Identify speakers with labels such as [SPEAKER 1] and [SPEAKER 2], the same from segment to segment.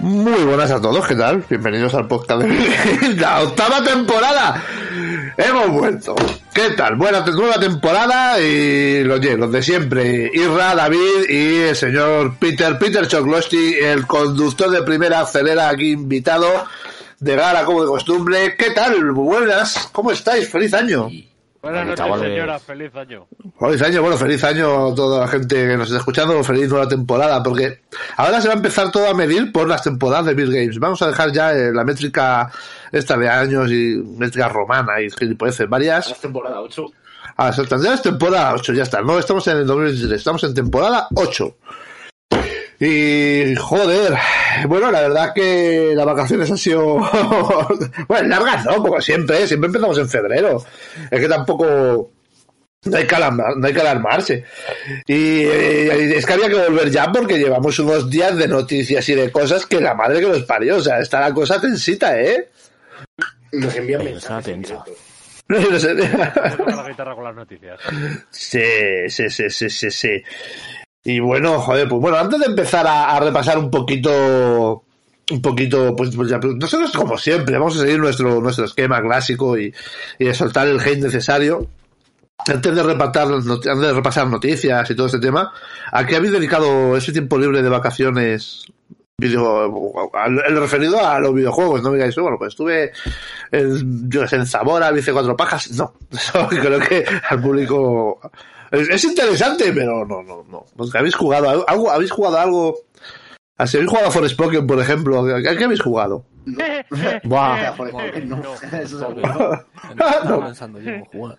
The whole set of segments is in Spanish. [SPEAKER 1] Muy buenas a todos, ¿qué tal? Bienvenidos al podcast de la octava temporada. Hemos vuelto. ¿Qué tal? Buena te- nueva temporada y los, ye- los de siempre. Irra, David y el señor Peter, Peter Choklosti, el conductor de primera acelera aquí invitado de gala como de costumbre. ¿Qué tal? Buenas, ¿cómo estáis? Feliz año.
[SPEAKER 2] Buenas
[SPEAKER 3] Ay,
[SPEAKER 2] noches,
[SPEAKER 3] chavales.
[SPEAKER 2] señora. Feliz año.
[SPEAKER 1] Feliz año, bueno, feliz año a toda la gente que nos está escuchando, feliz nueva temporada, porque ahora se va a empezar todo a medir por las temporadas de Bill Games. Vamos a dejar ya eh, la métrica esta de años y métrica romana y gilipolleces varias.
[SPEAKER 3] Es temporada 8.
[SPEAKER 1] Ah, Santander es temporada 8, ya está. No, estamos en el 2023, estamos en temporada 8. Y joder, bueno, la verdad que las vacaciones han sido, bueno, largas, ¿no? Como siempre, ¿eh? siempre empezamos en febrero. Es que tampoco no hay que, alarma- no hay que alarmarse. Y, eh, es que había que volver ya porque llevamos unos días de noticias y de cosas que la madre que los parió. O sea, está la cosa tensita, ¿eh?
[SPEAKER 3] Nos envían
[SPEAKER 2] Tensa,
[SPEAKER 3] mensajes. en
[SPEAKER 2] tensa.
[SPEAKER 3] directo.
[SPEAKER 1] No sé.
[SPEAKER 2] Voy a tocar la guitarra con las noticias.
[SPEAKER 1] Sí, sí, sí, sí, sí, sí. Y bueno, joder, pues bueno, antes de empezar a, a repasar un poquito, un poquito, pues, pues ya, pues, nosotros como siempre, vamos a seguir nuestro, nuestro esquema clásico y, y de soltar el hate necesario. Antes de, repasar, las not- antes de repasar noticias y todo este tema, ¿a qué habéis dedicado ese tiempo libre de vacaciones? Video, al- el referido a los videojuegos, no me digáis, bueno, pues estuve en, yo qué sé, en Zamora, hice cuatro pajas. No, Eso creo que al público es, es interesante, pero no, no, no. Porque habéis jugado a- algo, habéis jugado a algo. Así, habéis jugado a Forspoken, por ejemplo. ¿A qué habéis jugado?
[SPEAKER 3] O sea,
[SPEAKER 2] Buah.
[SPEAKER 3] por favor, no.
[SPEAKER 2] No.
[SPEAKER 3] Eso es
[SPEAKER 4] Joder,
[SPEAKER 3] algo-
[SPEAKER 4] no. Estaba
[SPEAKER 1] No.
[SPEAKER 4] pensando yo en jugar.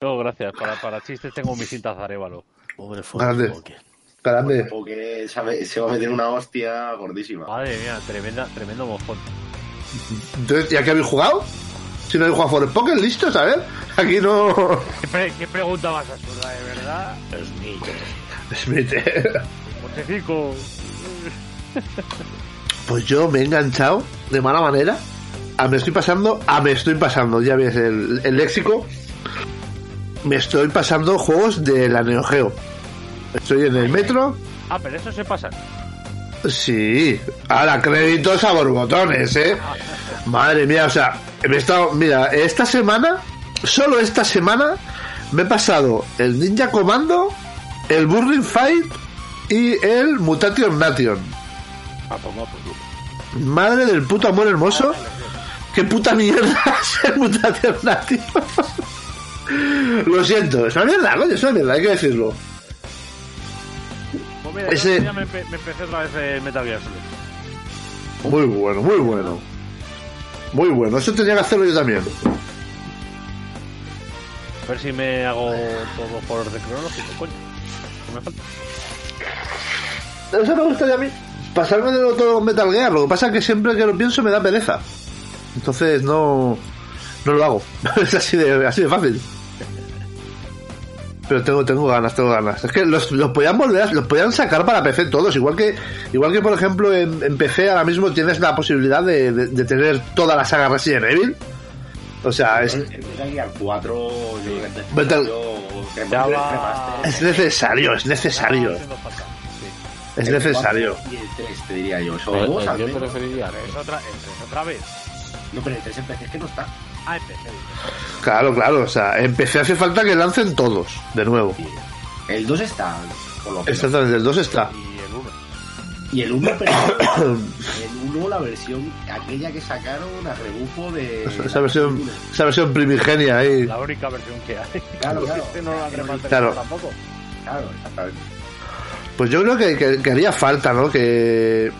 [SPEAKER 2] No, gracias. Para, para chistes tengo mis cintas de arévalo.
[SPEAKER 4] Pobre
[SPEAKER 1] Grande.
[SPEAKER 4] Forspoken.
[SPEAKER 1] Grande.
[SPEAKER 3] Porque sabe- se va a meter una hostia gordísima.
[SPEAKER 2] Madre mía, tremenda, tremendo mojón.
[SPEAKER 1] Entonces, ¿y a qué habéis jugado? Si no habéis jugado a Forspoken, listo, a ver. Aquí no.
[SPEAKER 2] ¿Qué, pre- qué pregunta más absurda, de verdad?
[SPEAKER 1] Smith, eh.
[SPEAKER 2] Pochecico.
[SPEAKER 1] Pues yo me he enganchado de mala manera. A me estoy pasando, a me estoy pasando, ya ves el, el léxico. Me estoy pasando juegos de la Neo Geo. Estoy en el metro.
[SPEAKER 2] Ah, pero eso se pasa.
[SPEAKER 1] Sí, ahora créditos a borbotones, eh. Madre mía, o sea, me he estado. Mira, esta semana, solo esta semana, me he pasado el Ninja Commando, el Burning Fight y el Mutation Nation.
[SPEAKER 2] A tomar por culo.
[SPEAKER 1] Madre del puto amor hermoso. Qué puta mierda es el Mutation Nation. Lo siento, es una mierda, coño, es una mierda, hay que decirlo.
[SPEAKER 2] Pues mira,
[SPEAKER 1] Ese-
[SPEAKER 2] yo ya me, empe- me empecé otra vez el Metal Gear Solid.
[SPEAKER 1] Muy bueno, muy bueno. Muy bueno, eso tenía que hacerlo yo también.
[SPEAKER 2] A ver si me hago todo por orden cronológico, coño. No me falta.
[SPEAKER 1] Eso me gustaría a mí. Pasarme de lo todo con Metal Gear. Lo que pasa es que siempre que lo pienso me da pereza. Entonces no. No lo hago. es así de, así de fácil. Pero tengo, tengo ganas, tengo ganas. Es que los, los podían volver, a- los podían sacar para PC todos. Igual que, igual que por ejemplo en, en PC ahora mismo tienes la posibilidad de, de- de tener toda la saga Resident Evil. O sea, es,
[SPEAKER 3] El Metal Gear 4, yo creo que te-
[SPEAKER 1] Metal-
[SPEAKER 3] yo- que
[SPEAKER 2] Ya
[SPEAKER 3] me-
[SPEAKER 2] va.
[SPEAKER 3] remaster.
[SPEAKER 1] es necesario, es necesario.
[SPEAKER 2] Ah, haciendo falta. Sí.
[SPEAKER 1] Es
[SPEAKER 3] El
[SPEAKER 1] necesario.
[SPEAKER 3] 4 Y el 3, te diría yo. Son
[SPEAKER 4] Pero
[SPEAKER 3] dos al
[SPEAKER 4] Yo
[SPEAKER 3] menos.
[SPEAKER 4] preferiría que
[SPEAKER 2] Tres otra, el tres otra vez.
[SPEAKER 3] No, pero el 3 empecé, es que no está.
[SPEAKER 2] Ah, empecé. dice.
[SPEAKER 1] Claro, claro. O sea, en PC hace falta que lancen todos, de nuevo.
[SPEAKER 3] El 2 está, por lo menos.
[SPEAKER 1] Exactamente, el 2 está.
[SPEAKER 2] Y el uno.
[SPEAKER 3] Y el 1, pero el 1, la versión aquella que sacaron a rebufo de.
[SPEAKER 1] esa, versión, esa versión primigenia ahí.
[SPEAKER 2] La única versión que hay.
[SPEAKER 3] Claro, claro.
[SPEAKER 2] Este no lo han
[SPEAKER 3] Pero-
[SPEAKER 2] remasterizado
[SPEAKER 1] Claro.
[SPEAKER 2] tampoco.
[SPEAKER 3] Claro, exactamente.
[SPEAKER 1] Pues yo creo que, que- que haría falta, ¿no? Que.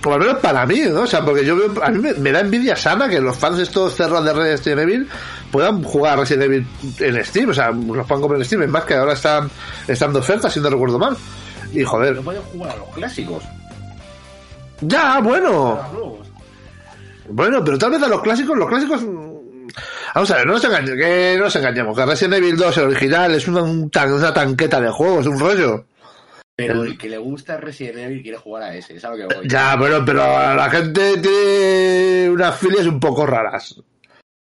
[SPEAKER 1] Por lo menos para mí, ¿no? O sea, porque yo veo. A mí me, me da envidia sana que los fans de estos cerros de Resident Evil puedan jugar Resident Evil en Steam. O sea, los puedan comprar en Steam. Es más que ahora están, están de oferta, si no recuerdo mal. Y joder.
[SPEAKER 3] No pueden jugar a los clásicos,
[SPEAKER 1] ¡Ya!
[SPEAKER 3] a
[SPEAKER 1] Bueno.
[SPEAKER 3] los nuevos.
[SPEAKER 1] Bueno, pero tal vez a los clásicos, los clásicos. mm, Vamos a ver, no nos engañemos, que no nos engañemos, que Resident Evil 2, el original, es una, un tan- una tanqueta de juegos, un rollo.
[SPEAKER 3] Pero
[SPEAKER 1] El-
[SPEAKER 3] el que le gusta Resident Evil quiere jugar a ese, es a lo que voy.
[SPEAKER 1] Ya, pero, pero la gente tiene unas filias un poco raras.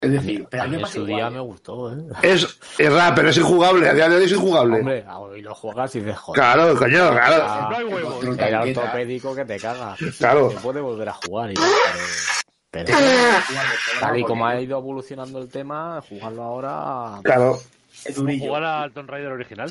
[SPEAKER 3] Es decir, pero a
[SPEAKER 4] A
[SPEAKER 3] mí
[SPEAKER 4] mí
[SPEAKER 3] me
[SPEAKER 4] en
[SPEAKER 3] pasa
[SPEAKER 4] su día
[SPEAKER 3] igual.
[SPEAKER 4] me gustó, ¿eh?
[SPEAKER 1] Es, es rara, pero es injugable. A día de hoy es injugable.
[SPEAKER 4] Hombre, a hoy lo juegas y dices, joder,
[SPEAKER 1] Claro, coño, claro.
[SPEAKER 2] No hay
[SPEAKER 3] el
[SPEAKER 2] huevos.
[SPEAKER 3] control
[SPEAKER 4] el
[SPEAKER 3] tanqueta,
[SPEAKER 4] ortopédico que te caga.
[SPEAKER 1] Claro.
[SPEAKER 4] Se puede volver a jugar y tal, pero... pero
[SPEAKER 3] jugar de todo,
[SPEAKER 4] Tal y
[SPEAKER 3] porque
[SPEAKER 4] como ha ido evolucionando el tema, jugarlo ahora.
[SPEAKER 1] Claro.
[SPEAKER 3] Es durillo.
[SPEAKER 2] Jugar al Tomb Raider original.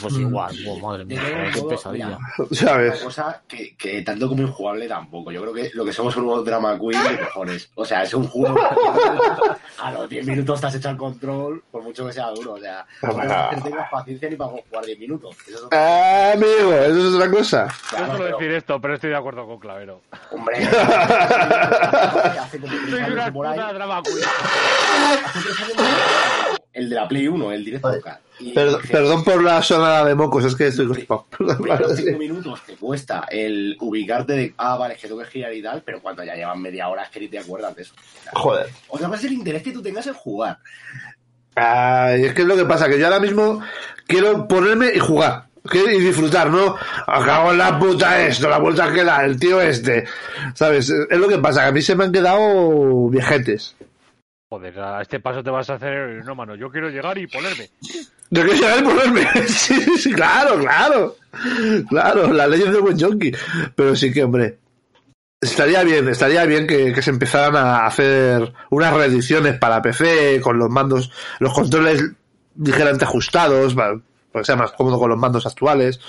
[SPEAKER 4] Pues
[SPEAKER 3] Mm.
[SPEAKER 4] igual, oh, madre mía,
[SPEAKER 3] Yo creo
[SPEAKER 4] qué
[SPEAKER 3] que-
[SPEAKER 4] pesadilla.
[SPEAKER 3] Una
[SPEAKER 1] ¿Sabes?
[SPEAKER 3] cosa que, que tanto como injugable tampoco. Yo creo que lo que somos unos drama queen de cojones. O sea, es un juego. que a los 10 minutos estás hecho al control, por mucho que sea duro. O sea,
[SPEAKER 1] Ah, bueno.
[SPEAKER 3] no tengas paciencia ni para jugar 10 minutos. Eso es otra-
[SPEAKER 1] Ah, amigo, eso es otra cosa.
[SPEAKER 2] Yo
[SPEAKER 3] Claro,
[SPEAKER 2] suelo
[SPEAKER 3] pero,
[SPEAKER 2] decir esto, pero estoy de acuerdo con Clavero.
[SPEAKER 3] Hombre, hace como tres
[SPEAKER 2] Soy
[SPEAKER 3] años
[SPEAKER 2] una
[SPEAKER 3] por ahí-
[SPEAKER 2] puta drama queen.
[SPEAKER 3] hace tres años por ahí, el de la Play 1, el directo
[SPEAKER 1] Oye,
[SPEAKER 3] local. Y
[SPEAKER 1] Per-
[SPEAKER 3] dije,
[SPEAKER 1] perdón por la sonada de mocos, es que estoy constipado.
[SPEAKER 3] Primero cinco minutos te cuesta el ubicarte de, ah, vale, es que tengo que girar y tal, pero cuando ya llevan media hora es que ni te acuerdas de eso.
[SPEAKER 1] Joder.
[SPEAKER 3] Otra cosa es el interés que tú tengas en jugar.
[SPEAKER 1] Ay, es que es lo que pasa, que yo ahora mismo quiero ponerme y jugar. que- Y disfrutar, ¿no? Acabo en la puta esto, la vuelta que da, el tío este. ¿Sabes? Es lo que pasa, que a mí se me han quedado viejetes.
[SPEAKER 2] Joder, a este paso te vas a hacer no mano. Yo quiero llegar y ponerme.
[SPEAKER 1] Yo quiero llegar y ponerme. sí, sí, sí, claro, claro. Claro, las leyes del buen junkie. Pero sí que, hombre. Estaría bien, estaría bien que, que se empezaran a hacer unas reediciones para PC, con los mandos, los controles ligeramente ajustados, para, para que sea más cómodo con los mandos actuales.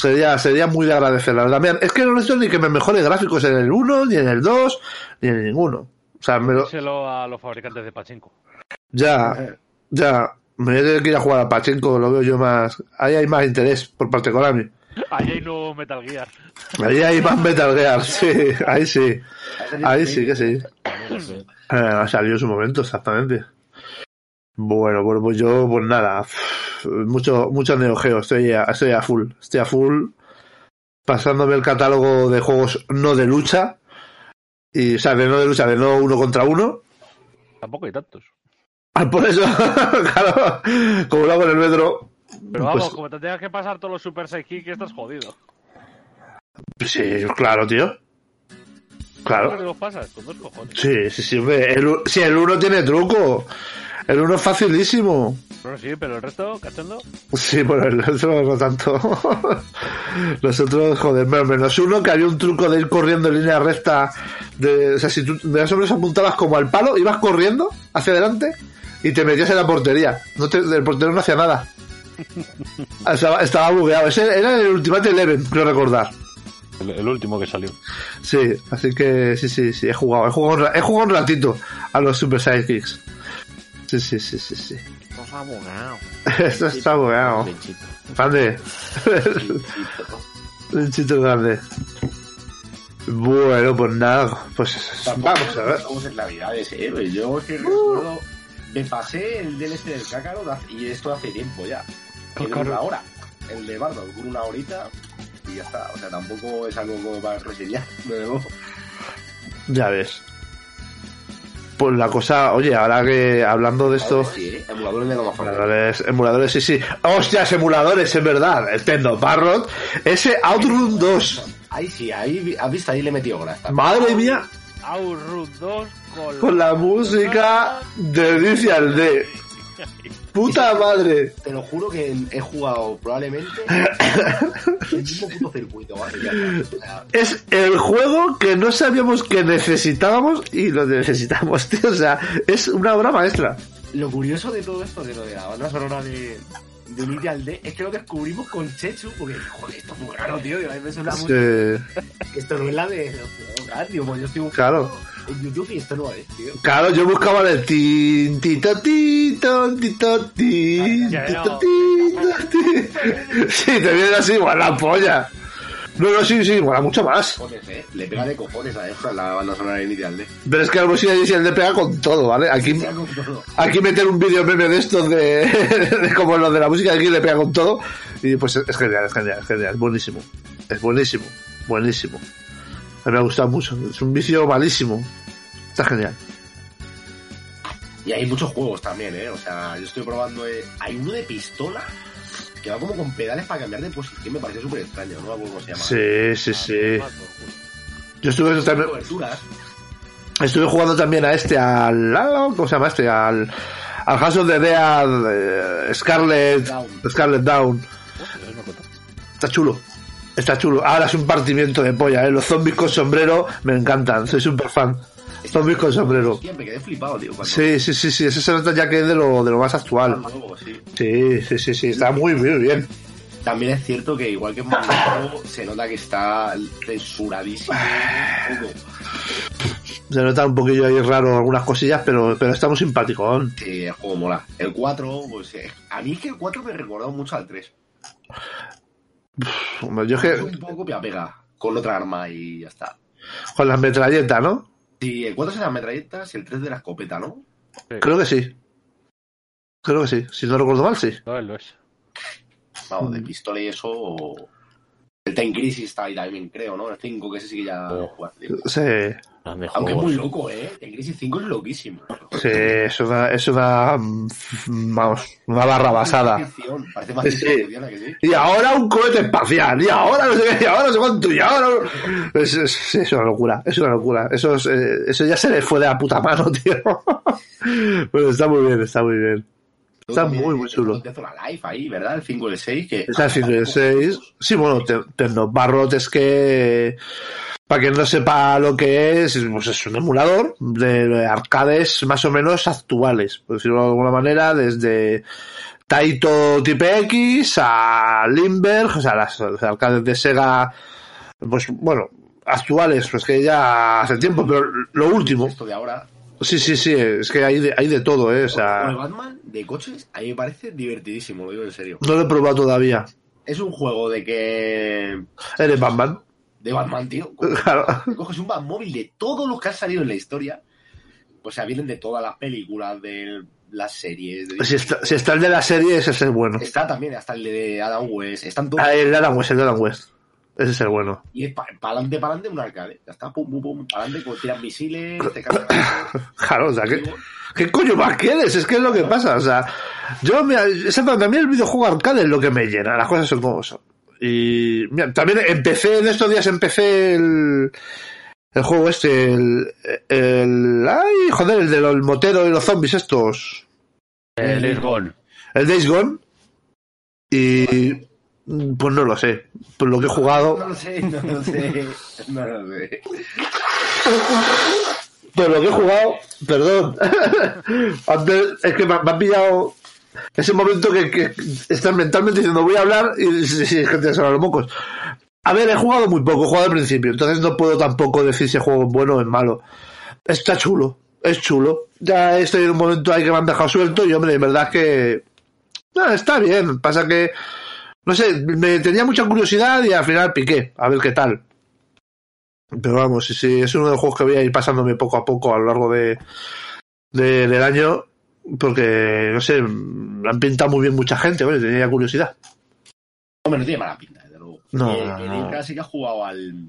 [SPEAKER 1] Sería, sería muy de agradecer, la verdad. Mira, es que no necesito ni que me mejore gráficos en el 1, ni en el 2, ni en ninguno. O sea, me lo,
[SPEAKER 2] Díselo a los fabricantes de Pachinko.
[SPEAKER 1] ya, ya. Me voy a tener que ir a jugar a Pachinko, lo veo yo más. Ahí hay más interés por parte de Konami.
[SPEAKER 2] Ahí hay nuevo Metal Gear.
[SPEAKER 1] Ahí hay más Metal Gear, sí, ahí sí. Ahí sí que sí.
[SPEAKER 4] No sé.
[SPEAKER 1] Eh, ha salido en su momento, exactamente. Bueno, bueno, pues yo, pues nada. Mucho, mucho Neo Geo, estoy a, estoy a full. Estoy a full pasándome el catálogo de juegos no de lucha. Y, o sea, de no de lucha, de no uno contra uno.
[SPEAKER 2] Tampoco hay tantos.
[SPEAKER 1] Ah, por eso, claro, como lo hago en el metro.
[SPEAKER 2] Pero vamos,
[SPEAKER 1] pues-
[SPEAKER 2] como te tengas que pasar todos los Super Sidekick, estás jodido.
[SPEAKER 1] Sí, claro, tío.
[SPEAKER 2] ¿Con
[SPEAKER 1] Claro.
[SPEAKER 2] dos pasas? Con dos cojones.
[SPEAKER 1] Sí, sí, sí. hombre. El, u- sí, el uno tiene truco. El uno es facilísimo.
[SPEAKER 2] Bueno, sí, pero el resto, cachondo.
[SPEAKER 1] Sí, bueno, el otro no tanto. Los otros, joder, menos, menos uno que había un truco de ir corriendo en línea recta. De, o sea, si tú de las hombres apuntabas como al palo, ibas corriendo hacia adelante y te metías en la portería. No te- el portero no hacía nada. Estaba, estaba bugueado. Ese era el Ultimate Eleven, creo recordar.
[SPEAKER 2] El, último que salió.
[SPEAKER 1] Sí, así que sí, sí, sí, he jugado, he jugado, un ra- he jugado un ratito a los Super Sidekicks. Sí, sí, sí, sí, sí.
[SPEAKER 4] Estás abogado.
[SPEAKER 1] Esto está bugueado.
[SPEAKER 4] Pinchito.
[SPEAKER 1] Grande.
[SPEAKER 3] pues,
[SPEAKER 1] Un chito grande. Bueno, pues nada, pues vamos a ver. Uh.
[SPEAKER 3] Estamos en Navidades, eh. Pues Yo es que recuerdo. Me pasé el DLC del Kakarot hace- y esto hace tiempo ya.
[SPEAKER 1] Oh,
[SPEAKER 3] En
[SPEAKER 2] Kakarot.
[SPEAKER 3] una hora. El de Bardo, con una horita y ya está. O sea, tampoco es algo como para reseñar. de nuevo.
[SPEAKER 1] Ya ves. Pues la cosa, oye, ahora que hablando de esto,
[SPEAKER 3] Sí, eh. Emuladores de Gama Fórmula.
[SPEAKER 1] emuladores, emuladores, sí, sí. ¡Hostias, emuladores, en verdad! Nintendo, Barrot, ese Outrun 2.
[SPEAKER 3] Ahí sí, ahí, vi- has visto, ahí le he metido grasa.
[SPEAKER 1] Madre mía,
[SPEAKER 2] Outrun 2 con,
[SPEAKER 1] con la música de Dice al D. Puta madre.
[SPEAKER 3] Te lo juro que he jugado probablemente el mismo puto circuito, ¿vale? Ya está. O sea,
[SPEAKER 1] Es el juego que no sabíamos que necesitábamos y lo necesitamos, tío. O sea, es una obra maestra.
[SPEAKER 3] lo curioso de todo esto de lo de la banda sonora de, de Initial D es que lo descubrimos con Chechu, porque joder, esto es muy raro, tío. Yo a mí me suena mucho.
[SPEAKER 1] Eh,
[SPEAKER 3] Esto no es la de los jugadores, tío, porque yo estoy buscando
[SPEAKER 1] Claro.
[SPEAKER 3] en YouTube y esto no es, tío.
[SPEAKER 1] claro, yo buscaba el tin, tito, tito, tito, tin,
[SPEAKER 2] Ya,
[SPEAKER 1] tito,
[SPEAKER 2] no.
[SPEAKER 1] tito, tin. Sí, te viene así, igual la polla. No, no, sí, sí, igual mucho más.
[SPEAKER 3] Cojones, ¿eh? Le pega de cojones a esta la banda sonora inicial, ¿eh?
[SPEAKER 1] Pero es que algo sí le le pega con todo, ¿vale? Aquí,
[SPEAKER 3] Pega con todo.
[SPEAKER 1] aquí meter un vídeo meme de estos de, de como los de la música de aquí le pega con todo. Y pues es genial, es genial, es genial, es buenísimo. Es buenísimo, buenísimo. A mí me ha gustado mucho. Es un vicio malísimo. Está genial.
[SPEAKER 3] Y hay muchos juegos también, ¿eh? O sea, yo estoy probando... eh, Hay uno de pistola que va como con pedales para cambiar de posición. Me parece súper extraño. No me acuerdo cómo se llama.
[SPEAKER 1] Sí, sí, sí. Yo estuve
[SPEAKER 3] Son
[SPEAKER 1] también,
[SPEAKER 3] coberturas.
[SPEAKER 1] Estuve jugando también a este, al. al- ¿Cómo se llama este? Al. Al House of the Dead, eh, Scarlet.
[SPEAKER 3] Down.
[SPEAKER 1] Scarlet Down.
[SPEAKER 2] no cuenta.
[SPEAKER 1] Está chulo. Está chulo. Ahora es un partimiento de polla, ¿eh? Los zombies con sombrero me encantan. Soy súper fan.
[SPEAKER 3] este
[SPEAKER 1] Zombies con sombrero.
[SPEAKER 3] Hostia, me quedé flipado, tío. cuando-
[SPEAKER 1] Sí, sí, sí, sí. Ese se nota ya que es de lo, de lo más actual.
[SPEAKER 3] Luego, sí.
[SPEAKER 1] Sí, sí, sí, sí. Está muy, muy bien.
[SPEAKER 3] También es cierto que igual que en Mandalorian, se nota que está censuradísimo.
[SPEAKER 1] Ah.
[SPEAKER 3] todo.
[SPEAKER 1] Se nota un poquillo ahí raro algunas cosillas, pero, pero está muy simpaticón.
[SPEAKER 3] Sí, el juego mola. El 4, pues eh, a mí es que el 4 me recordó mucho al 3.
[SPEAKER 1] Hombre, Yo es
[SPEAKER 3] Fue
[SPEAKER 1] que.
[SPEAKER 3] un poco pia pega con otra arma y ya está.
[SPEAKER 1] Con las metralletas, ¿no?
[SPEAKER 3] Sí, el 4 es de las metralletas y el 3 de la escopeta, ¿no?
[SPEAKER 1] Creo que sí. Creo que sí. Si no recuerdo mal, sí.
[SPEAKER 2] No, él lo es.
[SPEAKER 3] Vamos, de pistola y eso. o- El Time Crisis está ahí también, creo, ¿no? El 5, que ese sí que ya
[SPEAKER 4] Oh.
[SPEAKER 3] jugaste.
[SPEAKER 1] Sí.
[SPEAKER 4] Grande
[SPEAKER 1] Oh,
[SPEAKER 3] Aunque es
[SPEAKER 4] juego.
[SPEAKER 3] muy loco, ¿eh? El Time Crisis 5 es loquísimo.
[SPEAKER 1] Sí, es una, es una, mm, vamos, una barra basada.
[SPEAKER 3] Ficción, Parece más
[SPEAKER 1] Sí,
[SPEAKER 3] ficción
[SPEAKER 1] sí.
[SPEAKER 3] que Diana, que sí.
[SPEAKER 1] Y ahora un cohete espacial, y ahora no sé qué, y ahora no sé cuánto, y ahora... no- Es, es- es una locura, es una locura. Eso, es, eh, eso ya se le fue de la puta mano, tío. Pero está muy bien, está muy bien. Está
[SPEAKER 3] Luego
[SPEAKER 1] muy,
[SPEAKER 3] también
[SPEAKER 1] muy
[SPEAKER 3] el
[SPEAKER 1] chulo.
[SPEAKER 3] Death or Alive ahí, ¿verdad? El 5 y el 6. Que...
[SPEAKER 1] Está el 5 y el 6. Sí, bueno, te- Tecnobarrot es que... Para quien no sepa lo que es, pues es un emulador de arcades más o menos actuales, por decirlo de alguna manera, desde Taito Type X a Lindbergh, o sea, las, las arcades de Sega, pues bueno, actuales, pues que ya hace tiempo, pero lo último.
[SPEAKER 3] Esto de ahora.
[SPEAKER 1] Sí, sí, sí, es que hay de, hay de todo, ¿eh? O
[SPEAKER 3] O el
[SPEAKER 1] sea,
[SPEAKER 3] Batman de coches, a mí me parece divertidísimo, lo digo en serio.
[SPEAKER 1] no lo he probado todavía.
[SPEAKER 3] Es un juego de que.
[SPEAKER 1] Eres Batman.
[SPEAKER 3] de Batman, tío. Como-
[SPEAKER 1] Claro.
[SPEAKER 3] te Coges un Batmóvil de todos los que han salido en la historia. O sea, vienen de todas las películas, de las series. de-
[SPEAKER 1] Si está, si está el de la serie, ese es el bueno.
[SPEAKER 3] Está también, hasta el de Adam West. Están todos.
[SPEAKER 1] Ah, el de Adam West, el de Adam West. Ese es el bueno.
[SPEAKER 3] Y es para adelante, para adelante, un arcade. Ya está, pum, pum, pum. Para adelante, tiran misiles, te cargan.
[SPEAKER 1] Claro, o sea, ¿qué, qué coño más quieres? Es que es lo que pasa. O sea, yo, mira, esa- a mí el videojuego arcade es lo que me llena. Las cosas son como son. Y mira, también empecé, en estos días empecé el, el juego este, el, el- Ay, joder, el de los moteros y los zombies estos.
[SPEAKER 2] El Lisbon.
[SPEAKER 1] El Days Gone. Y... Pues no lo sé. Por lo que he jugado...
[SPEAKER 3] No lo sé, no lo sé. No lo sé.
[SPEAKER 1] Pero Pues lo que he jugado, perdón. Antes, es que me, me han pillado ese momento que, que estás mentalmente diciendo voy a hablar y sí, sí, es que te salen los mocos. A ver, he jugado muy poco, he jugado al principio, entonces no puedo tampoco decir si el juego es bueno o es malo. Está chulo, es chulo. Ya estoy en un momento ahí que me han dejado suelto y hombre, en verdad que no, está bien. Pasa que, no sé, me tenía mucha curiosidad y al final piqué, a ver qué tal. Pero vamos, sí, sí, es uno de los juegos que voy a ir pasándome poco a poco a lo largo de, de- del año, porque, no sé, me han pintado muy bien mucha gente, oye, tenía curiosidad.
[SPEAKER 3] Hombre, no tiene mala pinta, desde luego.
[SPEAKER 1] No,
[SPEAKER 3] Y el-
[SPEAKER 1] no,
[SPEAKER 3] el
[SPEAKER 1] no.
[SPEAKER 3] Inca sí que ha jugado al.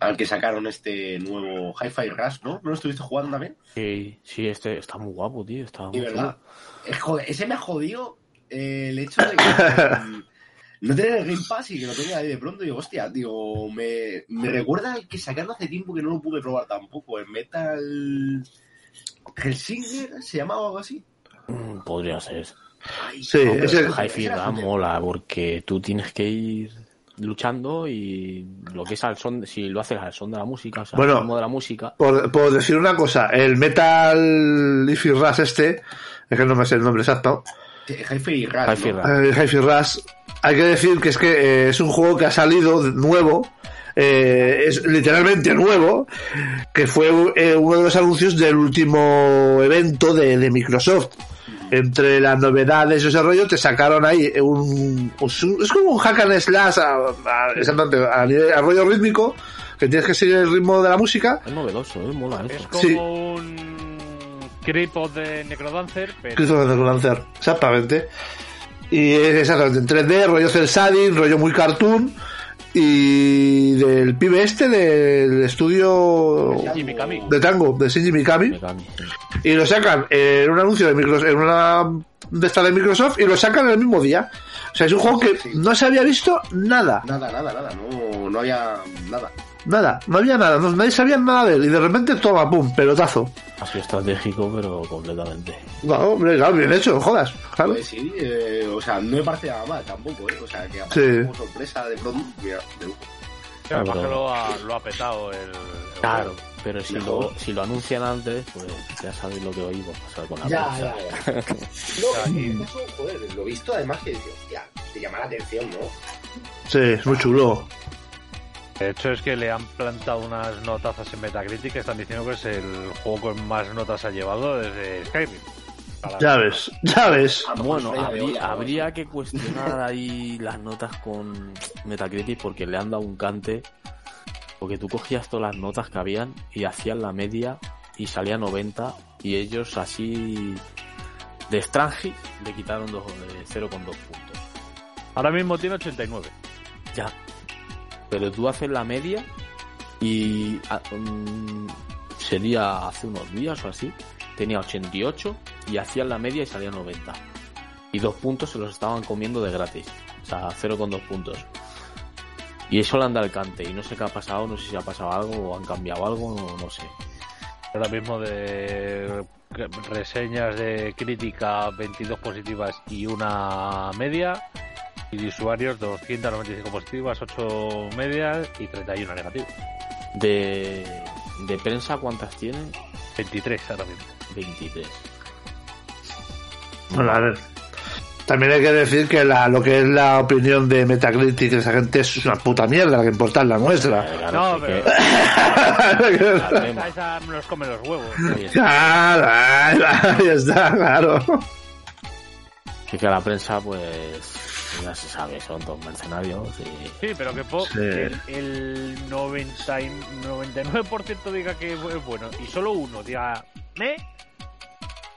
[SPEAKER 3] Al que sacaron este nuevo Hi-Fi Rush, ¿no? ¿No lo estuviste jugando también?
[SPEAKER 4] Sí, sí, este está muy guapo, tío. Está
[SPEAKER 3] Y
[SPEAKER 4] muy
[SPEAKER 3] verdad.
[SPEAKER 4] chulo.
[SPEAKER 3] Es, joder, ese me ha jodido eh, el hecho de que mm, no tener el Game Pass y que lo tenga ahí de pronto. Y digo, hostia, digo, me, me recuerda al que sacaron hace tiempo que no lo pude probar tampoco. El Metal. Hellsinger se llamaba o algo así.
[SPEAKER 4] Mm, Podría ser.
[SPEAKER 3] Ay,
[SPEAKER 1] Sí,
[SPEAKER 3] no, pero
[SPEAKER 1] ese-
[SPEAKER 3] ese
[SPEAKER 4] Hi-Fi
[SPEAKER 3] era
[SPEAKER 4] Rush
[SPEAKER 3] súper-
[SPEAKER 4] mola porque tú tienes que ir luchando y lo que es al son, si lo haces al son de la música, o sea,
[SPEAKER 1] Bueno.
[SPEAKER 4] al ritmo de la música,
[SPEAKER 1] Por, por decir una cosa, el Metal Ify Rush este, es que no me sé el nombre exacto,
[SPEAKER 3] Hi-Fi Rush. ¿no?
[SPEAKER 4] Hi-Fi Rush.
[SPEAKER 1] el Eh, Hi-Fi Rush, hay que decir que es que eh, es un juego que ha salido de- nuevo, eh, es literalmente nuevo, que fue eh, uno de los anuncios del último evento de, de Microsoft. entre las novedades y ese rollo, te sacaron ahí un, pues, un- es como un hack and slash a, a- exactamente, a nivel- a rollo rítmico, que tienes que seguir el ritmo de la música.
[SPEAKER 4] Es novedoso, ¿eh? mola
[SPEAKER 2] Es
[SPEAKER 4] eso.
[SPEAKER 2] como
[SPEAKER 1] Sí.
[SPEAKER 2] un Creepos de Necrodancer, pero
[SPEAKER 1] Cristo de Lancer, exactamente. Y es exactamente en 3D, rollo cel shading, rollo muy cartoon. Y del pibe este del estudio
[SPEAKER 2] Y Mikami.
[SPEAKER 1] de tango, de Shinji Mikami.
[SPEAKER 4] Megami, sí.
[SPEAKER 1] Y lo sacan en un anuncio de Microsoft, en una de esta de Microsoft y lo sacan el mismo día. O sea, es un juego que no se había visto nada,
[SPEAKER 3] Nada, nada, nada, no, no había nada.
[SPEAKER 1] nada, no había nada, no- nadie sabía nada de él. Y de repente toma, pum, pelotazo.
[SPEAKER 4] Ha sido estratégico, pero completamente.
[SPEAKER 1] No, hombre, claro, bien hecho, no jodas, claro.
[SPEAKER 3] Pues sí, eh, o sea, no me parece nada mal tampoco, ¿eh? O sea, que
[SPEAKER 1] Sí.
[SPEAKER 3] como sorpresa de pronto, mira, de lujo.
[SPEAKER 4] Claro,
[SPEAKER 2] además que
[SPEAKER 4] pero-
[SPEAKER 2] lo ha, lo ha petado el. el
[SPEAKER 4] Claro,
[SPEAKER 2] juego.
[SPEAKER 4] pero si
[SPEAKER 3] Mejor.
[SPEAKER 4] lo, si lo anuncian antes, pues ya sabéis lo que hoy va a pasar con la
[SPEAKER 3] Ya,
[SPEAKER 4] prensa.
[SPEAKER 3] ya, ya. No, en este caso, joder, lo visto además que digo, hostia, te llama la atención, ¿no?
[SPEAKER 1] Sí, es muy chulo.
[SPEAKER 2] De hecho, es que le han plantado unas notazas en Metacritic que están diciendo que es el juego con más notas ha llevado desde Skyrim. A la-
[SPEAKER 1] Ya ves, ya ves.
[SPEAKER 3] A lo mejor
[SPEAKER 4] Bueno,
[SPEAKER 3] es una idea de olla,
[SPEAKER 4] habría,
[SPEAKER 3] ¿no?
[SPEAKER 4] habría que cuestionar ahí las notas con Metacritic porque le han dado un cante. Porque tú cogías todas las notas que habían y hacían la media y salía 90 y ellos así de Strange le quitaron dos- de 0,2 puntos.
[SPEAKER 2] Ahora mismo tiene 89.
[SPEAKER 4] Ya. Pero tú haces la media y ah, mm, sería hace unos días o así. Tenía 88 y hacían la media y salía 90. Y dos puntos se los estaban comiendo de gratis. O sea, cero con dos puntos. Y eso le anda al cante. Y no sé qué ha pasado, no sé si ha pasado algo o han cambiado algo, no, no sé.
[SPEAKER 2] Ahora mismo de reseñas de crítica 22 positivas y una media. Y de usuarios 295 positivas, 8 medias y 31 negativas.
[SPEAKER 4] De, de prensa, ¿cuántas tienen?
[SPEAKER 2] 23 ahora mismo.
[SPEAKER 4] 23.
[SPEAKER 1] Bueno, a ver. También hay que decir que la, lo que es la opinión de Metacritic de esa gente es una puta mierda, la que importa es la nuestra.
[SPEAKER 4] Claro,
[SPEAKER 2] No,
[SPEAKER 4] sí que-
[SPEAKER 1] claro,
[SPEAKER 4] Problema.
[SPEAKER 2] A esa me los come los huevos.
[SPEAKER 4] Ahí está.
[SPEAKER 1] ahí va, ya está, claro.
[SPEAKER 4] Es que la prensa, pues, ya se sabe, son dos mercenarios y...
[SPEAKER 2] Sí, pero que, po-
[SPEAKER 1] Sí.
[SPEAKER 2] que el 90 y 99% diga que es bueno y solo uno diga, ¿me?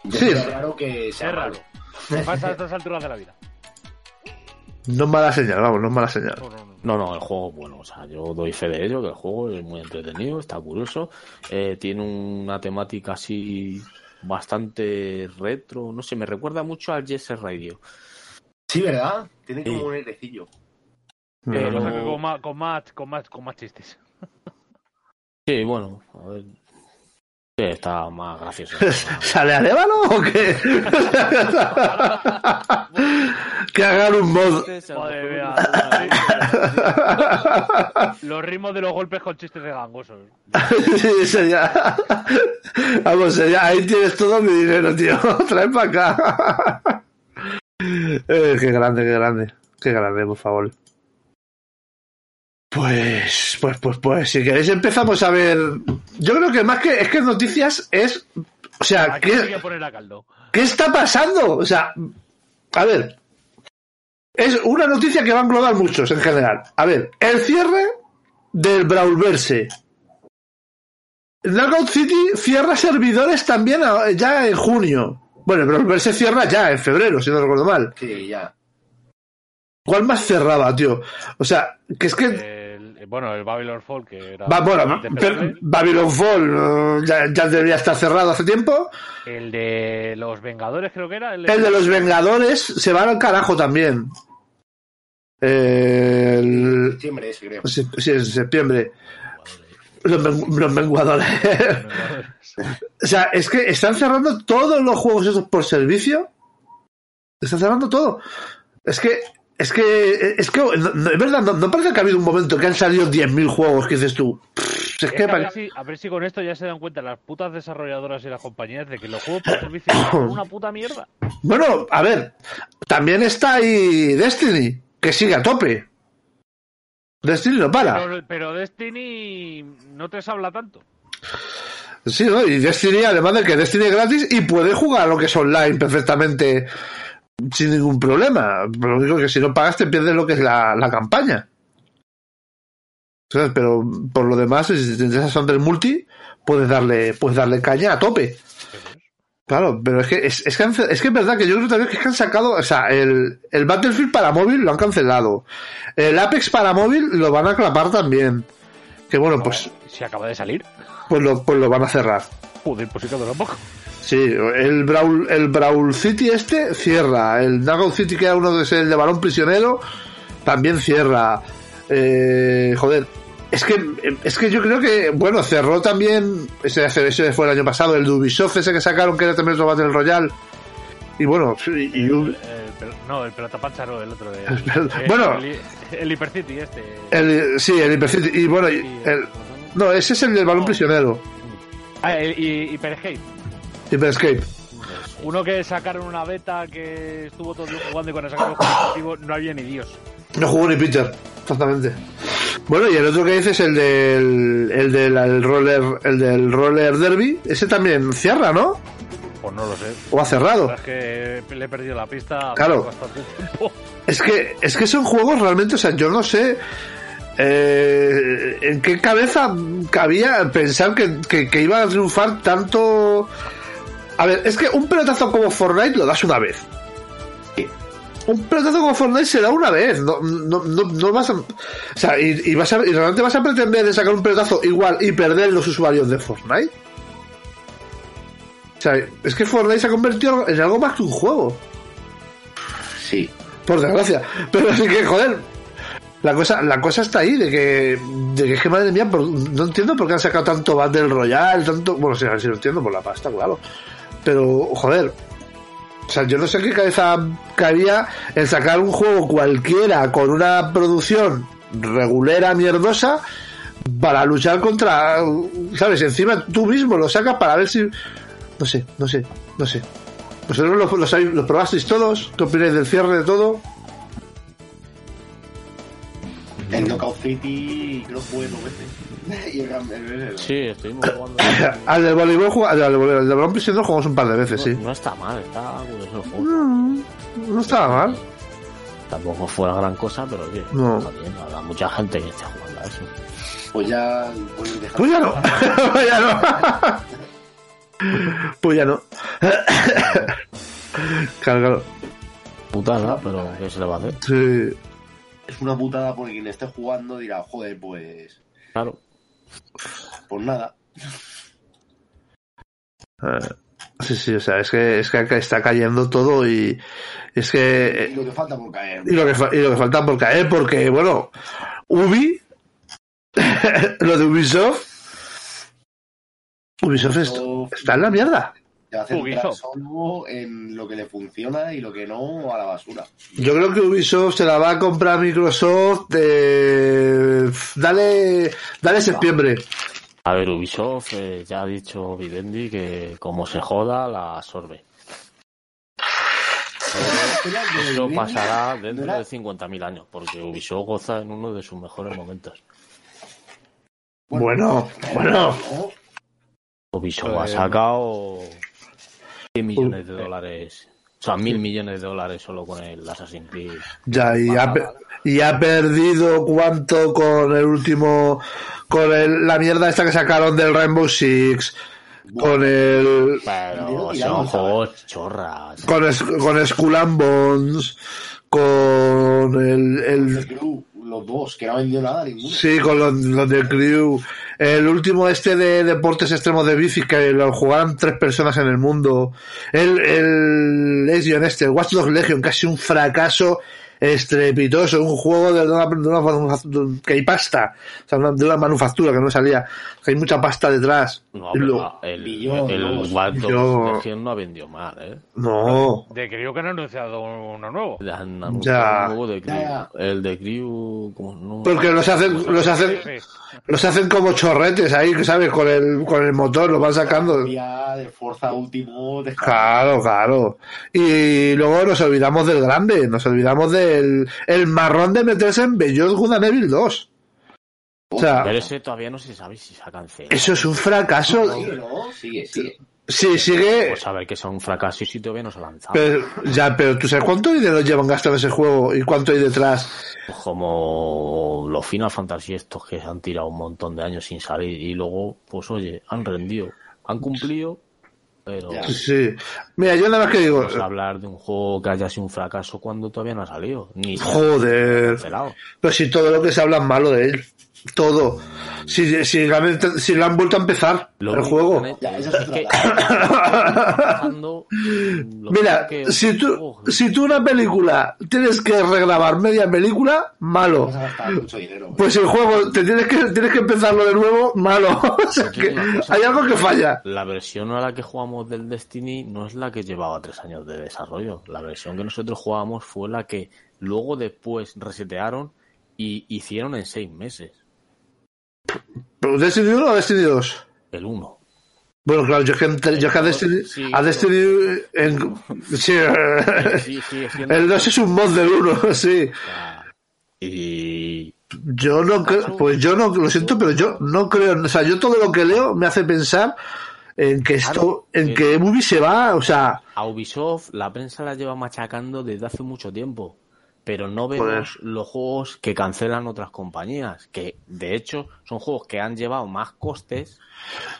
[SPEAKER 1] Sí.
[SPEAKER 3] Es raro que sea
[SPEAKER 2] Es raro.
[SPEAKER 3] raro.
[SPEAKER 2] Me pasa a estas alturas de la vida.
[SPEAKER 1] No es mala señal, vamos, no es mala señal.
[SPEAKER 2] No, no, no.
[SPEAKER 4] No, no, el juego, bueno, o sea, yo doy fe de ello, que el juego es muy entretenido, está curioso, eh, tiene una temática así bastante retro, no sé, me recuerda mucho al Yes Radio.
[SPEAKER 3] Sí, ¿verdad? Tiene
[SPEAKER 4] Sí.
[SPEAKER 3] como un airecillo.
[SPEAKER 2] Lo
[SPEAKER 4] Pero-
[SPEAKER 2] saco con, más, con, más, con, más, con más chistes.
[SPEAKER 4] Sí, bueno, a ver... Sí, está más gracioso.
[SPEAKER 1] ¿Sale Alévalo o qué? que hagan un mod.
[SPEAKER 2] Madre mía. Los ritmos de los golpes con chistes de gangosos.
[SPEAKER 1] Sí, sería. Vamos, sería. Ahí tienes todo mi dinero, tío. Trae para acá. Eh, qué grande, qué grande. Qué grande, por favor. Pues, pues, pues, pues, si queréis empezamos a ver. Yo creo que más que es que noticias es. O sea,
[SPEAKER 2] Aquí me voy
[SPEAKER 1] ¿qué,
[SPEAKER 2] a poner a caldo.
[SPEAKER 1] ¿qué está pasando? O sea, a ver. Es una noticia que va a englobar muchos en general. A ver, el cierre del Brawlverse. Knockout City cierra servidores también a- ya en junio. Bueno, el Brawlverse cierra ya en febrero, si no recuerdo mal.
[SPEAKER 3] Sí, ya.
[SPEAKER 1] ¿Cuál más cerraba, tío? O sea, que es que...
[SPEAKER 2] Eh, El- bueno, el Babylon Fall, que era.
[SPEAKER 1] va- bueno,
[SPEAKER 2] bastante
[SPEAKER 1] pero-
[SPEAKER 2] peor.
[SPEAKER 1] Babylon Fall eh, ya, ya debería estar cerrado hace tiempo.
[SPEAKER 2] El de los Vengadores, creo que era. El,
[SPEAKER 1] El de los Vengadores se va al carajo también. El,
[SPEAKER 3] Septiembre ese, creo.
[SPEAKER 1] Sí, sí, en septiembre. Los, men- los menguadores.
[SPEAKER 2] Vengadores.
[SPEAKER 1] o sea, es que están cerrando todos los juegos esos por servicio. Están cerrando todo. Es que, es que, es que, no- no, es verdad, no, no parece que ha habido un momento que han salido 10.000 juegos que dices tú. "Pff, es
[SPEAKER 2] Es
[SPEAKER 1] que,
[SPEAKER 2] que a, ver
[SPEAKER 1] para-
[SPEAKER 2] si, a ver si con esto ya se dan cuenta las putas desarrolladoras y las compañías de que los juegos por servicio son una puta mierda.
[SPEAKER 1] Bueno, a ver, también está ahí Destiny, que sigue a tope. Destiny no para.
[SPEAKER 2] Pero, pero Destiny no te habla tanto.
[SPEAKER 1] Sí, ¿no? Y Destiny, además de que Destiny es gratis y puedes jugar lo que es online perfectamente sin ningún problema. Lo único que si no pagas te pierdes lo que es la, la campaña. ¿Sabes? Pero por lo demás, si te interesas del multi, puedes darle, puedes darle caña a tope. Claro, pero es que es, es que, han- es que es verdad que yo creo también que es que han sacado, o sea, el, el Battlefield para móvil lo han cancelado. El Apex para móvil lo van a clapar también. Que bueno, pues,
[SPEAKER 2] Si acaba de salir,
[SPEAKER 1] pues, lo, pues lo van a cerrar.
[SPEAKER 2] joder, pues sí que dura poco.
[SPEAKER 1] Sí, el Brawl, el Brawl City este cierra. El Dragon City, que era uno de el de balón prisionero, también cierra. Eh, joder. Es que, es que yo creo que, bueno, cerró también, ese, ese fue el año pasado, el de Ubisoft ese que sacaron, que era también otro Battle Royale. Y bueno, y, y un-
[SPEAKER 2] El pel- Eh, no, el pelota pancha no, el otro. El,
[SPEAKER 1] pel- bueno.
[SPEAKER 2] el, el Hypercity este.
[SPEAKER 1] el- sí, el Hypercity. Y bueno, y el- no, ese es el del balón prisionero,
[SPEAKER 2] Ah, el, y, Hypergate.
[SPEAKER 1] Hyperscape.
[SPEAKER 2] Uno que sacaron una beta que estuvo todo el día jugando y cuando sacaron el juego definitivo no había ni Dios.
[SPEAKER 1] No jugó ni Peter, exactamente. Bueno, y el otro que dices, el del, el del el roller, el del roller derby, ese también cierra, ¿no?
[SPEAKER 2] Pues no lo sé.
[SPEAKER 1] O ha
[SPEAKER 2] La
[SPEAKER 1] cerrado.
[SPEAKER 2] verdad es que le he perdido la pista.
[SPEAKER 1] Claro.
[SPEAKER 2] Bastante tiempo.
[SPEAKER 1] Es que, es que son juegos realmente, o sea, yo no sé eh, en qué cabeza cabía pensar que, que, que iba a triunfar tanto. A ver, es que un pelotazo como Fortnite lo das una vez. Un pelotazo como Fortnite se da una vez. No, no, no, no vas a. O sea, y, y vas a, y realmente vas a pretender de sacar un pelotazo igual y perder los usuarios de Fortnite. O sea, es que Fortnite se ha convertido en algo más que un juego.
[SPEAKER 3] Sí.
[SPEAKER 1] Por desgracia. Pero es que, joder. La cosa, la cosa está ahí, de que, de que, es que, madre mía, por- no entiendo por qué han sacado tanto Battle Royale, tanto. Bueno, sí, sí lo entiendo por la pasta, claro. Pero, joder. O sea, yo no sé en qué cabeza cabía el sacar un juego cualquiera con una producción regulera, mierdosa, para luchar contra. ¿Sabes? Encima tú mismo lo sacas para ver si. No sé, no sé, no sé. ¿Vosotros los, los, habéis- los probasteis todos? ¿Qué opináis del cierre de todo?
[SPEAKER 3] El Knockout City creo que fue dos veces. y el Gran el-
[SPEAKER 4] Sí, estuvimos jugando.
[SPEAKER 1] Al del voleibol, jug- al del voleibol, al del balón prisionero jugamos un par de veces, sí.
[SPEAKER 4] No, no está mal, está pues, es un juego.
[SPEAKER 1] No, Mm, no estaba mal.
[SPEAKER 4] Tampoco fue la gran cosa, pero oye,
[SPEAKER 1] No.
[SPEAKER 4] está bien, habrá mucha gente que esté jugando a eso.
[SPEAKER 3] Pues ya. Pues dejamos.
[SPEAKER 1] Pues ya no. pues ya no. pues ya no. claro, claro.
[SPEAKER 4] Putada, pero ¿qué se le va a hacer?
[SPEAKER 1] Sí.
[SPEAKER 3] Es una putada porque quien esté jugando dirá, joder, pues.
[SPEAKER 4] Claro.
[SPEAKER 3] Pues nada.
[SPEAKER 1] Eh, Sí, sí, o sea, es que, es que acá está cayendo todo y es que
[SPEAKER 3] Y lo que falta por caer.
[SPEAKER 1] y lo que, fa- y lo que falta por caer, porque, bueno, Ubi, lo de Ubisoft, Ubisoft es-
[SPEAKER 3] Yo-
[SPEAKER 1] está en la mierda.
[SPEAKER 3] Te va a centrar
[SPEAKER 2] Ubisoft.
[SPEAKER 3] solo en lo que le funciona y lo que no a la basura.
[SPEAKER 1] Yo creo que Ubisoft se la va a comprar Microsoft, eh, dale, dale septiembre.
[SPEAKER 4] A ver, Ubisoft eh, ya ha dicho Vivendi que como se joda, la absorbe. Eso pasará dentro de 50.000 años, porque Ubisoft goza en uno de sus mejores momentos.
[SPEAKER 1] Bueno, bueno,
[SPEAKER 3] ¿no?
[SPEAKER 4] Ubisoft
[SPEAKER 2] Eh,
[SPEAKER 4] ha sacado 100 millones de dólares, o sea, mil millones de dólares solo con el Assassin's Creed.
[SPEAKER 1] ya, y ha, pe- y ha perdido cuánto con el último, con el- la mierda esta que sacaron del Rainbow Six, con el,
[SPEAKER 4] Pero
[SPEAKER 3] Dinero
[SPEAKER 4] son
[SPEAKER 3] tirado,
[SPEAKER 4] juegos chorras.
[SPEAKER 1] con, es- con Skull and Bones, con el,
[SPEAKER 3] El
[SPEAKER 1] el-
[SPEAKER 3] crew, los dos, que no ha vendido nada ninguno.
[SPEAKER 1] sí, con los, los de Crew, el último este de deportes extremos de bici que lo jugaron tres personas en el mundo, el, el Legion este, el Watch Dogs Legion, casi un fracaso estrepitoso, un juego de una, de una manufa- que hay pasta, o sea, una- de una manufactura que no salía, que hay mucha pasta detrás.
[SPEAKER 4] No,
[SPEAKER 1] Y
[SPEAKER 4] pero
[SPEAKER 1] lo-
[SPEAKER 4] el,
[SPEAKER 3] Billón,
[SPEAKER 4] el
[SPEAKER 3] vamos.
[SPEAKER 4] Watch Dogs
[SPEAKER 1] Yo-
[SPEAKER 4] Legion no ha vendido mal, ¿eh?
[SPEAKER 1] no,
[SPEAKER 2] De que creo que han anunciado uno nuevo.
[SPEAKER 4] Han anunciado
[SPEAKER 1] Ya.
[SPEAKER 4] un juego de Crew.
[SPEAKER 3] Ya,
[SPEAKER 4] El de Crew... como no-
[SPEAKER 1] porque los hacen, los hacen,
[SPEAKER 2] Sí, sí.
[SPEAKER 1] Los hacen como chorretes ahí, ¿sabes? Con el, con el motor, los van sacando.
[SPEAKER 3] Ya de Forza último, de
[SPEAKER 1] Claro, claro. Y luego nos olvidamos del grande, nos olvidamos del el marrón de meterse en Beyond Good and Evil 2. O sea,
[SPEAKER 4] Pero ese todavía no se sabe si se ha cancelado.
[SPEAKER 1] eso es un fracaso.
[SPEAKER 3] Sigue, ¿no? Sigue, sigue.
[SPEAKER 1] Sí, sigue.
[SPEAKER 4] Pues a ver que sea un fracaso y si todavía no se ha lanzado.
[SPEAKER 1] Pero, ya, pero tú sabes cuánto dinero llevan gastando ese juego y cuánto hay detrás.
[SPEAKER 4] Pues como los Final Fantasy estos que se han tirado un montón de años sin salir y luego, pues oye, han rendido, han cumplido, pero
[SPEAKER 3] Ya.
[SPEAKER 1] Sí. Mira, yo nada más que digo.
[SPEAKER 4] pues, hablar de un juego que haya sido un fracaso cuando todavía no ha salido, ni se ha
[SPEAKER 1] Joder.
[SPEAKER 4] cancelado.
[SPEAKER 1] Pero si todo lo que se habla es malo de él. Todo. Si, si, la han- si lo han vuelto a empezar
[SPEAKER 4] Lo
[SPEAKER 1] el
[SPEAKER 4] único
[SPEAKER 1] juego.
[SPEAKER 4] que han hecho
[SPEAKER 3] Ya, eso es
[SPEAKER 4] es
[SPEAKER 3] otra
[SPEAKER 4] que- trabajando, mm, lo
[SPEAKER 1] Mira,
[SPEAKER 4] que-
[SPEAKER 1] si tú,
[SPEAKER 4] Ojo,
[SPEAKER 1] si tú una película tienes que regrabar media película, malo.
[SPEAKER 3] Vamos a gastar mucho dinero. ¿eh?
[SPEAKER 1] Pues el juego, te tienes que, tienes que empezarlo de nuevo, malo. O sea
[SPEAKER 4] Yo te
[SPEAKER 1] que
[SPEAKER 4] digo una cosa.
[SPEAKER 1] hay algo que falla.
[SPEAKER 4] La versión a la que jugamos del Destiny no es la que llevaba tres años de desarrollo. La versión que nosotros jugábamos fue la que luego después resetearon y hicieron en seis meses.
[SPEAKER 1] ¿Pero Destiny 1 o Destiny 2?
[SPEAKER 4] El 1.
[SPEAKER 1] Bueno, claro, yo que, entre- yo que a Destiny.
[SPEAKER 4] Sí,
[SPEAKER 1] a
[SPEAKER 4] claro.
[SPEAKER 1] Destiny en- sí, eh,
[SPEAKER 4] Sí, sigue siendo-
[SPEAKER 1] el 2 es un mod del 1, sí.
[SPEAKER 4] Y
[SPEAKER 1] Yo
[SPEAKER 4] Ah,
[SPEAKER 1] no creo, pues yo no, lo siento, pero yo no creo, o sea, yo todo lo que leo me hace pensar en que esto,
[SPEAKER 4] Claro,
[SPEAKER 1] en
[SPEAKER 4] eh.
[SPEAKER 1] que Ubi se va, o sea,
[SPEAKER 4] a Ubisoft la prensa la lleva machacando desde hace mucho tiempo. Pero no vemos
[SPEAKER 1] Joder.
[SPEAKER 4] los juegos que cancelan otras compañías. Que de hecho son juegos que han llevado más costes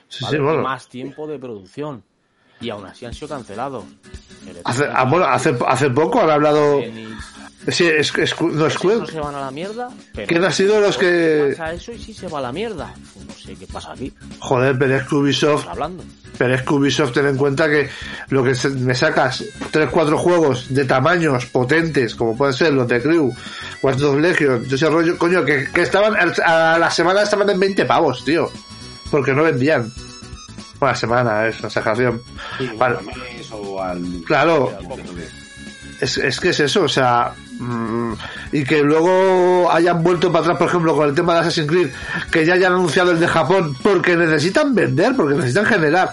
[SPEAKER 1] sí,
[SPEAKER 4] ¿vale?
[SPEAKER 1] sí, bueno,
[SPEAKER 4] más tiempo de producción. Y aún así han sido cancelados. Pero
[SPEAKER 1] hace,
[SPEAKER 4] tú,
[SPEAKER 1] ah, bueno, pues hace, hace poco han hablado,
[SPEAKER 4] tenis,
[SPEAKER 1] sí, es, es, no es
[SPEAKER 4] esos no
[SPEAKER 1] Square,
[SPEAKER 4] se van a la mierda. Pero
[SPEAKER 1] ¿Quién ha sido los que-
[SPEAKER 4] Pasa eso y sí se va a la mierda. No sé qué pasa aquí.
[SPEAKER 1] joder, pero es que Ubisoft,
[SPEAKER 4] Estamos hablando.
[SPEAKER 1] pero es que Ubisoft ten en cuenta que lo que se- me sacas, tres, cuatro juegos de tamaños potentes, como pueden ser los de Crew, Watch Dogs Legion, yo ese rollo, coño, que, que estaban, al- a la semana estaban en 20 pavos, tío, porque no vendían. Una semana, es una exageración.
[SPEAKER 3] Sí,
[SPEAKER 1] vale.
[SPEAKER 3] al mes o al-
[SPEAKER 1] Claro.
[SPEAKER 3] al momento que-
[SPEAKER 1] Es, es que es eso, o sea, mm, y que luego hayan vuelto para atrás, por ejemplo, con el tema de Assassin's Creed, que ya hayan anunciado el de Japón, porque necesitan vender, porque necesitan generar.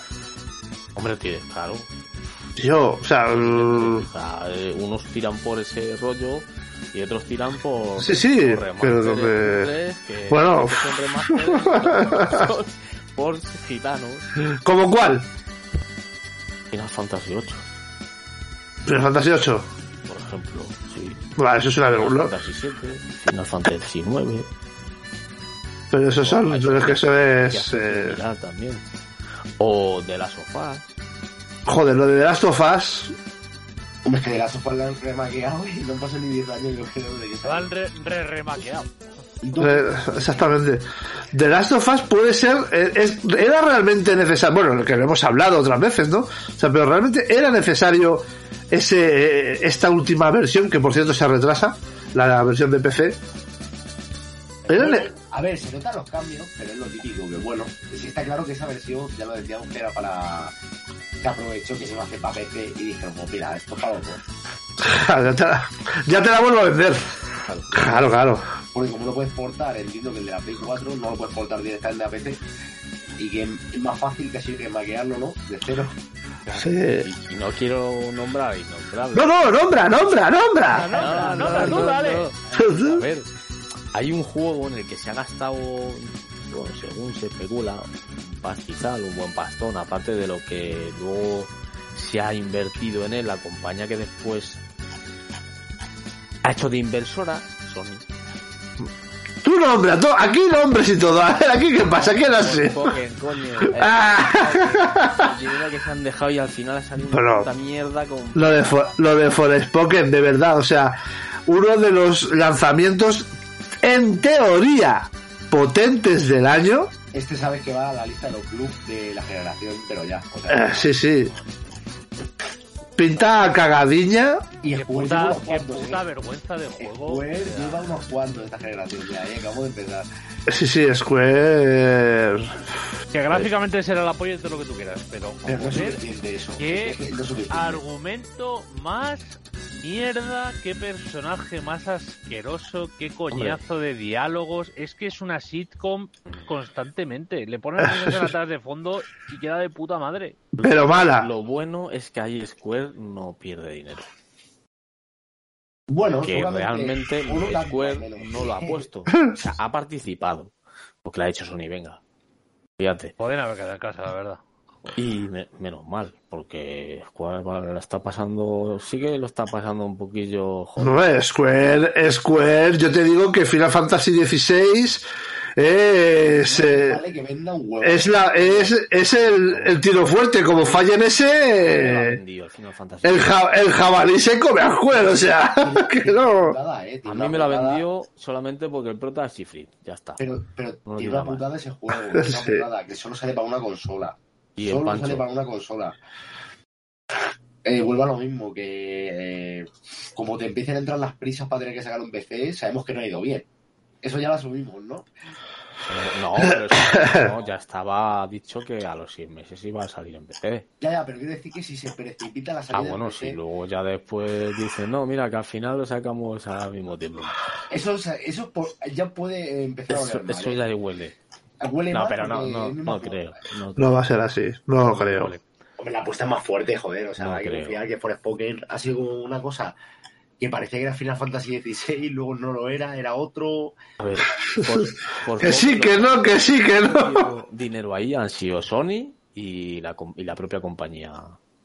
[SPEAKER 4] Hombre, tío, claro.
[SPEAKER 1] Tío, o sea, mm,
[SPEAKER 4] O sea, eh, unos tiran por ese rollo y otros tiran por.
[SPEAKER 1] Sí, sí,
[SPEAKER 4] por remaster
[SPEAKER 1] pero
[SPEAKER 4] de
[SPEAKER 1] donde-
[SPEAKER 4] tres, que-
[SPEAKER 1] Bueno.
[SPEAKER 4] que son remasters, otros por gitanos.
[SPEAKER 1] ¿como cuál?
[SPEAKER 4] Final Fantasy VIII,
[SPEAKER 1] Final Fantasy 8.
[SPEAKER 4] por ejemplo. Sí.
[SPEAKER 1] Vale, eso es una
[SPEAKER 4] Final
[SPEAKER 1] vergüenza.
[SPEAKER 4] Fantasy VII, Final Fantasy IX.
[SPEAKER 1] Pero eso son,
[SPEAKER 4] Bueno,
[SPEAKER 1] pero es que eso
[SPEAKER 4] que
[SPEAKER 1] es.
[SPEAKER 4] hacen
[SPEAKER 1] eh,
[SPEAKER 4] similar también. O de las sofás.
[SPEAKER 1] joder, lo de The Last of Us.
[SPEAKER 3] Hombre, que de la sopa la han remaqueado y no pasa ni 10 años yo creo de que
[SPEAKER 2] Lo han
[SPEAKER 3] están.
[SPEAKER 2] re, re- remaqueado.
[SPEAKER 1] eh, exactamente. The Last of Us puede ser. eh, es- era realmente necesario. Bueno, lo que lo hemos hablado otras veces, ¿no? O sea, pero realmente era necesario ese eh, esta última versión, que por cierto se retrasa, la versión de PC. Era ne-
[SPEAKER 3] A ver, se notan los cambios, pero es lo típico, que bueno, sí está claro que esa versión, ya lo decíamos, que era para... que aprovechó que se me hace papete y dijeron, pues mira, esto es para los dos.
[SPEAKER 1] ya, te la, ya te la vuelvo a vender.
[SPEAKER 3] Claro.
[SPEAKER 1] Claro, claro.
[SPEAKER 3] Porque como lo puedes portar, entiendo que el de la Play 4 no lo puedes portar directamente a PC y que es más fácil casi que maquearlo, ¿no? De cero.
[SPEAKER 1] Sí.
[SPEAKER 4] Y, y no quiero nombrar innombrables.
[SPEAKER 1] Eh. No, no, nombra, nombra, nombra.
[SPEAKER 2] No, no, no, tú dale.
[SPEAKER 4] A ver, hay un juego en el que se ha gastado, bueno, según se especula, un pastizal, un buen pastón, aparte de lo que luego se ha invertido en él, la compañía que después ha hecho de inversora, Sony.
[SPEAKER 1] Tú nombra, tú- aquí nombres y todo. A ver, aquí qué pasa, ¿qué no sé?
[SPEAKER 4] Pokémon, coño. eh,
[SPEAKER 1] Ah.
[SPEAKER 4] el dinero que se han dejado y al final ha salido
[SPEAKER 1] Pero-
[SPEAKER 4] una puta mierda con...
[SPEAKER 1] Lo de, For- lo de Forespoken, de verdad, o sea, uno de los lanzamientos, en teoría, potentes del año.
[SPEAKER 3] Este sabes que va a la lista de los clubs de la generación, pero ya. O
[SPEAKER 1] Eh,
[SPEAKER 3] sea,
[SPEAKER 1] sí, sí. Pinta cagadiña.
[SPEAKER 3] y
[SPEAKER 2] Qué
[SPEAKER 3] el juego
[SPEAKER 2] puta,
[SPEAKER 3] lleva
[SPEAKER 2] qué
[SPEAKER 3] unos cuantos,
[SPEAKER 2] puta
[SPEAKER 3] ¿eh?
[SPEAKER 2] vergüenza de
[SPEAKER 3] El
[SPEAKER 2] juego.
[SPEAKER 3] juego lleva unos cuantos de esta generación ya, ¿eh? Acabo de empezar.
[SPEAKER 1] Sí, sí, Square.
[SPEAKER 2] Que gráficamente será el apoyo de todo lo que tú quieras, pero
[SPEAKER 3] Pero no es
[SPEAKER 2] joder,
[SPEAKER 3] suficiente eso.
[SPEAKER 2] ¿Qué?
[SPEAKER 3] Es que No es suficiente.
[SPEAKER 2] argumento más mierda, qué personaje más asqueroso, qué coñazo de diálogos. Es que es una sitcom constantemente. Le ponen música atrás de fondo y queda de puta madre.
[SPEAKER 1] Pero mala.
[SPEAKER 4] Lo bueno es que ahí Square no pierde dinero.
[SPEAKER 3] Bueno,
[SPEAKER 4] que
[SPEAKER 3] seguramente
[SPEAKER 4] realmente
[SPEAKER 3] uno cambia,
[SPEAKER 4] Square
[SPEAKER 3] al menos.
[SPEAKER 4] no lo ha puesto. O sea, ha participado. Lo que le ha hecho Sony, venga. Fíjate.
[SPEAKER 2] Pueden haber quedado en casa, la verdad.
[SPEAKER 4] Y me- menos mal, porque Square bueno, la está pasando, sí que lo está pasando un poquillo jodido.
[SPEAKER 1] No, eh, Square, Square, yo te digo que Final Fantasy XVI es, eh,
[SPEAKER 3] Vale, que venda un huevo.
[SPEAKER 1] es, la, es, es el, el tiro fuerte, como fallen
[SPEAKER 4] Lo ha
[SPEAKER 1] ese, eh,
[SPEAKER 4] vendido el Final Fantasy.
[SPEAKER 1] el, ja- el jabalí se come a Square, o sea, que no.
[SPEAKER 3] Putada, eh, tiene
[SPEAKER 4] A
[SPEAKER 3] una
[SPEAKER 4] mí me la
[SPEAKER 3] putada,
[SPEAKER 4] vendió solamente porque el prota es Sifrit, ya está.
[SPEAKER 3] Pero, pero
[SPEAKER 4] No
[SPEAKER 3] tiene
[SPEAKER 4] digo
[SPEAKER 3] una
[SPEAKER 4] más.
[SPEAKER 3] putada ese juego, tiene una
[SPEAKER 1] Sí.
[SPEAKER 3] putada, que solo sale para una consola.
[SPEAKER 4] Y el
[SPEAKER 3] solo sale
[SPEAKER 4] Pancho.
[SPEAKER 3] para una consola. Eh, vuelvo a lo mismo, que eh, como te empiecen a entrar las prisas para tener que sacar un PC, sabemos que no ha ido bien. Eso ya lo asumimos, ¿no?
[SPEAKER 4] pero- No, pero eso- no, ya estaba dicho que a los 6 meses iba a salir en PC.
[SPEAKER 3] Ya, ya, pero quiero decir que si se precipita la salida
[SPEAKER 4] Ah,
[SPEAKER 3] del
[SPEAKER 4] bueno,
[SPEAKER 3] PC,
[SPEAKER 4] sí, luego ya después dicen, no, mira, que al final lo sacamos al mismo tiempo.
[SPEAKER 3] eso, o sea, eso por- ya puede empezar a
[SPEAKER 4] Eso,
[SPEAKER 3] oler mal,
[SPEAKER 4] eso
[SPEAKER 3] ¿eh?
[SPEAKER 4] ya huele.
[SPEAKER 3] Huele
[SPEAKER 4] No,
[SPEAKER 3] mal
[SPEAKER 4] pero no,
[SPEAKER 3] porque
[SPEAKER 4] no,
[SPEAKER 3] es el
[SPEAKER 4] no
[SPEAKER 3] mismo
[SPEAKER 4] creo.
[SPEAKER 3] juego.
[SPEAKER 4] No
[SPEAKER 1] No va a ser así, no lo creo.
[SPEAKER 2] Vale.
[SPEAKER 3] Hombre, la apuesta es más fuerte, joder. O sea,
[SPEAKER 4] No
[SPEAKER 3] hay que
[SPEAKER 4] creo.
[SPEAKER 3] confiar que Forest Poker ha sido como una cosa que parecía que era Final Fantasy XVI, luego no lo era, era otro.
[SPEAKER 4] A ver, por, por
[SPEAKER 1] Que sí,
[SPEAKER 4] poco
[SPEAKER 1] que no, que sí, que
[SPEAKER 4] que han
[SPEAKER 1] no.
[SPEAKER 4] metido dinero ahí han sido Sony y la, com- y la propia compañía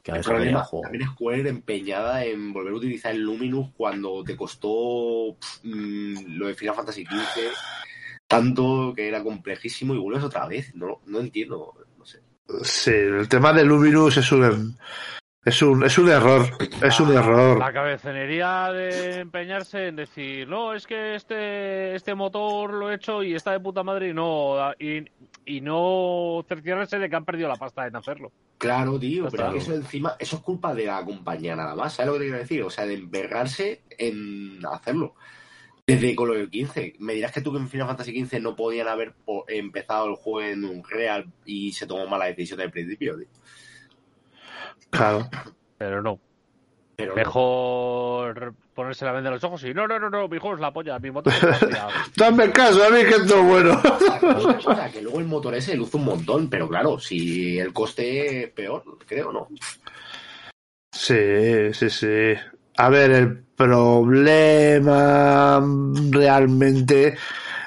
[SPEAKER 4] que ha
[SPEAKER 3] El
[SPEAKER 4] desarrollado el
[SPEAKER 3] problema
[SPEAKER 4] juego.
[SPEAKER 3] también Square empeñada en volver a utilizar el Luminous cuando te costó pf, mm, lo de Final Fantasy XV tanto que era complejísimo y vuelves otra vez. No, no entiendo. No sé.
[SPEAKER 1] Sí, el tema de Luminous es un, er, es un, es un error, es un
[SPEAKER 2] La-
[SPEAKER 1] error.
[SPEAKER 2] La cabecenería de empeñarse en decir, no, es que este, este motor lo he hecho y está de puta madre y no, y, y no cerciorarse de que han perdido la pasta en hacerlo.
[SPEAKER 3] Claro, tío,
[SPEAKER 2] Ya
[SPEAKER 3] pero
[SPEAKER 2] está.
[SPEAKER 3] es que eso encima, eso es culpa de la compañía nada más, ¿sabes lo que te quiero decir? O sea, de envergarse en hacerlo. Desde con lo del 15. Me dirás que tú que en Final Fantasy XV no podían haber po- empezado el juego en un real y se tomó mala decisión al principio, tío.
[SPEAKER 1] Claro.
[SPEAKER 2] Pero no.
[SPEAKER 3] Pero no.
[SPEAKER 2] Mejor ponerse la venda en los ojos y no, no, no, no, mi juego es la polla, mi motor es la polla.
[SPEAKER 1] Dame caso, a mí que es todo bueno.
[SPEAKER 3] O sea, que luego el motor ese luce un montón, pero claro, si el coste es peor, creo, ¿no?
[SPEAKER 1] Sí, sí, sí. A ver, el problema realmente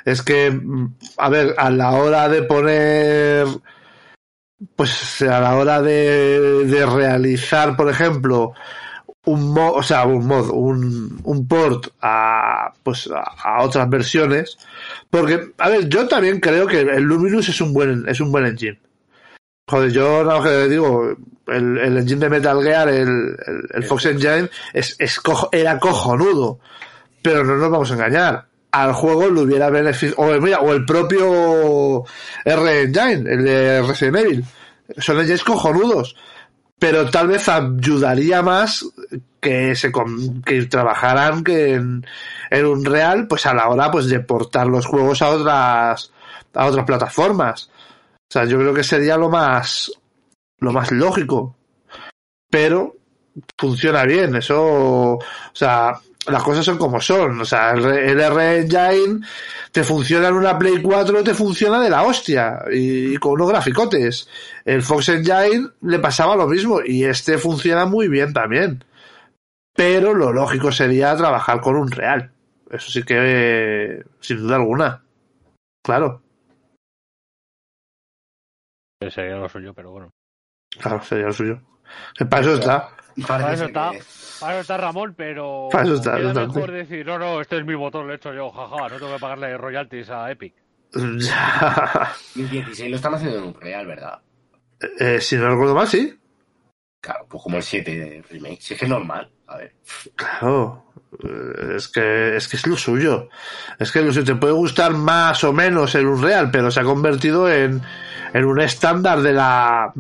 [SPEAKER 1] es que, mm, a ver, a la hora de poner, pues a la hora de, de realizar, por ejemplo, un mod, o sea, un mod, un, un port a, pues a, a otras versiones, porque, a ver, yo también creo que el Luminous es un buen, es un buen engine. Joder, yo no que digo, el, el engine de Metal Gear, el, el- el Fox Engine, es, es cojo- era cojonudo. Pero no nos vamos a engañar. Al juego le hubiera beneficiado. O, el- mira, o el propio R Engine, el de Resident Evil. Son engines cojonudos. Pero tal vez ayudaría más que se con- que trabajaran que en, en un real, pues a la hora pues de portar los juegos a otras a otras plataformas. O sea, yo creo que sería lo más lo más lógico. Pero funciona bien, eso, o sea, las cosas son como son, o sea, el, R- el R Engine te funciona en una Play 4, te funciona de la hostia, y, con unos graficotes. El Fox Engine le pasaba lo mismo, y este funciona muy bien también. Pero lo lógico sería trabajar con un real. Eso sí que, eh, sin duda alguna. Claro,
[SPEAKER 2] Que Sería lo suyo, pero bueno.
[SPEAKER 1] claro, sería lo Ah, suyo. Que Para eso está.
[SPEAKER 2] Para
[SPEAKER 3] Parece
[SPEAKER 2] eso está,
[SPEAKER 3] que-
[SPEAKER 2] para eso está Ramón, pero
[SPEAKER 1] Para eso está,
[SPEAKER 2] queda
[SPEAKER 1] totalmente.
[SPEAKER 2] mejor decir, no, no, este es mi motor, lo he hecho yo, jaja, no tengo que pagarle royalties a Epic.
[SPEAKER 3] Y el 16 lo están haciendo en un real, ¿verdad?
[SPEAKER 1] Eh, si no recuerdo mal, sí.
[SPEAKER 3] Claro, pues como el 7 de remake. Si es que es normal, a ver.
[SPEAKER 1] Claro, eh, es que es que es lo suyo. Es que lo suyo. te puede gustar más o menos el Unreal, pero se ha convertido en, en un estándar de la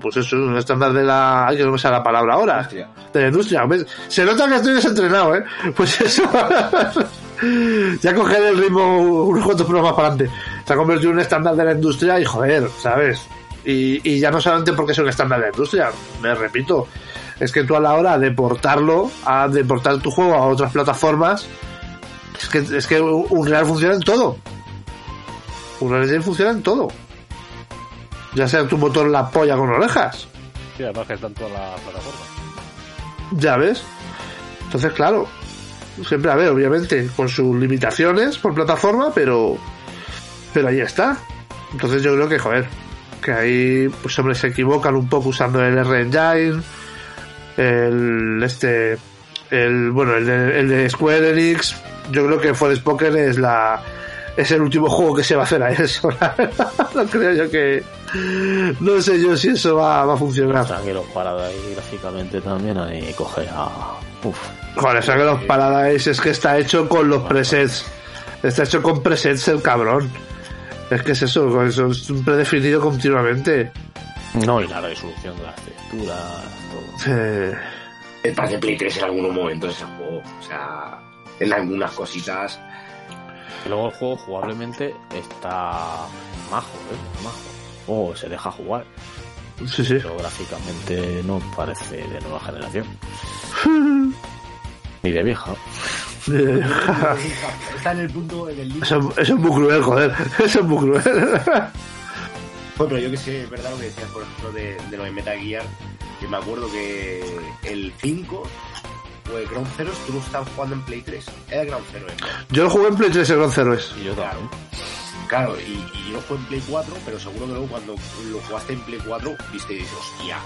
[SPEAKER 1] pues eso, un estándar de la ay, que no me sale la palabra ahora,
[SPEAKER 3] Hostia.
[SPEAKER 1] de la industria. ¿Ves? Se nota que estoy desentrenado, ¿eh? Pues eso. ya coger el ritmo unos cuantos programas para adelante. Se ha convertido en un estándar de la industria y joder, ¿sabes? Y, y ya no solamente porque es un estándar de la industria, me repito, es que tú a la hora de portarlo, a, de portar tu juego a otras plataformas, es que, es que Unreal funciona en todo. Unreal Engine funciona en todo. Ya sea tu motor la polla con orejas.
[SPEAKER 2] Sí, además que están todas las plataformas.
[SPEAKER 1] Ya ves. Entonces, claro, siempre a ver, obviamente, con sus limitaciones por plataforma, pero Pero ahí está. Entonces yo creo que, joder, que ahí, pues hombre, se equivocan un poco usando el R-Engine, el, este, el, bueno, el de, el de Square Enix. Yo creo que Forest Poker es la, es el último juego que se va a hacer a eso, la verdad. No creo yo que, no sé yo si eso va, va a funcionar.
[SPEAKER 4] Tranquilo, parada ahí gráficamente también, ahí coge a. Uf.
[SPEAKER 1] Joder, saca los Paradise es que está hecho con los presets. Está hecho con presets el cabrón. Es que es eso, eso es un predefinido continuamente.
[SPEAKER 4] No, y la resolución de las texturas, todo.
[SPEAKER 1] Eh,
[SPEAKER 3] El pack de Play 3 en algunos momentos ese juego. O sea, en algunas cositas.
[SPEAKER 4] Y luego el juego jugablemente está majo, ¿eh? Majo. O se deja jugar,
[SPEAKER 1] sí, sí.
[SPEAKER 4] pero gráficamente no parece de nueva generación. Ni de vieja.
[SPEAKER 1] Eh,
[SPEAKER 3] Está en el punto en el límite.
[SPEAKER 1] Eso, eso es muy cruel, joder. Eso es muy cruel.
[SPEAKER 3] Joder, pero yo que sé, es verdad lo que decías, por ejemplo, de, de lo de Metal Gear, que me acuerdo que el 5 o el Ground Zero tú lo estabas jugando en Play 3. Era el Ground Zero, ¿eh?
[SPEAKER 1] Yo lo jugué en Play 3 el 0 es.
[SPEAKER 4] Y yo también.
[SPEAKER 3] Claro, y, y yo lo jugué en Play 4, pero seguro que luego cuando lo jugaste en Play 4, viste, dices, hostia.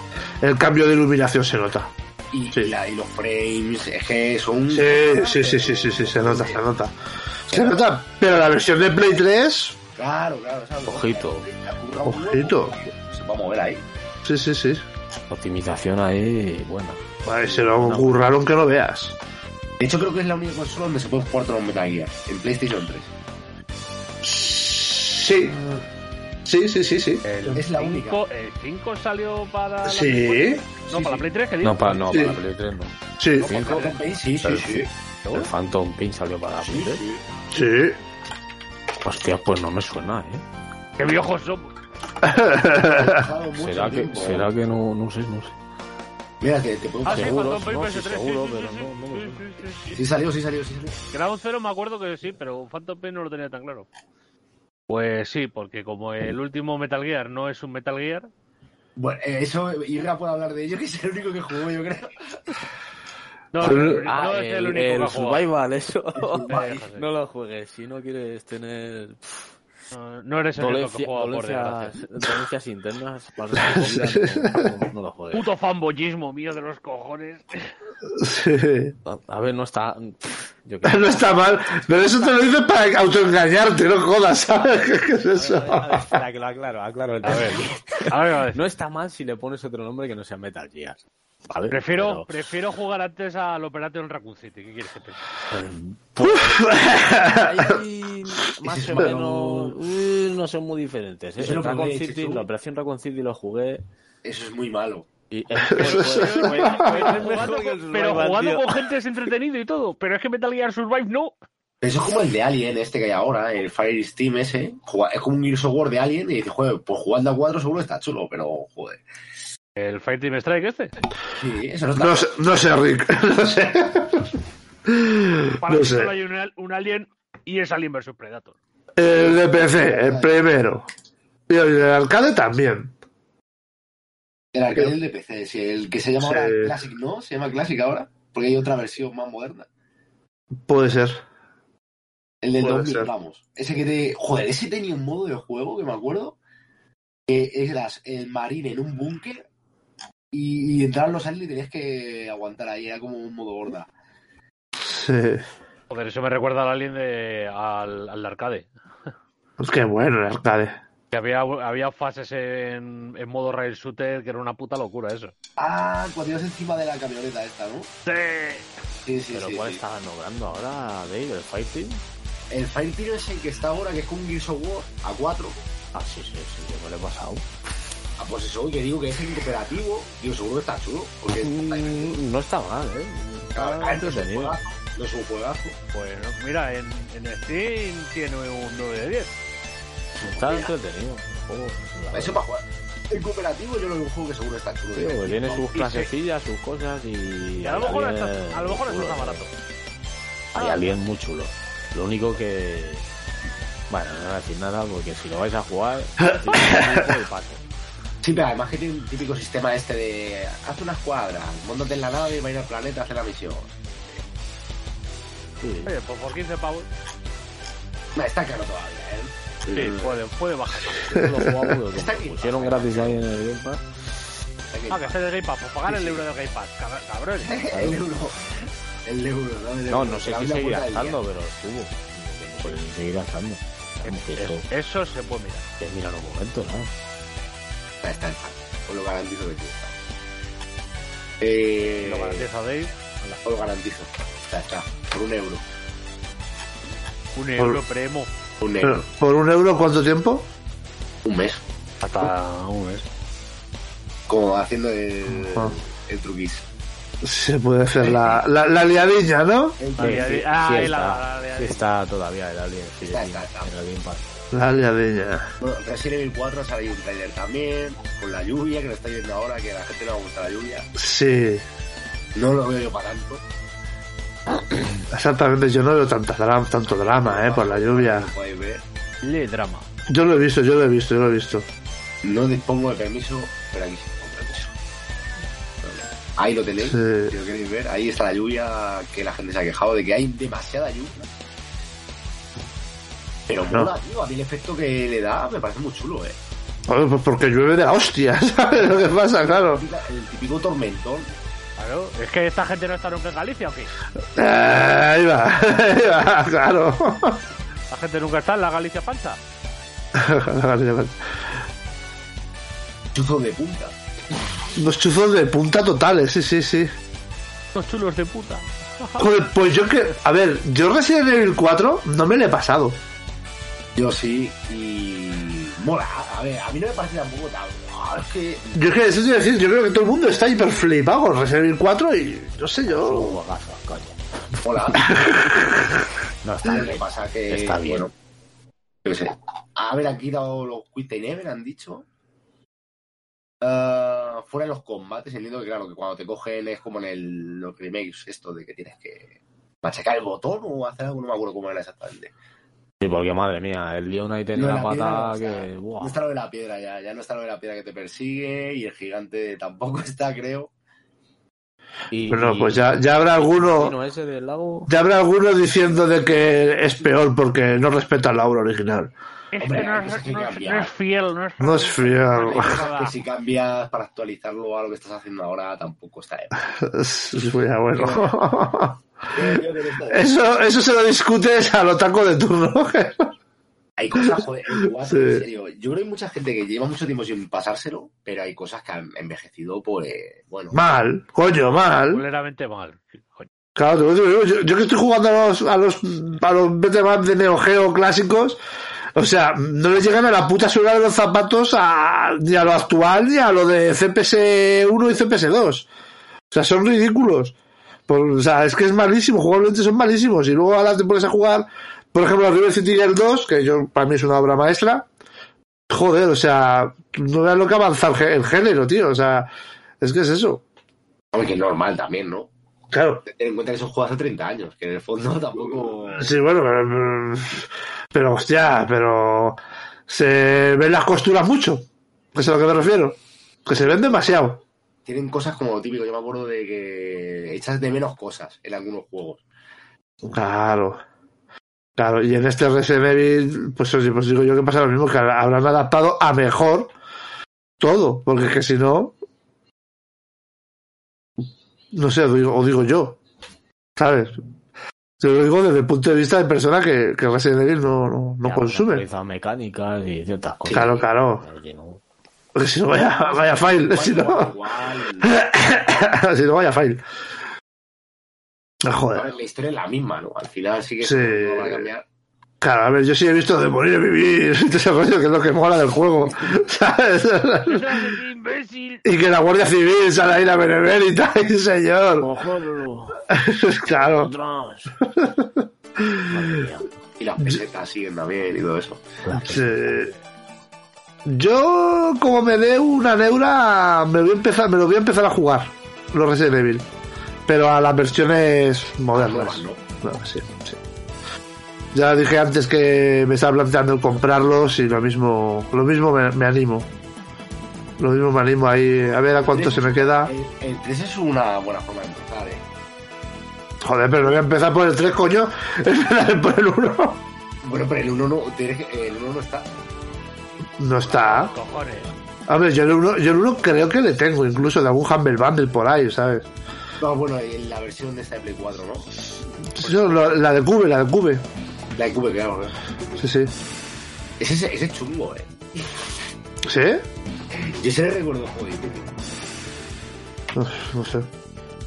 [SPEAKER 1] El cambio de iluminación se nota.
[SPEAKER 3] Y,
[SPEAKER 1] Sí.
[SPEAKER 3] y la- y los frames, es que son...
[SPEAKER 1] Sí, sí, sí, sí, sí, sí, se nota, se nota. Se nota, pero la versión de Play 3,
[SPEAKER 3] Claro, claro, ¿sabes?
[SPEAKER 4] Ojito.
[SPEAKER 3] Se ha currado un huevo.
[SPEAKER 1] Ojito.
[SPEAKER 3] Se va a mover ahí.
[SPEAKER 1] sí, sí, sí.
[SPEAKER 4] Optimización ahí buena.
[SPEAKER 1] Vale, se lo curraron que no veas.
[SPEAKER 3] De hecho, creo que es la única consola donde se puede jugar todos los Metal Gear, en PlayStation 3.
[SPEAKER 1] Sí. Sí, sí, sí, sí.
[SPEAKER 2] El
[SPEAKER 3] Es la
[SPEAKER 2] 5, el 5 eh, salió para. la
[SPEAKER 1] Sí.
[SPEAKER 2] Play cuatro? No,
[SPEAKER 3] Sí,
[SPEAKER 2] para
[SPEAKER 3] sí.
[SPEAKER 2] la Play 3, que digo.
[SPEAKER 4] No, para, no,
[SPEAKER 1] Sí.
[SPEAKER 4] para la Play 3 no.
[SPEAKER 1] Sí,
[SPEAKER 3] No,
[SPEAKER 4] Cinco.
[SPEAKER 3] para Play, Sí, sí,
[SPEAKER 4] Pero-
[SPEAKER 3] sí.
[SPEAKER 4] El Phantom Pain salió para la Play
[SPEAKER 3] Sí,
[SPEAKER 4] 3.
[SPEAKER 1] ¿Eh?
[SPEAKER 3] sí.
[SPEAKER 1] sí.
[SPEAKER 4] Hostia, pues no me suena, ¿eh?
[SPEAKER 2] ¡Qué viejos somos!
[SPEAKER 3] Pasado mucho
[SPEAKER 4] ¿Será que,
[SPEAKER 3] tiempo.
[SPEAKER 4] será que no, no sé, no sé?
[SPEAKER 3] Mira, que te puedo
[SPEAKER 2] Ah, sí,
[SPEAKER 4] Seguro,
[SPEAKER 2] Phantom Pain
[SPEAKER 4] no,
[SPEAKER 2] PS3.
[SPEAKER 4] sí,
[SPEAKER 2] sí,
[SPEAKER 4] seguro,
[SPEAKER 2] sí,
[SPEAKER 4] pero
[SPEAKER 2] sí,
[SPEAKER 4] no- no
[SPEAKER 2] sí,
[SPEAKER 4] me suena.
[SPEAKER 2] sí, sí, sí.
[SPEAKER 3] Sí salió, sí salió, sí salió.
[SPEAKER 2] Ground Zero me acuerdo que sí, pero Phantom Pain no lo tenía tan claro. Pues sí, porque como el último Metal Gear no es un Metal Gear,
[SPEAKER 3] Bueno, eh, eso Irra puede hablar de ello, que es el único que jugó, yo creo.
[SPEAKER 2] no,
[SPEAKER 1] Pero-
[SPEAKER 2] no es el, único que ha jugado.
[SPEAKER 4] Ah, Survival, eso.
[SPEAKER 2] Eh, José,
[SPEAKER 4] No lo juegues si no quieres tener
[SPEAKER 2] no- no eres el único que
[SPEAKER 4] dolencia-
[SPEAKER 2] ha jugado, por desgracia. ¿eh?
[SPEAKER 4] dolencias, dolencias internas. para resolver, no, no- no lo juegues.
[SPEAKER 2] Puto fanboyismo mío de los cojones.
[SPEAKER 1] sí.
[SPEAKER 4] A ver, no está. Yo qué sé.
[SPEAKER 1] No está mal, pero eso te lo dices para autoengañarte, no jodas, ¿sabes? ¿Qué, qué es eso?
[SPEAKER 4] A ver, espera, que lo aclaro, aclaro el
[SPEAKER 2] A
[SPEAKER 4] tema.
[SPEAKER 2] ver, a ver, a ver.
[SPEAKER 4] No está mal si le pones otro nombre que no sea Metal Gear. ¿vale?
[SPEAKER 2] Prefiero,
[SPEAKER 4] Pero,
[SPEAKER 2] prefiero jugar antes al Operation Raccoon City. ¿Qué quieres que te diga?
[SPEAKER 4] ahí, más
[SPEAKER 3] Ese
[SPEAKER 4] o
[SPEAKER 3] es malo.
[SPEAKER 4] menos. uy, no son muy diferentes. ¿eh?
[SPEAKER 3] Ese
[SPEAKER 4] El
[SPEAKER 3] lo
[SPEAKER 4] Raccoon
[SPEAKER 3] jugué,
[SPEAKER 4] City,
[SPEAKER 3] Chichu.
[SPEAKER 4] la Operación Raccoon City lo jugué.
[SPEAKER 3] Eso es muy malo.
[SPEAKER 4] Y
[SPEAKER 2] Pero Pues, jugando con- Pero jugando con gente es entretenido y todo. Pero es que Metal Gear Survive no.
[SPEAKER 3] Eso es como el de Alien, este que hay ahora, el Fire Steam ese. Juga- es como un Gears of War de Alien y dices, joder, pues jugando a cuatro seguro está chulo, pero joder.
[SPEAKER 2] El Fighting Strike este.
[SPEAKER 3] Sí, eso no está.
[SPEAKER 1] No sé, no sé, Rick, no sé.
[SPEAKER 2] Para
[SPEAKER 1] No
[SPEAKER 2] mí
[SPEAKER 1] sé.
[SPEAKER 2] solo hay un, al- un alien y es Alien vs Predator.
[SPEAKER 1] El de PC, el primero. Y el de arcade también.
[SPEAKER 3] El arcade del de PC, sí, el que se llama ahora
[SPEAKER 1] Sí.
[SPEAKER 3] Classic, ¿no? Se llama Classic ahora, porque hay otra versión más moderna.
[SPEAKER 1] Puede ser.
[SPEAKER 3] El del
[SPEAKER 1] Puede
[SPEAKER 3] 2000,
[SPEAKER 1] ser.
[SPEAKER 3] vamos. Ese que te... Joder, ese tenía un modo de juego que me acuerdo. Que eras el marine en un búnker y, y entraban los aliens y tenías que aguantar ahí. Era como un modo horda.
[SPEAKER 1] Sí.
[SPEAKER 2] Joder, eso me recuerda al alien de, al, al de arcade.
[SPEAKER 1] Pues qué bueno el arcade.
[SPEAKER 2] Que había, había fases en, en modo rail shooter que era una puta locura eso.
[SPEAKER 3] Ah, cuando ibas encima de la camioneta esta, ¿no?
[SPEAKER 2] Sí.
[SPEAKER 3] Sí, sí,
[SPEAKER 4] Pero
[SPEAKER 3] sí.
[SPEAKER 4] ¿cuál
[SPEAKER 3] sí.
[SPEAKER 4] está nombrando ahora, Dave? ¿El Fighting?
[SPEAKER 3] El Fire Team es el que está ahora, que es con Gears of War a 4.
[SPEAKER 4] Ah, sí, sí, sí, yo me lo he pasado.
[SPEAKER 3] Ah, pues eso, que digo que es el cooperativo. Digo, seguro que Ah, está chulo. Porque
[SPEAKER 4] Mm, No está mal, ¿eh?
[SPEAKER 3] Claro,
[SPEAKER 4] Está
[SPEAKER 3] no es un
[SPEAKER 4] entretenido.
[SPEAKER 3] juegazo. No es un juegazo.
[SPEAKER 2] Pues mira, en, en Steam tiene un 9 de 10.
[SPEAKER 4] Está entretenido. Oh, la
[SPEAKER 3] Eso
[SPEAKER 4] verdad.
[SPEAKER 3] para jugar. El cooperativo yo lo veo un juego que seguro está chulo.
[SPEAKER 4] Tío,
[SPEAKER 3] de ver.
[SPEAKER 4] que pues, tiene sus
[SPEAKER 2] sí.
[SPEAKER 4] clasecillas, sus cosas y...
[SPEAKER 2] Y a lo mejor
[SPEAKER 4] hay
[SPEAKER 2] está-
[SPEAKER 4] alien
[SPEAKER 2] a lo mejor
[SPEAKER 4] muy
[SPEAKER 2] está
[SPEAKER 4] chulo,
[SPEAKER 2] barato.
[SPEAKER 4] tío. Hay alguien muy chulo. Lo único que... Bueno, no voy a decir nada porque si lo vais a jugar... el paso.
[SPEAKER 3] Sí, pero además que tiene un típico sistema este de haz una escuadra, montate en la nave y va a ir al planeta a hacer la misión.
[SPEAKER 4] Sí.
[SPEAKER 2] Oye, pues por 15 pavos.
[SPEAKER 3] Nah, está caro todavía, ¿eh?
[SPEAKER 2] Sí, puede, puede bajar.
[SPEAKER 4] Yo lo jugaba porque
[SPEAKER 3] Está
[SPEAKER 4] como
[SPEAKER 3] aquí.
[SPEAKER 4] pusieron gratis ahí en el Game Pass.
[SPEAKER 2] Ah, que sea de Game Pass, pues pagar el euro de Game Pass, cab- cabrón.
[SPEAKER 3] El euro. El euro, ¿no? El
[SPEAKER 4] No,
[SPEAKER 3] euro,
[SPEAKER 4] no sé
[SPEAKER 3] la
[SPEAKER 4] si
[SPEAKER 3] vida
[SPEAKER 4] seguirá
[SPEAKER 3] puta del día.
[SPEAKER 4] gastando, pero estuvo. Pues seguirá gastando. Vamos, que eso,
[SPEAKER 2] Es- Eso se puede mirar.
[SPEAKER 4] que mira los momentos, ¿no?
[SPEAKER 3] Está, está, está. Os lo garantizo que sí está. Eh,
[SPEAKER 2] Lo garantiza Dave.
[SPEAKER 3] os lo garantizo. Está, está. Por un euro.
[SPEAKER 2] Un euro premo.
[SPEAKER 3] Un euro.
[SPEAKER 1] Pero, ¿Por un euro cuánto tiempo?
[SPEAKER 3] Un mes.
[SPEAKER 2] Hasta un mes.
[SPEAKER 3] Como haciendo el,
[SPEAKER 1] Ah.
[SPEAKER 3] el truquis.
[SPEAKER 1] Se puede hacer la, la, la liadilla, ¿no?
[SPEAKER 3] El
[SPEAKER 2] Vale,
[SPEAKER 4] Sí,
[SPEAKER 2] ahí-
[SPEAKER 4] sí,
[SPEAKER 2] ah,
[SPEAKER 4] sí
[SPEAKER 2] ahí la- la-
[SPEAKER 4] está,
[SPEAKER 2] la- la-
[SPEAKER 4] Sí está todavía el Alien. sí,
[SPEAKER 3] Está,
[SPEAKER 4] sí,
[SPEAKER 3] está, está.
[SPEAKER 4] en el Game Pass.
[SPEAKER 1] La liadilla.
[SPEAKER 3] Bueno, Resident Evil 4 ha salido un trailer también, con la lluvia que lo está yendo ahora, que a la gente no le gusta la lluvia.
[SPEAKER 1] Sí,
[SPEAKER 3] No lo veo yo para tanto.
[SPEAKER 1] exactamente. Yo no veo tanta drama, tanto drama, ¿eh? Por la lluvia.
[SPEAKER 3] Como podéis ver.
[SPEAKER 2] Le drama.
[SPEAKER 1] Yo lo he visto, yo lo he visto, yo lo he visto.
[SPEAKER 3] No dispongo de permiso, pero aquí sí tengo permiso. Vale. Ahí lo tenéis,
[SPEAKER 1] Sí.
[SPEAKER 3] si lo queréis ver. Ahí está la lluvia que la gente se ha quejado de que hay demasiada lluvia. Pero
[SPEAKER 1] No.
[SPEAKER 3] mola, tío. A mí el efecto que le da me parece muy chulo, eh.
[SPEAKER 1] Joder, pues porque llueve de la hostia, ¿sabes lo que pasa? Claro.
[SPEAKER 3] El típico tormentón.
[SPEAKER 2] Claro. Es que esta gente no está nunca en Galicia, ¿o qué?
[SPEAKER 1] Eh, ahí va, ahí va, claro.
[SPEAKER 2] La gente nunca está en la Galicia Pancha.
[SPEAKER 3] Chuzo de punta.
[SPEAKER 1] Los chuzos de punta totales, sí, sí, sí.
[SPEAKER 2] Estos chulos de puta.
[SPEAKER 1] Joder, pues yo que. A ver, yo Resident Evil 4 no me lo he pasado.
[SPEAKER 3] Yo sí, y mola. A ver, a mí no me parece tampoco tan. Ah, Es que
[SPEAKER 1] Yo es que eso te iba a decir, yo creo que todo el mundo está hiper flipado con Resident Evil 4 y no sé yo.
[SPEAKER 4] Juegazo, coño.
[SPEAKER 3] mola.
[SPEAKER 4] No está
[SPEAKER 3] Lo que
[SPEAKER 4] bien.
[SPEAKER 3] pasa que.
[SPEAKER 4] Está bien.
[SPEAKER 3] Bueno, yo qué sé. A ver, aquí dado los Quit and Ever, han dicho. Ah, fuera de los combates, entiendo que, claro, que cuando te cogen es como en el, los remakes, esto de que tienes que machacar el botón o hacer algo, no me acuerdo cómo era exactamente.
[SPEAKER 4] Sí, porque madre mía, el Leonite tiene
[SPEAKER 3] No,
[SPEAKER 4] una
[SPEAKER 3] la piedra no
[SPEAKER 4] patada
[SPEAKER 3] está.
[SPEAKER 4] que. buah.
[SPEAKER 3] No está lo de la piedra ya, ya no está lo de la piedra que te persigue y el gigante tampoco está, creo.
[SPEAKER 4] Y-
[SPEAKER 1] Bueno,
[SPEAKER 4] y- eh.
[SPEAKER 1] pues ya, ya habrá
[SPEAKER 4] El
[SPEAKER 1] alguno.
[SPEAKER 4] chino ese del lago.
[SPEAKER 1] Ya habrá alguno diciendo de que es peor porque no respeta la obra original.
[SPEAKER 3] Hombre, hay cosas que cambiar.
[SPEAKER 2] fiel, no es
[SPEAKER 1] No es fiel.
[SPEAKER 3] Hay cosas que si cambias para actualizarlo a lo que estás haciendo ahora tampoco está de más.
[SPEAKER 1] Ya, bueno.
[SPEAKER 3] Yo creo que no está de más.
[SPEAKER 1] Eso, eso se lo discutes al otaco de turno.
[SPEAKER 3] Hay cosas, joder, el cuatro,
[SPEAKER 1] Sí.
[SPEAKER 3] en serio. Yo creo que hay mucha gente que lleva mucho tiempo sin pasárselo, pero hay cosas que han envejecido por, eh, bueno,
[SPEAKER 1] mal, coño, mal.
[SPEAKER 2] Culeramente mal. Coño.
[SPEAKER 1] Claro, te lo digo, yo, yo que estoy jugando a los, a los, a los beat'em up de Neo Geo clásicos, o sea, no le llegan a la puta suela de los zapatos a, ni a lo actual ni a lo de CPS1 y CPS2. O sea, son ridículos. Por- o sea, es que es malísimo, jugablemente son malísimos. Y luego ahora te pones a jugar, por ejemplo, a River City Girl 2, que yo para mí es una obra maestra. Joder, o sea, no veas lo que avanza el gé- el género, tío. O sea, es que es eso.
[SPEAKER 3] hombre, que es normal también, ¿no?
[SPEAKER 1] Claro.
[SPEAKER 3] Ten en cuenta que son juegos hace 30 años, que en el fondo tampoco...
[SPEAKER 1] Sí, bueno, pero, pero, hostia, pero se ven las costuras mucho. Que es a lo que me refiero. Que se ven demasiado.
[SPEAKER 3] Tienen cosas como lo típico, yo me acuerdo de que echas de menos cosas en algunos juegos.
[SPEAKER 1] Claro. Claro, y en este Resident Evil, pues, os- pues digo yo que pasa lo mismo, que habrán adaptado a mejor todo, porque es que si no. No sé, o digo, o digo yo. ¿Sabes? Te lo digo desde el punto de vista de persona que, que Resident Evil no, no, no
[SPEAKER 4] Ya,
[SPEAKER 1] consume.
[SPEAKER 4] actualizan mecánicas y ciertas cosas.
[SPEAKER 1] Claro, claro.
[SPEAKER 4] Claro que no.
[SPEAKER 1] Porque si no vaya, vaya file,
[SPEAKER 3] Igual,
[SPEAKER 1] si
[SPEAKER 3] igual,
[SPEAKER 1] no,
[SPEAKER 3] igual.
[SPEAKER 1] si no vaya file. Ah,
[SPEAKER 3] A
[SPEAKER 1] Joder.
[SPEAKER 3] ver, la historia es la misma, ¿no? Al final sí que
[SPEAKER 1] Sí.
[SPEAKER 3] no va a cambiar.
[SPEAKER 1] Claro, a ver, yo sí he visto de morir y vivir, todo ese rollo que es lo que mola del juego, ¿sabes?
[SPEAKER 2] imbécil!
[SPEAKER 1] Y que la Guardia Civil sale ahí la benemérita, y señor.
[SPEAKER 4] Cógelo.
[SPEAKER 1] Claro.
[SPEAKER 4] Atrás. Madre mía.
[SPEAKER 3] Y las pesetas siguen también y todo eso.
[SPEAKER 1] Sí. Yo, como me dé una neura, me, voy a empezar, me lo voy a empezar a jugar, los Resident Evil. Pero a las versiones modernas.
[SPEAKER 3] Nuevas, ¿no?
[SPEAKER 1] No, sí, sí. Ya dije antes que me estaba planteando comprarlos y lo mismo, lo mismo me, me animo. Lo mismo me animo ahí. A ver a cuánto se me queda.
[SPEAKER 3] El, el 3 es una buena forma de empezar, ¿eh?
[SPEAKER 1] Joder, pero no voy a empezar por el 3, coño. Empezaré por el 1.
[SPEAKER 3] Bueno, pero el 1 no, tienes que- el 1 no está.
[SPEAKER 1] No está.
[SPEAKER 2] Cojones.
[SPEAKER 1] Hombre, yo el uno, yo el uno creo que le tengo, incluso de algún Humble Bundle por ahí, ¿sabes?
[SPEAKER 3] No, bueno, en la versión de esta de Play 4, ¿no?
[SPEAKER 1] Yo, la, la de Cube, la de Cube.
[SPEAKER 3] La de Cube, claro. ¿no?
[SPEAKER 1] Sí, sí.
[SPEAKER 3] Ese, ese- ese es chungo, eh.
[SPEAKER 1] ¿Sí?
[SPEAKER 3] Yo ese le recuerdo jodido.
[SPEAKER 1] No, no sé.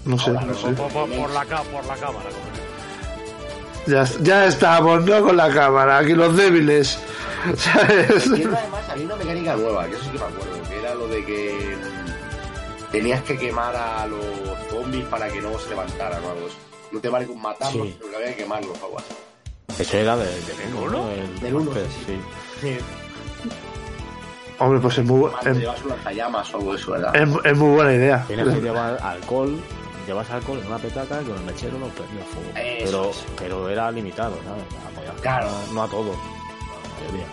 [SPEAKER 1] No sé, no sé.
[SPEAKER 2] Por, por- por- por la, ca- por la cámara, cojones.
[SPEAKER 1] Ya, ya estamos, ¿no? Con la cámara, aquí los débiles. ¿Sabes?
[SPEAKER 3] Y además había una mecánica nueva, que eso sí que me acuerdo, que era lo de que mm, tenías que quemar a los zombies para que no se levantaran o algo así. No te vale con matarlos,
[SPEAKER 4] Sí.
[SPEAKER 3] pero que había que quemarlos o algo así.
[SPEAKER 4] Eso era de- del
[SPEAKER 2] uno?
[SPEAKER 4] 1, ¿no? El-
[SPEAKER 3] Del uno,
[SPEAKER 4] pues,
[SPEAKER 3] sí.
[SPEAKER 4] sí.
[SPEAKER 1] Hombre, pues es muy,
[SPEAKER 3] Además,
[SPEAKER 1] es,
[SPEAKER 3] te llevas unas llamas o algo de eso, ¿verdad?
[SPEAKER 1] es- es muy buena idea.
[SPEAKER 4] Tienes que llevar alcohol, llevas alcohol en una petaca y con el mechero lo prendías fuego.
[SPEAKER 3] Eso
[SPEAKER 4] Pero,
[SPEAKER 3] es.
[SPEAKER 4] pero era limitado, ¿sabes? Ah, pues ya,
[SPEAKER 3] Claro.
[SPEAKER 4] No, no a todo. la mayoría.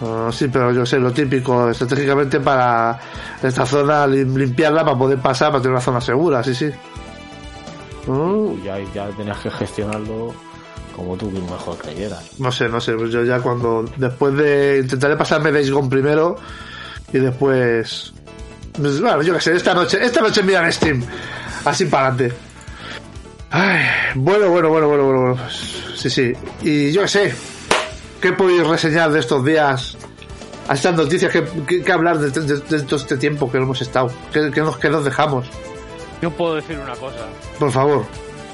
[SPEAKER 1] Ah, sí, pero yo sé, lo típico, estratégicamente para esta zona lim- limpiarla para poder pasar, para tener una zona segura, sí, sí. Mm,
[SPEAKER 4] Y ya, ya tenías que gestionarlo como tú mejor creyeras.
[SPEAKER 1] no sé, no sé, pues yo ya cuando. Después de. Intentaré pasarme Days Gone primero y después. pues, bueno, yo qué sé, esta noche, esta noche miran Steam. Así para adelante. Ay, bueno, bueno, bueno, bueno, bueno, bueno. Sí, sí. Y yo qué sé. ¿Qué podéis reseñar de estos días? A estas noticias, ¿qué, qué- qué hablar de, de- de todo este tiempo que no hemos estado? ¿Qué, qué nos, qué nos dejamos?
[SPEAKER 2] Yo puedo decir una cosa.
[SPEAKER 1] Por favor.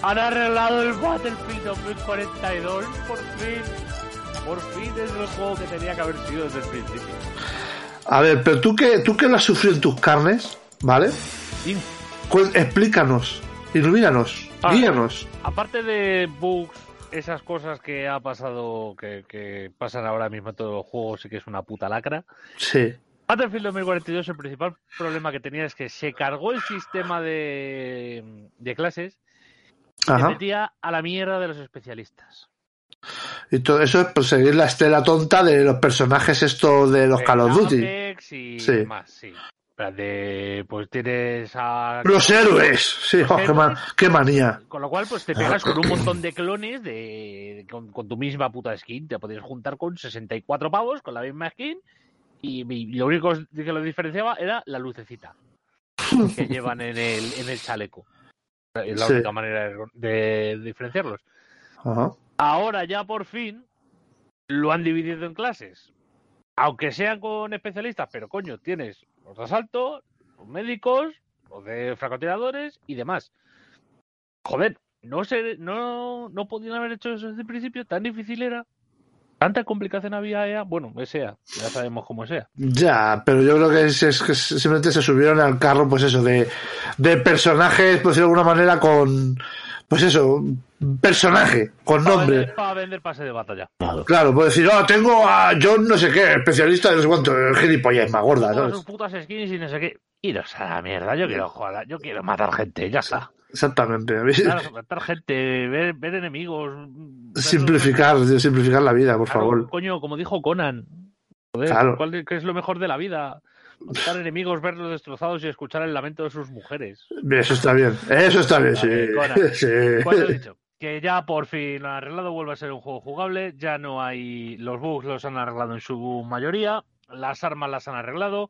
[SPEAKER 2] Han arreglado el Battlefield 2042, por fin. Por fin es el juego que tenía que haber sido desde el principio.
[SPEAKER 1] A ver, pero tú que, tú que lo has sufrido en tus carnes, ¿vale?
[SPEAKER 2] Y
[SPEAKER 1] Pues explícanos, ilumínanos,
[SPEAKER 2] Ah.
[SPEAKER 1] guíanos.
[SPEAKER 2] aparte de bugs, esas cosas que ha pasado, que, que pasan ahora mismo en todos los juegos, sí que es una puta lacra.
[SPEAKER 1] Sí.
[SPEAKER 2] Battlefield 2042, el principal problema que tenía es que se cargó el sistema de, de clases y
[SPEAKER 1] Ajá.
[SPEAKER 2] metía a la mierda de los especialistas.
[SPEAKER 1] Y todo eso es por seguir la estela tonta de los personajes estos de los
[SPEAKER 2] Eh,
[SPEAKER 1] Call of Duty.
[SPEAKER 2] Apex y
[SPEAKER 1] Sí.
[SPEAKER 2] más, sí. En plan de, pues tienes a...
[SPEAKER 1] Los héroes. Sí,
[SPEAKER 2] Los
[SPEAKER 1] jo, qué, ma-
[SPEAKER 2] héroes.
[SPEAKER 1] qué manía.
[SPEAKER 2] Con lo cual, pues te pegas con un montón de clones de con, con tu misma puta skin. Te podías juntar con 64 pavos con la misma skin. Y, mi- lo único que lo diferenciaba era la lucecita que llevan en el, en el chaleco. Es la
[SPEAKER 1] Sí.
[SPEAKER 2] única manera de- de diferenciarlos.
[SPEAKER 1] Ajá.
[SPEAKER 2] Ahora ya por fin lo han dividido en clases. Aunque sean con especialistas, pero coño, tienes los de asalto, los médicos, los de francotiradores y demás. Joder, no sé, no, no podían haber hecho eso desde el principio, tan difícil era. Tanta complicación había ya, bueno, que sea, ya sabemos cómo sea.
[SPEAKER 1] Ya, pero yo creo que, es, es que simplemente se subieron al carro, pues eso, de, de personajes, por decirlo de alguna manera, con. Pues eso, personaje, con
[SPEAKER 2] Para
[SPEAKER 1] nombre.
[SPEAKER 2] vender, para vender pase de batalla.
[SPEAKER 4] Claro.
[SPEAKER 1] Claro, puedo decir, oh, tengo a John no sé qué, especialista de no sé cuánto, el gilipollas, más gorda,
[SPEAKER 2] Todas
[SPEAKER 1] ¿sabes?
[SPEAKER 2] sus putas skins y no sé qué. Iros a la mierda, yo quiero jugar, yo quiero matar gente, ya está.
[SPEAKER 1] Exactamente.
[SPEAKER 2] Claro, matar gente, ver, ver enemigos. mm, ver-
[SPEAKER 1] Simplificar, simplificar la vida, por
[SPEAKER 2] Claro,
[SPEAKER 1] favor.
[SPEAKER 2] Coño, como dijo Conan. Joder,
[SPEAKER 1] Claro.
[SPEAKER 2] ¿cuál de- ¿Qué es lo mejor de la vida? Matar enemigos, verlos destrozados y escuchar el lamento de sus mujeres.
[SPEAKER 1] Eso está bien, eso está bien, sí.
[SPEAKER 2] Vale, Conan.
[SPEAKER 1] sí.
[SPEAKER 2] Pues lo dicho, que ya por fin lo han arreglado, vuelve a ser un juego jugable, ya no hay... Los bugs los han arreglado en su mayoría, las armas las han arreglado,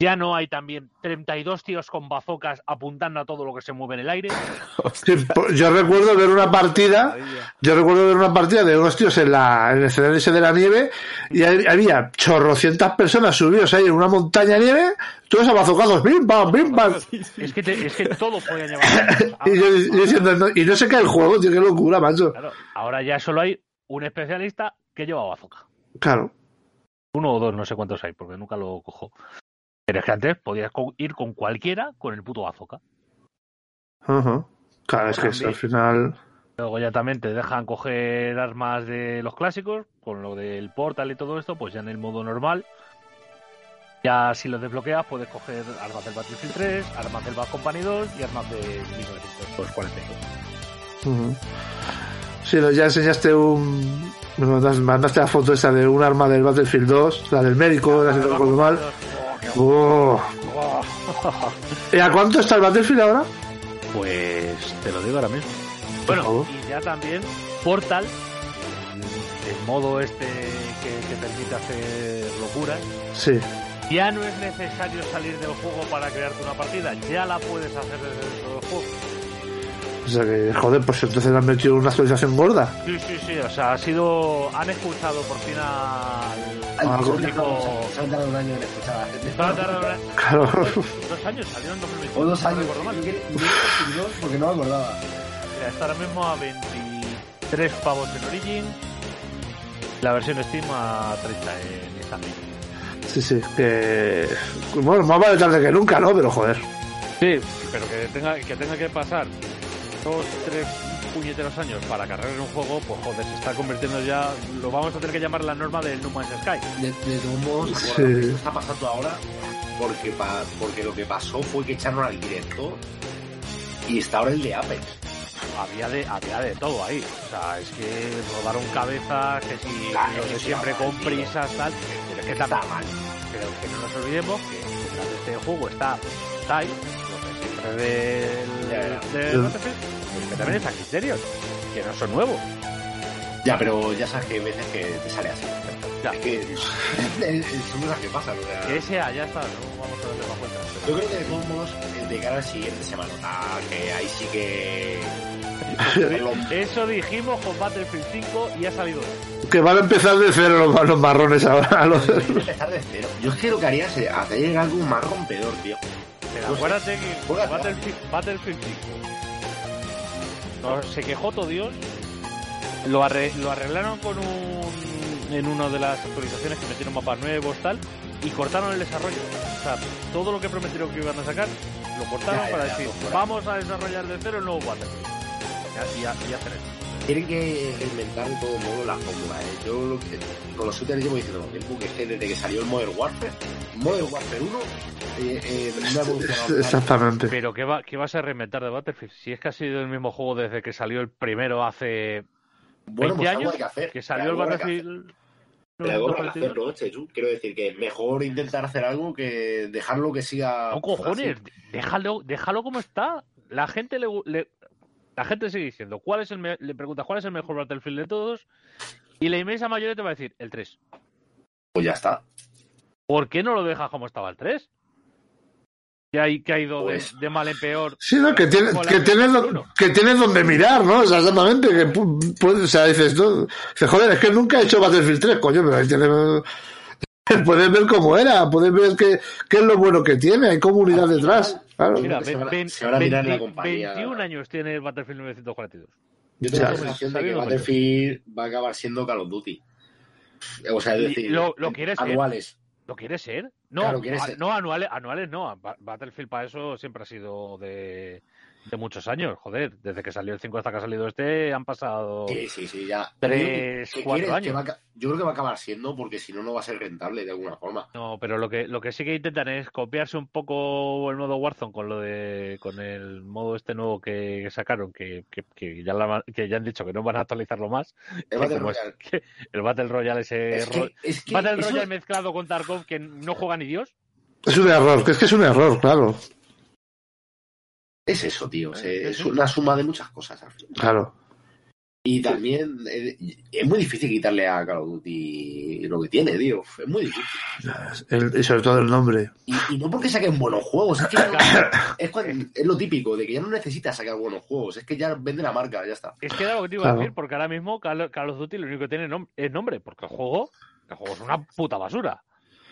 [SPEAKER 2] ya no hay también 32 tíos con bazocas apuntando a todo lo que se mueve en el aire.
[SPEAKER 1] Sí, po- yo recuerdo ver una partida, yo recuerdo ver una partida de unos tíos en, la, en el escenario ese de la nieve y hab- había chorrocientas personas subidos ahí en una montaña de nieve, todos abazocados, bim, bam, bim, bam.
[SPEAKER 2] Es que, te- es que todo podía llevar...
[SPEAKER 1] Y yo, yo diciendo, "No- y no sé qué el juego, tío, qué locura, macho.
[SPEAKER 2] Claro, ahora ya solo hay un especialista que lleva bazooka.
[SPEAKER 1] Claro.
[SPEAKER 2] Uno o dos, no sé cuántos hay, porque nunca lo cojo. Pero es que antes podías co- ir con cualquiera con el puto bazooka.
[SPEAKER 1] Ajá. Claro, es que es- al final.
[SPEAKER 2] Luego ya también te dejan coger armas de los clásicos, con lo del portal y todo esto, pues ya en el modo normal. Ya si los desbloqueas puedes coger armas del Battlefield 3, armas del Bad Company 2 y armas de pues 1942.
[SPEAKER 1] Ujú. Sí, no, ya enseñaste un. me mandas- mandaste la foto esa de un arma del Battlefield 2, la del médico, la si no recuerdo mal. Oh. ¿Y a cuánto está el Battlefield ahora?
[SPEAKER 2] Pues te lo digo ahora mismo.
[SPEAKER 1] favor.
[SPEAKER 2] Bueno, y ya también Portal, el modo este que, que permite hacer locuras,
[SPEAKER 1] Sí.
[SPEAKER 2] ya no es necesario salir del juego para crearte una partida, ya la puedes hacer desde dentro del juego.
[SPEAKER 1] O sea que, joder, pues entonces le han metido una actualización gorda.
[SPEAKER 2] Sí, sí, sí, o sea, ha sido. Han escuchado por fin al.
[SPEAKER 3] Ay,
[SPEAKER 1] Algo
[SPEAKER 3] se han
[SPEAKER 2] tipo-
[SPEAKER 3] tardado- se han tardado un año en escuchar a la gente.
[SPEAKER 2] Va a tardar
[SPEAKER 1] Claro.
[SPEAKER 2] dos años, salieron en 2021.
[SPEAKER 3] O dos
[SPEAKER 2] no
[SPEAKER 3] años.
[SPEAKER 2] recuerdo mal.
[SPEAKER 3] Yo quería- yo quería decir dos porque no me acordaba.
[SPEAKER 2] Mira, está ahora mismo a 23 pavos en Origin. La versión Steam a 30 en Instagram.
[SPEAKER 1] Sí, sí. Que. Bueno, más vale tarde que nunca, ¿no? Pero joder.
[SPEAKER 2] Sí, pero que tenga que, tenga que pasar dos, tres puñeteros años para cargar en un juego, pues joder, se está convirtiendo ya. Lo vamos a tener que llamar la norma del No Man's Sky.
[SPEAKER 3] De, de todos modos,
[SPEAKER 1] Sí.
[SPEAKER 3] ahora, esto está pasando ahora porque, pa- porque lo que pasó fue que echaron al director y está ahora el de Apex.
[SPEAKER 2] Había de, había de todo ahí. O sea, es que rodaron cabezas, que si
[SPEAKER 3] Claro,
[SPEAKER 2] los de
[SPEAKER 3] que sí,
[SPEAKER 2] siempre
[SPEAKER 3] vamos,
[SPEAKER 2] con
[SPEAKER 3] tío.
[SPEAKER 2] prisas, tal. Pero es que
[SPEAKER 3] Está
[SPEAKER 2] también-
[SPEAKER 3] mal.
[SPEAKER 2] Pero que no nos olvidemos que detrás de este juego está Tai, lo que siempre del,
[SPEAKER 3] Ya, ya.
[SPEAKER 2] del Battlefield, pero que también está Criterion, que no son nuevos.
[SPEAKER 3] Ya, pero ya sabes que hay veces que te sale así.
[SPEAKER 2] Ya.
[SPEAKER 3] Es que es- son cosas que pasan. o sea.
[SPEAKER 2] Que ese allá está, no vamos a darle más vueltas.
[SPEAKER 3] Yo creo que de todos modos, eh, de cara a la siguiente semana, ah, que ahí sí que...
[SPEAKER 2] Eso dijimos con Battlefield 5 y ha salido.
[SPEAKER 1] Que van a empezar de cero los, los marrones ahora. los-
[SPEAKER 3] Voy a empezar de cero. Yo es que lo que haría es eh, hacer algo más rompedor, tío.
[SPEAKER 2] Pero
[SPEAKER 3] Pues
[SPEAKER 2] acuérdate que
[SPEAKER 3] Juega, ¿no?
[SPEAKER 2] Battlefield, Battlefield 5 no, se quejó todo Dios. Lo, arre- lo arreglaron con un, en una de las actualizaciones que metieron mapas nuevos tal y cortaron el desarrollo. O sea, todo lo que prometieron que iban a sacar lo cortaron
[SPEAKER 3] Ya, ya,
[SPEAKER 2] para
[SPEAKER 3] ya,
[SPEAKER 2] decir
[SPEAKER 3] lo fuera.
[SPEAKER 2] vamos a desarrollar de cero el nuevo Battlefield. Y ya, y ya tenemos.
[SPEAKER 3] Tienen que inventar de todo modo la fórmula. ¿eh? Yo lo que, con los shooters llevo diciendo lo mismo que es que este, desde que salió el Modern Warfare, Modern Warfare 1, eh, eh, no ha evolucionado nada.
[SPEAKER 1] Exactamente.
[SPEAKER 2] Pero ¿qué, va, ¿qué vas a reinventar de Battlefield? Si es que ha sido el mismo juego desde que salió el primero hace...
[SPEAKER 3] Bueno,
[SPEAKER 2] 20
[SPEAKER 3] pues algo
[SPEAKER 2] años
[SPEAKER 3] hay que hacer.
[SPEAKER 2] que salió el
[SPEAKER 3] Algo habrá que
[SPEAKER 2] Battlefield...
[SPEAKER 3] hacer. Pero algo habrá que
[SPEAKER 2] 1942.
[SPEAKER 3] hacer, ¿no, Chechu? Quiero decir que mejor intentar hacer algo que dejarlo que siga.
[SPEAKER 2] No cojones, déjalo, déjalo como está. La gente le, gu- le- la gente sigue diciendo, ¿cuál es el me- le preguntas cuál es el mejor Battlefield de todos? Y la inmensa mayoría te va a decir el 3.
[SPEAKER 3] Pues ya está.
[SPEAKER 2] ¿Por qué no lo dejas como estaba el 3? Que hay que ha ido de-
[SPEAKER 3] Pues-
[SPEAKER 2] de, mal en peor.
[SPEAKER 1] Sí, no, que tienes,
[SPEAKER 2] Hola,
[SPEAKER 1] que tienes, do-
[SPEAKER 2] Bruno.
[SPEAKER 1] que tienes donde mirar, ¿no? O sea, exactamente. Que, pu- puedes- o sea, dices, no, dices, joder, es que nunca he hecho Battlefield 3, coño, pero ahí tienes. Puedes ver cómo era, puedes ver qué, qué es lo bueno que tiene, hay comunidad detrás. Claro.
[SPEAKER 2] Mira,
[SPEAKER 3] Se
[SPEAKER 2] ve-
[SPEAKER 3] van a-
[SPEAKER 2] ve-
[SPEAKER 3] se van a mirar la
[SPEAKER 2] 20
[SPEAKER 3] compañía.
[SPEAKER 2] 21 años tiene el Battlefield 942.
[SPEAKER 3] Yo tengo la
[SPEAKER 1] Ya.
[SPEAKER 3] sensación de que
[SPEAKER 2] Sabiendo mucho.
[SPEAKER 3] Battlefield va a acabar siendo Call of Duty. O sea, es
[SPEAKER 2] Y
[SPEAKER 3] decir,
[SPEAKER 2] lo- lo quieres ver.
[SPEAKER 3] anuales.
[SPEAKER 2] ¿Lo quiere ser? No,
[SPEAKER 3] Claro, quiere
[SPEAKER 2] a-
[SPEAKER 3] ser.
[SPEAKER 2] no anuales, anuales no. Ba- Battlefield para eso siempre ha sido de, de muchos años, joder. Desde que salió el 5 hasta que ha salido este han pasado...
[SPEAKER 3] Sí, sí, sí, ya.
[SPEAKER 2] Tres,
[SPEAKER 3] ¿Qué
[SPEAKER 2] cuatro
[SPEAKER 3] quieres? Eh, Que
[SPEAKER 2] años.
[SPEAKER 3] va a ca- yo creo que va a acabar siendo porque si no, no va a ser rentable de alguna forma.
[SPEAKER 2] No, pero lo que, lo que sí que intentan es copiarse un poco el modo Warzone con lo de con el modo este nuevo que sacaron, que, que, que ya, la- que ya han dicho que no van a actualizarlo más.
[SPEAKER 3] El Battle
[SPEAKER 2] Como es-
[SPEAKER 3] Royale.
[SPEAKER 2] que el Battle Royale ese...
[SPEAKER 3] Es
[SPEAKER 2] ro-
[SPEAKER 3] que, es que
[SPEAKER 2] Battle
[SPEAKER 3] eso-
[SPEAKER 2] Royale mezclado con Tarkov que no juega ni Dios.
[SPEAKER 1] Es un error, que es que es un error, claro.
[SPEAKER 3] es eso, tío. Es,
[SPEAKER 2] Eh,
[SPEAKER 3] es
[SPEAKER 2] eh,
[SPEAKER 3] una suma de muchas cosas. al final.
[SPEAKER 1] Claro.
[SPEAKER 3] Y también eh, es muy difícil quitarle a Call of Duty lo que tiene, tío. Es muy difícil.
[SPEAKER 1] El- y sobre todo el nombre.
[SPEAKER 3] Y, y no porque saquen buenos juegos. Es, que ya no- es,
[SPEAKER 2] Eh.
[SPEAKER 3] cuando- es lo típico de que ya no necesitas sacar buenos juegos. Es que ya vende la marca, ya está.
[SPEAKER 2] Es que era lo que te iba
[SPEAKER 1] Claro.
[SPEAKER 2] a decir, porque ahora mismo Call Call of Duty lo único que tiene nom- es nombre, porque el juego, el juego es una puta basura.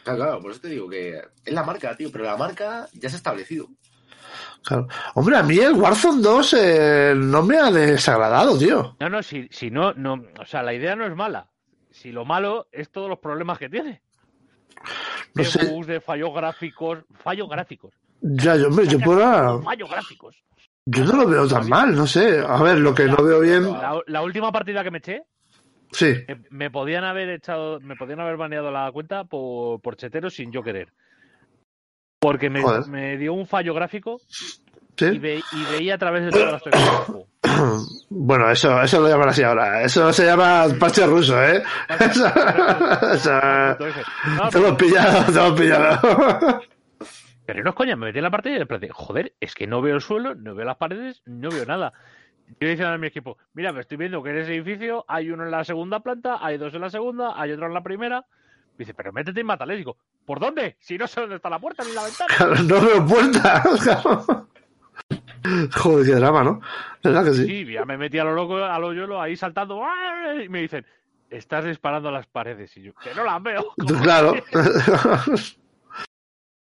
[SPEAKER 3] Claro, claro, por eso te digo que es la marca, tío. Pero la marca ya se ha establecido.
[SPEAKER 1] Claro. Hombre, a mí el Warzone 2 eh, no me ha desagradado, tío.
[SPEAKER 2] No, no, si, si no, no, o sea, la idea no es mala. Si lo malo es todos los problemas que tiene.
[SPEAKER 1] No
[SPEAKER 2] de
[SPEAKER 1] sé.
[SPEAKER 2] bugs, de fallos gráficos, fallos gráficos,
[SPEAKER 1] Ya, yo, hombre, yo por ahora-
[SPEAKER 2] fallos gráficos.
[SPEAKER 1] yo no lo veo tan mal, no sé. A ver, lo que no veo bien.
[SPEAKER 2] La, la última partida que me eché,
[SPEAKER 1] Sí,
[SPEAKER 2] me, me podían haber echado, me podían haber baneado la cuenta por, por chetero sin yo querer. Porque me,
[SPEAKER 1] Joder.
[SPEAKER 2] me dio un fallo gráfico y,
[SPEAKER 1] sí.
[SPEAKER 2] ve- y veía a través de todas las texturas del juego.
[SPEAKER 1] Bueno, eso, eso lo llaman así ahora. Eso se llama parche ruso, ¿eh? Eso, eso-
[SPEAKER 2] Entonces, no,
[SPEAKER 1] te lo has pillado, te lo has pillado.
[SPEAKER 2] Pero no es coña, me metí en la partida y en plan de, joder, es que no veo el suelo, no veo las paredes, no veo nada. Yo diciendo a mi equipo, mira, pues estoy viendo que en ese edificio hay uno en la segunda planta, hay dos en la segunda, hay otro en la primera. Me dice, pero métete y mátale. Digo, ¿por dónde? Si no sé dónde está la puerta ni la ventana.
[SPEAKER 1] Claro, no veo puerta. Joder, qué drama, ¿no? ¿Verdad que sí?
[SPEAKER 2] Sí, ya me metí a lo loco, a lo yolo, ahí saltando. ¡ah! Y me dicen, estás disparando a las paredes. Y yo, que no las veo.
[SPEAKER 1] Claro.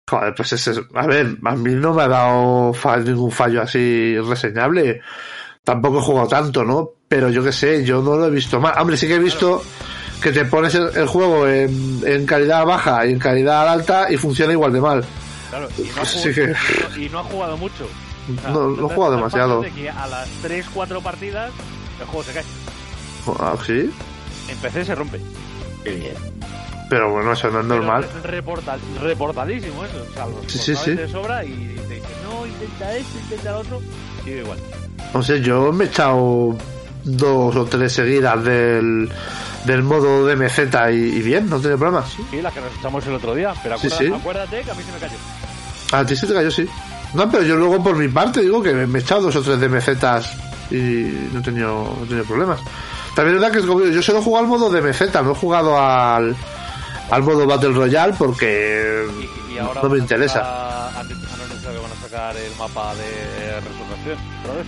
[SPEAKER 1] Joder, pues ese es... A ver, a mí no me ha dado fa- ningún fallo así reseñable. Tampoco he jugado tanto, ¿no? Pero yo qué sé, yo no lo he visto mal. Hombre, sí que he visto que te pones el, el juego en, en calidad baja y en calidad alta y funciona igual de mal.
[SPEAKER 2] Claro, y no ha
[SPEAKER 1] Sí
[SPEAKER 2] jugado, y no ha jugado mucho. O sea,
[SPEAKER 1] No, no he jugado
[SPEAKER 2] te das
[SPEAKER 1] demasiado.
[SPEAKER 2] cuenta De que a las 3, 4 partidas, el juego se cae.
[SPEAKER 1] Ah, sí.
[SPEAKER 2] Empecé se rompe.
[SPEAKER 3] Qué bien.
[SPEAKER 1] Pero bueno, eso no es normal.
[SPEAKER 2] Pero es reporta- reportadísimo eso. O sea, los
[SPEAKER 1] Sí, sí,
[SPEAKER 2] portadores
[SPEAKER 1] sí.
[SPEAKER 2] te sobra y te dicen, no, intenta esto, intenta lo otro. Y yo igual.
[SPEAKER 1] No sé, yo me he echado dos o tres seguidas del, del modo DMZ y, y bien, no tiene problemas.
[SPEAKER 2] Sí, las que nos echamos el otro día. Pero
[SPEAKER 1] Sí, sí.
[SPEAKER 2] acuérdate, acuérdate que a mí se me cayó.
[SPEAKER 1] A ti se te cayó, sí. No, pero yo luego por mi parte digo que me he echado dos o tres DMZs y no he tenido, no he tenido problemas. También es verdad que es como- yo solo he jugado al modo DMZ, no he jugado al, al modo Battle Royale porque
[SPEAKER 2] Y, y ahora
[SPEAKER 1] no me
[SPEAKER 2] van a
[SPEAKER 1] interesa.
[SPEAKER 2] sacar- Han dicho- han anunciado que van a sacar el mapa de resurrección. otra vez.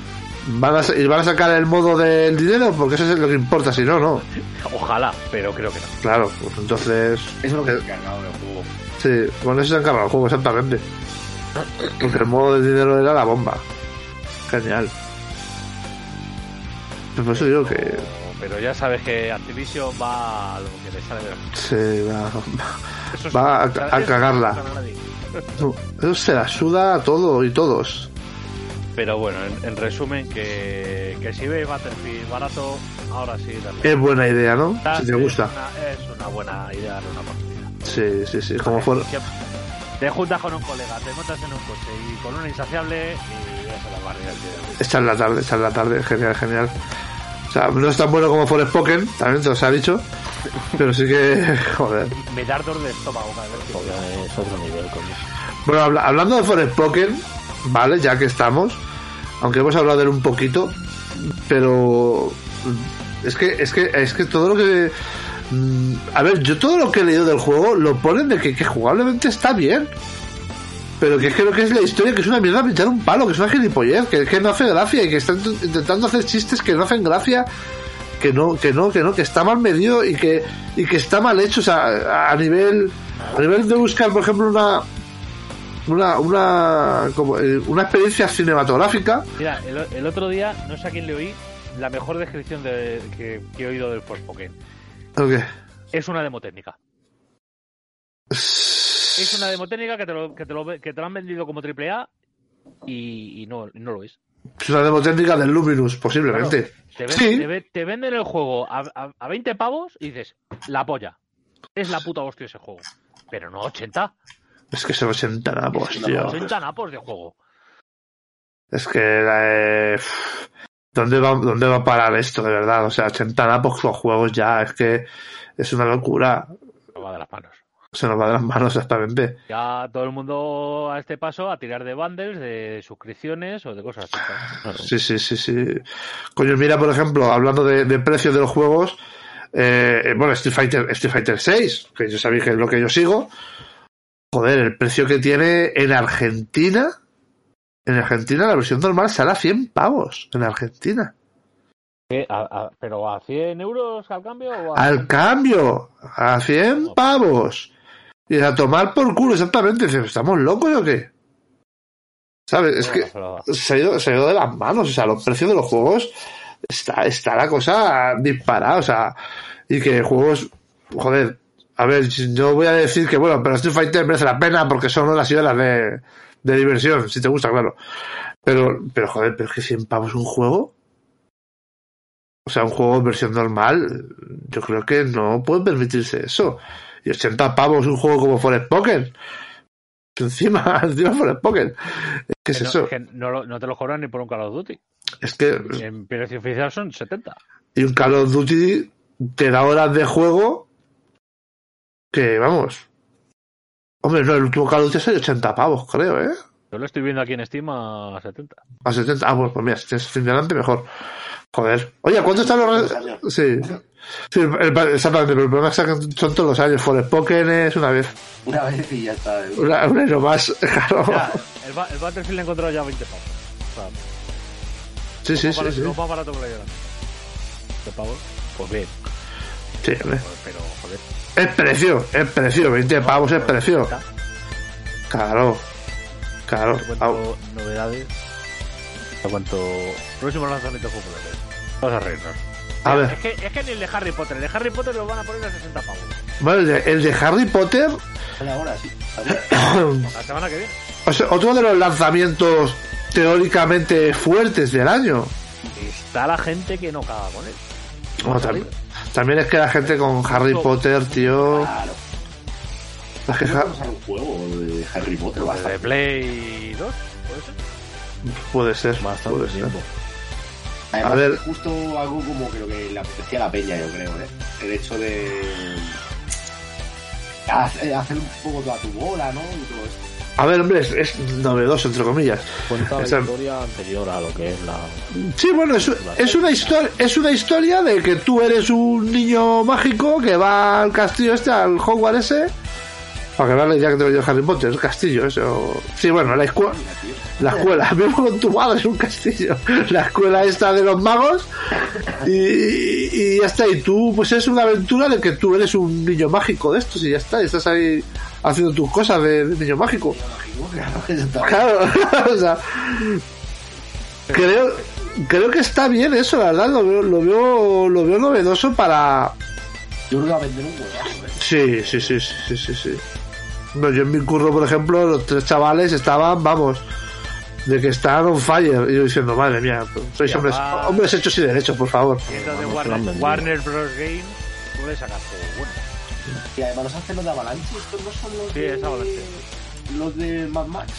[SPEAKER 1] ¿Van a, sa- y ¿Van a sacar el modo del dinero? Porque eso es lo que importa, si no, no.
[SPEAKER 2] Ojalá, pero creo que no.
[SPEAKER 1] Claro, pues entonces
[SPEAKER 3] Eso es lo que he encargado del juego.
[SPEAKER 1] Sí, con eso se han cargado el juego, exactamente. Porque el modo de dinero era la bomba. Genial. Pues por eso digo que
[SPEAKER 2] Pero ya sabes que Activision va a lo que le sale de la-
[SPEAKER 1] se va.
[SPEAKER 2] Eso es-
[SPEAKER 1] Va a-
[SPEAKER 2] o sea,
[SPEAKER 1] a
[SPEAKER 2] eso no
[SPEAKER 1] cagarla.
[SPEAKER 2] pasa a nadie.
[SPEAKER 1] no, Eso se la suda a todo y todos.
[SPEAKER 2] Pero bueno, en, en resumen, que, que si veis Battlefield barato, ahora sí, darle.
[SPEAKER 1] Es buena idea, ¿no?
[SPEAKER 2] Ah,
[SPEAKER 1] Si te gusta.
[SPEAKER 2] Es una, es una buena idea darle una partida.
[SPEAKER 1] Sí, sí, sí. Como fuera.
[SPEAKER 2] Siempre. Te juntas con un colega, te montas en un coche y con una insaciable y esa es la barrera del día.
[SPEAKER 1] Esta es la tarde, esta es la tarde. Genial, genial. O sea, no es tan bueno como Forest Poker, también se os ha dicho. Pero sí que. Joder.
[SPEAKER 2] Me da ardor de estómago cada vez que lo veo.
[SPEAKER 4] Joder, es otro nivel, coño.
[SPEAKER 1] Bueno, habla- hablando de Forest Poker, ¿vale? Ya que estamos, aunque hemos hablado de él un poquito, pero es que, es que, es que todo lo que. mm, A ver, yo todo lo que he leído del juego lo ponen de que, que jugablemente está bien. Pero que es que lo que es la historia, que es una mierda pintar un palo, que es una gilipollez, que, que no hace gracia y que están t- intentando hacer chistes que no hacen gracia, que no, que no, que no, que está mal medido y que, y que está mal hecho. O sea, a- a nivel, a nivel de buscar, por ejemplo, una, una, una, como, eh, una experiencia cinematográfica.
[SPEAKER 2] Mira, el, o- el otro día, no sé a quién le oí, la mejor descripción de, que, que he oído del Forspoken.
[SPEAKER 1] ¿o qué?
[SPEAKER 2] Es una demotécnica. Es una demotécnica que te lo, que te lo, ve- que te lo han vendido como triple A y, y no, no lo es.
[SPEAKER 1] Es una demo técnica del Luminous, posiblemente.
[SPEAKER 2] Te, ven-
[SPEAKER 1] Sí.
[SPEAKER 2] te ve- te venden el juego a, a- a 20 pavos y dices, la polla. Es la puta hostia ese juego. Pero no 80.
[SPEAKER 1] Es que se lo sentan a pues,
[SPEAKER 3] Es una
[SPEAKER 1] tío.
[SPEAKER 2] 80 napos de juego.
[SPEAKER 1] Es que. eh, pff, ¿Dónde va, ¿Dónde va a parar esto, de verdad? O sea, 80 napos los juegos ya, es que es una locura.
[SPEAKER 2] No va de las manos.
[SPEAKER 1] Se nos va de las manos exactamente.
[SPEAKER 2] Ya todo el mundo a este paso a tirar de bundles, de suscripciones o de cosas así.
[SPEAKER 4] Claro.
[SPEAKER 1] Sí, sí, sí, sí. Coño, mira, por ejemplo, hablando de, de precios de los juegos, eh, eh, bueno, Street Fighter, Street Fighter 6, que yo sabéis que es lo que yo sigo. Joder, el precio que tiene en Argentina, en Argentina la versión normal sale a 100 pavos, en Argentina.
[SPEAKER 2] ¿Qué? Eh, ¿A- a- ¿Pero a 100 euros al cambio? O a
[SPEAKER 1] Al cambio, a 100 pavos. Y a tomar por culo, exactamente. Dices, ¿estamos locos o qué? ¿Sabes? Es que se ha ido, se ha ido de las manos. O sea, los precios de los juegos está, está la cosa disparada. O sea, y que juegos, joder, a ver, yo voy a decir que bueno, pero Street Fighter merece la pena porque son unas y horas de, de diversión, si te gusta, claro. Pero, pero joder, pero es que 100 pavos un juego. O sea, un juego en versión normal, yo creo que no puede permitirse eso. Y 80 pavos un juego como Forest Poker. Encima, encima Forest Poker. ¿Qué es
[SPEAKER 2] Que no,
[SPEAKER 1] eso? Pues
[SPEAKER 2] que no, lo- no te lo cobran ni por un Call of Duty.
[SPEAKER 1] Es que.
[SPEAKER 2] En precio oficial son 70.
[SPEAKER 1] Y un Call of Duty te da horas de juego que, vamos. Hombre, no, el último Call of Duty es 80 pavos, creo, ¿eh?
[SPEAKER 2] Yo lo estoy viendo aquí en Steam a 70.
[SPEAKER 1] A 70. Ah, pues, pues mira, si es sin delante, mejor. Joder. Oye, ¿cuánto están los.? re- Sí. Sí, el- exactamente, pero el problema es que son todos los años. Forest Pokémon es una vez.
[SPEAKER 3] Una vez y ya está. eh.
[SPEAKER 1] Una, un año más, claro.
[SPEAKER 2] Ya, el, ba- el Battlefield le he encontrado ya 20 pavos. O sea,
[SPEAKER 1] Sí, sí,
[SPEAKER 2] lo más
[SPEAKER 1] sí. Sí,
[SPEAKER 2] barato- Lo más barato que lo llevan. ¿De pavos? Pues bien,
[SPEAKER 1] Sí, hombre.
[SPEAKER 2] pero joder.
[SPEAKER 1] es precio, es precio. 20 pavos es precio. Claro. Claro.
[SPEAKER 2] Te cuento
[SPEAKER 1] Au.
[SPEAKER 2] novedades. Te cuento próximos lanzamientos populares. Vamos a reírnos.
[SPEAKER 1] A
[SPEAKER 2] Es
[SPEAKER 1] ver.
[SPEAKER 2] que, es que ni el de Harry Potter. El de Harry Potter lo van a poner a 60 pavos.
[SPEAKER 1] Bueno, el de, el de Harry Potter.
[SPEAKER 3] Sale ahora, sí.
[SPEAKER 2] Pues La semana que viene.
[SPEAKER 1] o sea, otro de los lanzamientos teóricamente fuertes del año.
[SPEAKER 2] Está la gente que no caga con él.
[SPEAKER 1] Bueno, tam- también, es que la gente con Harry Potter, tío.
[SPEAKER 3] Claro.
[SPEAKER 1] Es que
[SPEAKER 3] Yo
[SPEAKER 1] Ja-
[SPEAKER 3] quiero usar un juego de Harry Potter
[SPEAKER 2] El de
[SPEAKER 3] bastante.
[SPEAKER 2] Play 2. ¿puede ser?
[SPEAKER 1] puede ser.
[SPEAKER 4] Bastante
[SPEAKER 1] Puede ser.
[SPEAKER 4] tiempo.
[SPEAKER 1] A
[SPEAKER 3] Además,
[SPEAKER 1] ver.
[SPEAKER 3] justo algo como que lo que le apetecía a la peña, yo creo, ¿eh? El hecho de. Hacer hacer un poco toda tu bola, ¿no? Y todo esto.
[SPEAKER 1] A ver, hombre, es, es novedoso, entre comillas.
[SPEAKER 4] Cuenta la
[SPEAKER 1] Esa-
[SPEAKER 4] historia anterior a lo que es la.
[SPEAKER 1] Sí, bueno, es, es una historia, es una historia de que tú eres un niño mágico que va al castillo este, al Hogwarts ese. Para que veas la idea que tengo yo de Harry Potter, el castillo ese. o- Sí, bueno, la, escuela
[SPEAKER 3] Mira, tío.
[SPEAKER 1] la escuela, mismo con tu madre es un castillo. La escuela esta de los magos. Y, y ya está, y tú, pues es una aventura de que tú eres un niño mágico de estos y ya está, y estás ahí haciendo tus cosas de- de niño mágico.
[SPEAKER 3] Exactamente.
[SPEAKER 1] Claro, o sea, creo, creo que está bien eso, la verdad, lo veo, lo veo, lo veo novedoso para...
[SPEAKER 3] Yo creo que va a vender un huevazo,
[SPEAKER 1] Sí,
[SPEAKER 3] ¿eh?
[SPEAKER 1] sí, sí, sí, sí, sí, sí. No, yo en mi curro, por ejemplo, los tres chavales estaban, vamos, de que estaban on fire. Y yo diciendo, madre mía, pues, sois
[SPEAKER 2] Ya
[SPEAKER 1] hombres,
[SPEAKER 2] va.
[SPEAKER 1] hombres hechos y derechos, por favor.
[SPEAKER 2] Y estas de
[SPEAKER 4] Vamos,
[SPEAKER 2] Warner,
[SPEAKER 4] vamos.
[SPEAKER 2] Warner Bros. Game puede sacar juego. Bueno,
[SPEAKER 3] Y además los hacen los de Avalanche, estos no son los
[SPEAKER 2] Sí,
[SPEAKER 3] de.
[SPEAKER 2] es Avalanche.
[SPEAKER 3] Los de Mad Max.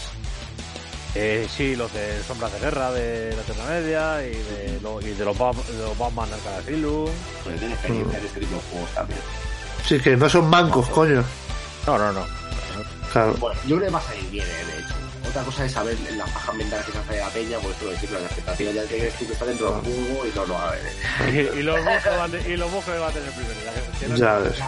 [SPEAKER 2] eh, sí, los de Sombras de Guerra, de la Tierra Media y de, lo- y de los, Bam- de los Batman Arkham Asylum.
[SPEAKER 3] Pues tienen experiencia en este tipo de juegos también.
[SPEAKER 1] Sí, que no son mancos, coño.
[SPEAKER 2] No, no, no.
[SPEAKER 1] Claro.
[SPEAKER 3] Bueno, yo creo que va a salir bien, eh, de hecho. Otra cosa es saber las pajas mentales que se hace de la peña, pues esto lo decimos, las expectativas ya tienes tú que está dentro del juego y no lo va a ver.
[SPEAKER 2] Y, y los moscos van a- y los moscos van a tener primero. la- que no-
[SPEAKER 1] Ya ves.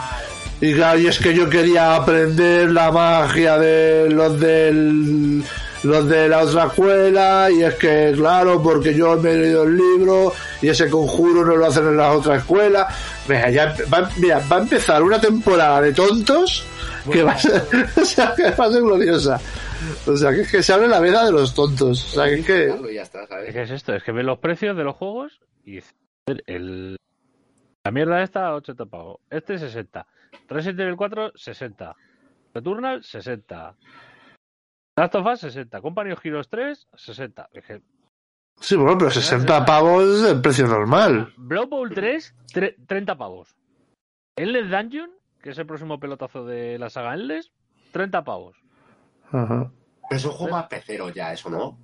[SPEAKER 1] Y claro, y es que yo quería aprender la magia de los del los de la otra escuela y es que claro porque yo me he leído el libro y ese conjuro no lo hacen en las otras escuelas mira, ya va, mira, va a empezar una temporada de tontos que va a ser, o sea, que va a ser gloriosa o sea que es que se abre la veda de los tontos o sea que es que
[SPEAKER 3] Claro, y ya está,
[SPEAKER 2] Es
[SPEAKER 3] ¿sabes?
[SPEAKER 2] que es esto, es que ven los precios de los juegos y dices, "Joder, el... la mierda esta 80 pavos, este 60, Resident Evil 4 60, Returnal 60, Last of Us 60, Company of Heroes 3 60, es que
[SPEAKER 1] sí bueno pero 60 pavos es el precio normal
[SPEAKER 2] Blood Bowl 3 tre- 30 pavos, Endless Dungeon, que es el próximo pelotazo de la saga Endless, 30 pavos.
[SPEAKER 1] Ajá.
[SPEAKER 3] Pero son juegos más peceros ya, eso, ¿no?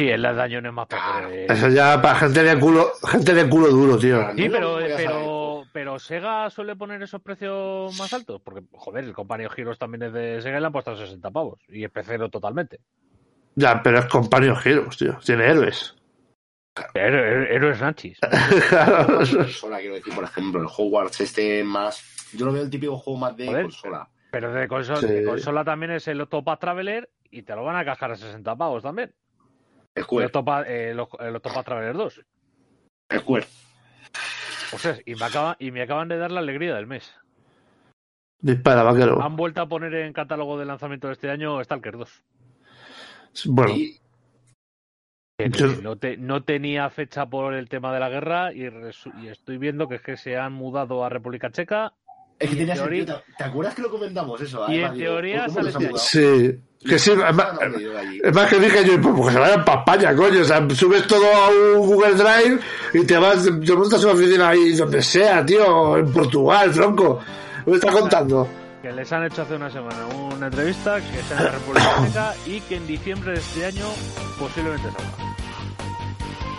[SPEAKER 2] Sí, Endless Dungeon es más
[SPEAKER 3] Claro.
[SPEAKER 2] pobre.
[SPEAKER 1] eso ya para gente de culo gente de culo duro tío
[SPEAKER 2] Sí,
[SPEAKER 3] No
[SPEAKER 2] pero,
[SPEAKER 3] lo voy a
[SPEAKER 2] pero, pero Sega suele poner esos precios más altos. Porque, joder, el compañero Heroes también es de Sega y le han puesto 60 pavos. Y es pecero totalmente.
[SPEAKER 1] Ya, pero es compañero Heroes, tío. Tiene héroes.
[SPEAKER 2] Pero héroes Nachis.
[SPEAKER 1] Claro.
[SPEAKER 3] Más de consola, quiero decir, por ejemplo, el Hogwarts este más... Yo lo veo el típico juego más de
[SPEAKER 2] Joder.
[SPEAKER 3] consola.
[SPEAKER 2] Pero de consola,
[SPEAKER 1] Sí.
[SPEAKER 2] de consola también es el Octopath Traveler y te lo van a cajar a 60 pavos también. El
[SPEAKER 3] Square,
[SPEAKER 2] Octopath, eh, el Oc- el Octopath Traveler 2.
[SPEAKER 3] Square.
[SPEAKER 2] O sea, y me, acaba, y me acaban de dar la alegría del mes.
[SPEAKER 1] Dispara, vaquero.
[SPEAKER 2] Han vuelto a poner en catálogo de lanzamiento de este año Stalker 2.
[SPEAKER 1] Bueno,
[SPEAKER 3] Y
[SPEAKER 2] Que
[SPEAKER 1] Yo-
[SPEAKER 2] No, te- no tenía fecha por el tema de la guerra y, resu- y estoy viendo que, es que se han mudado a República Checa
[SPEAKER 3] es que
[SPEAKER 2] y en
[SPEAKER 3] tenía
[SPEAKER 2] teoría-
[SPEAKER 3] sentido. ¿Te acuerdas que lo comentamos eso?
[SPEAKER 2] Y en
[SPEAKER 3] Además, digo,
[SPEAKER 2] teoría
[SPEAKER 3] ¿cómo nos
[SPEAKER 2] sale-
[SPEAKER 3] han mudado?
[SPEAKER 1] sí. Que sí, es más,
[SPEAKER 3] No, no, no, no, allí.
[SPEAKER 2] Eh,
[SPEAKER 1] es más que dije yo, pues que se vayan pa' España, coño. O sea, subes todo a un Google Drive y te vas, te montas una oficina ahí donde sea, tío, en Portugal, tronco. ¿Me está contando?
[SPEAKER 2] que les han hecho hace una semana una entrevista que está en la República Checa y que en diciembre de este año posiblemente salga.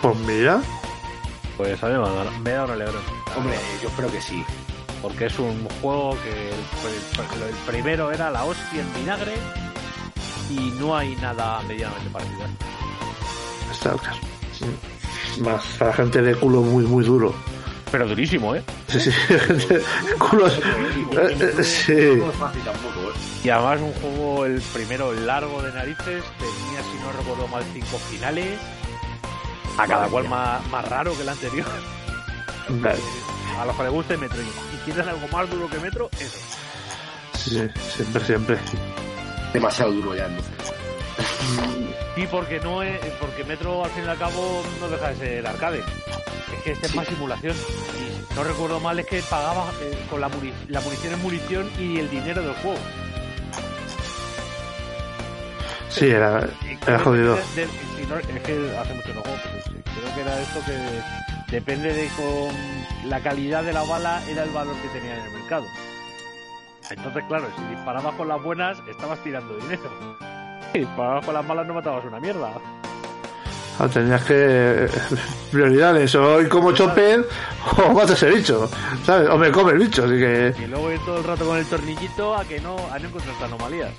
[SPEAKER 1] Pues mira,
[SPEAKER 2] Pues a mí me ha dado- me da un alegrón.
[SPEAKER 3] Hombre, yo espero que sí.
[SPEAKER 2] Porque es un juego que el, el- el primero era la hostia en vinagre y no hay nada medianamente parecido.
[SPEAKER 1] Está el caso. Más para gente de culo muy, muy duro.
[SPEAKER 2] Pero durísimo, ¿eh?
[SPEAKER 1] Sí, sí, gente de culos. eh, eh, Sí.
[SPEAKER 3] No es fácil tampoco, ¿eh?
[SPEAKER 2] Y además un juego, el primero largo de narices, tenía, si no recuerdo mal, cinco finales, a cada
[SPEAKER 4] Madre
[SPEAKER 2] cual
[SPEAKER 4] mía.
[SPEAKER 2] más, más raro que el anterior.
[SPEAKER 1] Vale,
[SPEAKER 2] A los que les guste Metro. Y quieres algo más duro que Metro, eso.
[SPEAKER 1] sí, sí, siempre, siempre.
[SPEAKER 3] Demasiado duro ya, entonces.
[SPEAKER 2] Y porque no es, porque Metro al fin y al cabo no deja de ser arcade. Es que este es más simulación. Y si no recuerdo mal es que pagaba eh, con la, muni- la munición en munición y el dinero del juego.
[SPEAKER 1] Sí, era,
[SPEAKER 2] Y
[SPEAKER 1] era jodido.
[SPEAKER 2] de- de- si no- es que hace mucho que no juego, pero sí, creo que era esto que depende de con la calidad de la bala era el valor que tenía en el mercado. Entonces, claro, si disparabas con las buenas, estabas tirando dinero. Si disparabas con las malas, no matabas una mierda.
[SPEAKER 1] Ah, tenías que. Prioridades, o hoy como Chopper o mato ese bicho, ¿sabes? O me come el bicho, así que.
[SPEAKER 2] Y luego ir todo el rato con el tornillito a que no, a no encontrar anomalías.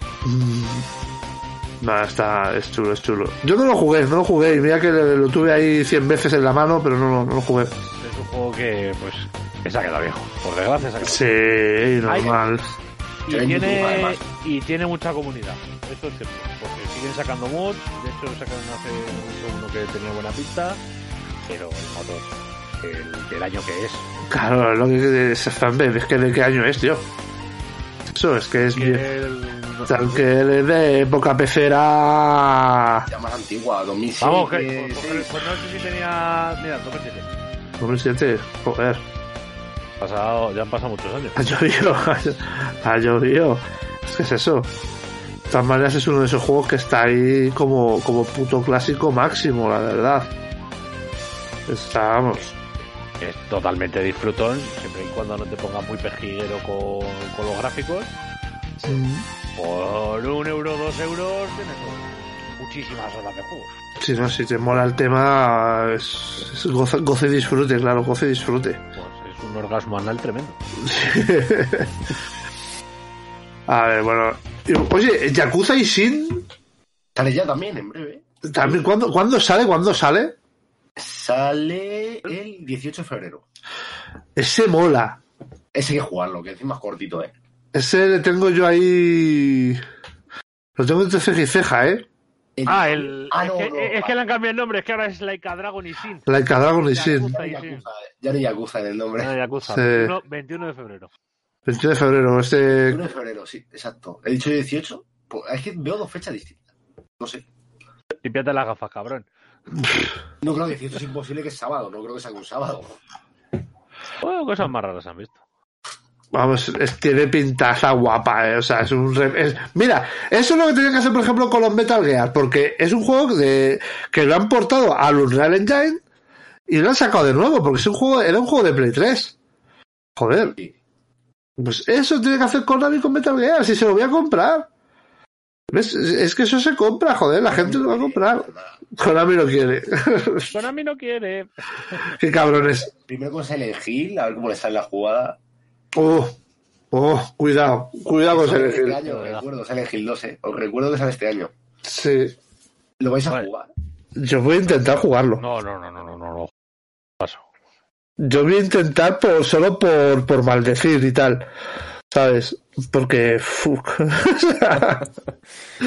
[SPEAKER 1] Nada, mm, está. Es chulo, es chulo. Yo no lo jugué, no lo jugué, y mira que lo lo tuve ahí 100 veces en la mano, pero no, lo- no lo jugué.
[SPEAKER 2] Es un juego que, pues, que se ha quedado viejo. Por desgracia, se ha quedado
[SPEAKER 1] Sí,
[SPEAKER 2] Ay.
[SPEAKER 1] normal.
[SPEAKER 2] viejo.
[SPEAKER 3] en
[SPEAKER 2] y
[SPEAKER 3] YouTube,
[SPEAKER 2] tiene,
[SPEAKER 3] además.
[SPEAKER 2] y tiene mucha comunidad. Eso es cierto. Porque siguen sacando mods. De hecho, sacaron hace mucho uno que tenía buena pinta. Pero el motor, el del año que es.
[SPEAKER 1] Claro, lo que es fanbase, es que de qué año es, tío. Eso es que es
[SPEAKER 2] Que
[SPEAKER 1] bien.
[SPEAKER 2] el-
[SPEAKER 1] Tal que él es de época pecera.
[SPEAKER 3] Ya más antigua, 2006.
[SPEAKER 2] Vamos, que,
[SPEAKER 3] eh,
[SPEAKER 2] pues,
[SPEAKER 3] seis.
[SPEAKER 2] pues, pues no sé si tenía. Mira, 2007.
[SPEAKER 1] 2007, joder.
[SPEAKER 2] Pasado, ya han pasado muchos años.
[SPEAKER 1] Ha llovido, ha llovido. Es que es eso. De todas maneras es uno de esos juegos que está ahí como, como puto clásico máximo, la verdad. Está, vamos.
[SPEAKER 2] es totalmente disfrutón, siempre y cuando no te pongas muy pejiguero con, con los gráficos. Por un euro, dos euros, tienes muchísimas horas de juego.
[SPEAKER 1] Si no, si te mola el tema, es, es goce, goce y disfrute, claro, goce y disfrute.
[SPEAKER 2] Pues es un orgasmo anal tremendo.
[SPEAKER 1] A ver, bueno. y- Oye, Yakuza y Shin,
[SPEAKER 3] Sale ya también, en breve.
[SPEAKER 1] también, ¿cuándo, ¿cuándo sale? ¿Cuándo sale?
[SPEAKER 3] Sale el 18 de febrero.
[SPEAKER 1] Ese mola.
[SPEAKER 3] Ese hay que jugarlo, que encima es cortito, ¿eh?
[SPEAKER 1] Ese le tengo yo ahí. Lo tengo entre ceja y ceja, ¿eh.
[SPEAKER 2] Ah, el,
[SPEAKER 3] Ah,
[SPEAKER 2] es,
[SPEAKER 3] no,
[SPEAKER 2] que,
[SPEAKER 3] no,
[SPEAKER 2] es
[SPEAKER 3] vale.
[SPEAKER 2] que le han cambiado el nombre, es que ahora es Laika Dragon y Sin.
[SPEAKER 1] Like a Dragon y Sin.
[SPEAKER 3] Ya no hay Yakuza, eh. ya no hay Yakuza en el nombre.
[SPEAKER 2] No, Yakuza.
[SPEAKER 1] Sí.
[SPEAKER 2] 21, 21 de febrero.
[SPEAKER 1] 21 de febrero, este.
[SPEAKER 3] 1 de febrero, sí, exacto. ¿He dicho 18? Pues es que veo dos fechas distintas. No sé.
[SPEAKER 2] Limpiate las gafas, cabrón.
[SPEAKER 3] No creo que 18 es imposible que es sábado, no creo que sea un sábado.
[SPEAKER 2] Bueno, cosas más raras han visto.
[SPEAKER 1] Vamos, es- tiene pintaza guapa, eh, O sea, es un. re- es- mira, eso es lo que tenía que hacer, por ejemplo, con los Metal Gear, porque es un juego de, que lo han portado al Unreal Engine y lo han sacado de nuevo, porque es un juego, era un juego de Play 3. Joder,
[SPEAKER 3] Sí.
[SPEAKER 1] pues eso tiene que hacer Konami con Metal Gear, si se lo voy a comprar. ¿Ves? Es, es que eso se compra, joder, la gente lo va a comprar. Konami lo quiere.
[SPEAKER 2] Konami no quiere.
[SPEAKER 1] Qué cabrones.
[SPEAKER 3] Primero con Silent Hill, a ver cómo le sale la jugada.
[SPEAKER 1] Oh, oh, cuidado, cuidado con
[SPEAKER 3] Sale
[SPEAKER 1] Silent
[SPEAKER 3] este
[SPEAKER 1] Hill.
[SPEAKER 3] año, os recuerdo, Silent Hill 2, ¿eh? Os recuerdo que sale este año.
[SPEAKER 1] Sí.
[SPEAKER 3] ¿Lo vais a
[SPEAKER 2] Vale.
[SPEAKER 3] jugar?
[SPEAKER 1] Yo voy a intentar jugarlo.
[SPEAKER 2] No, no, no, no, no, no. no. Paso.
[SPEAKER 1] Yo voy a intentar por, solo por, por maldecir y tal. ¿Sabes? Porque. fuck.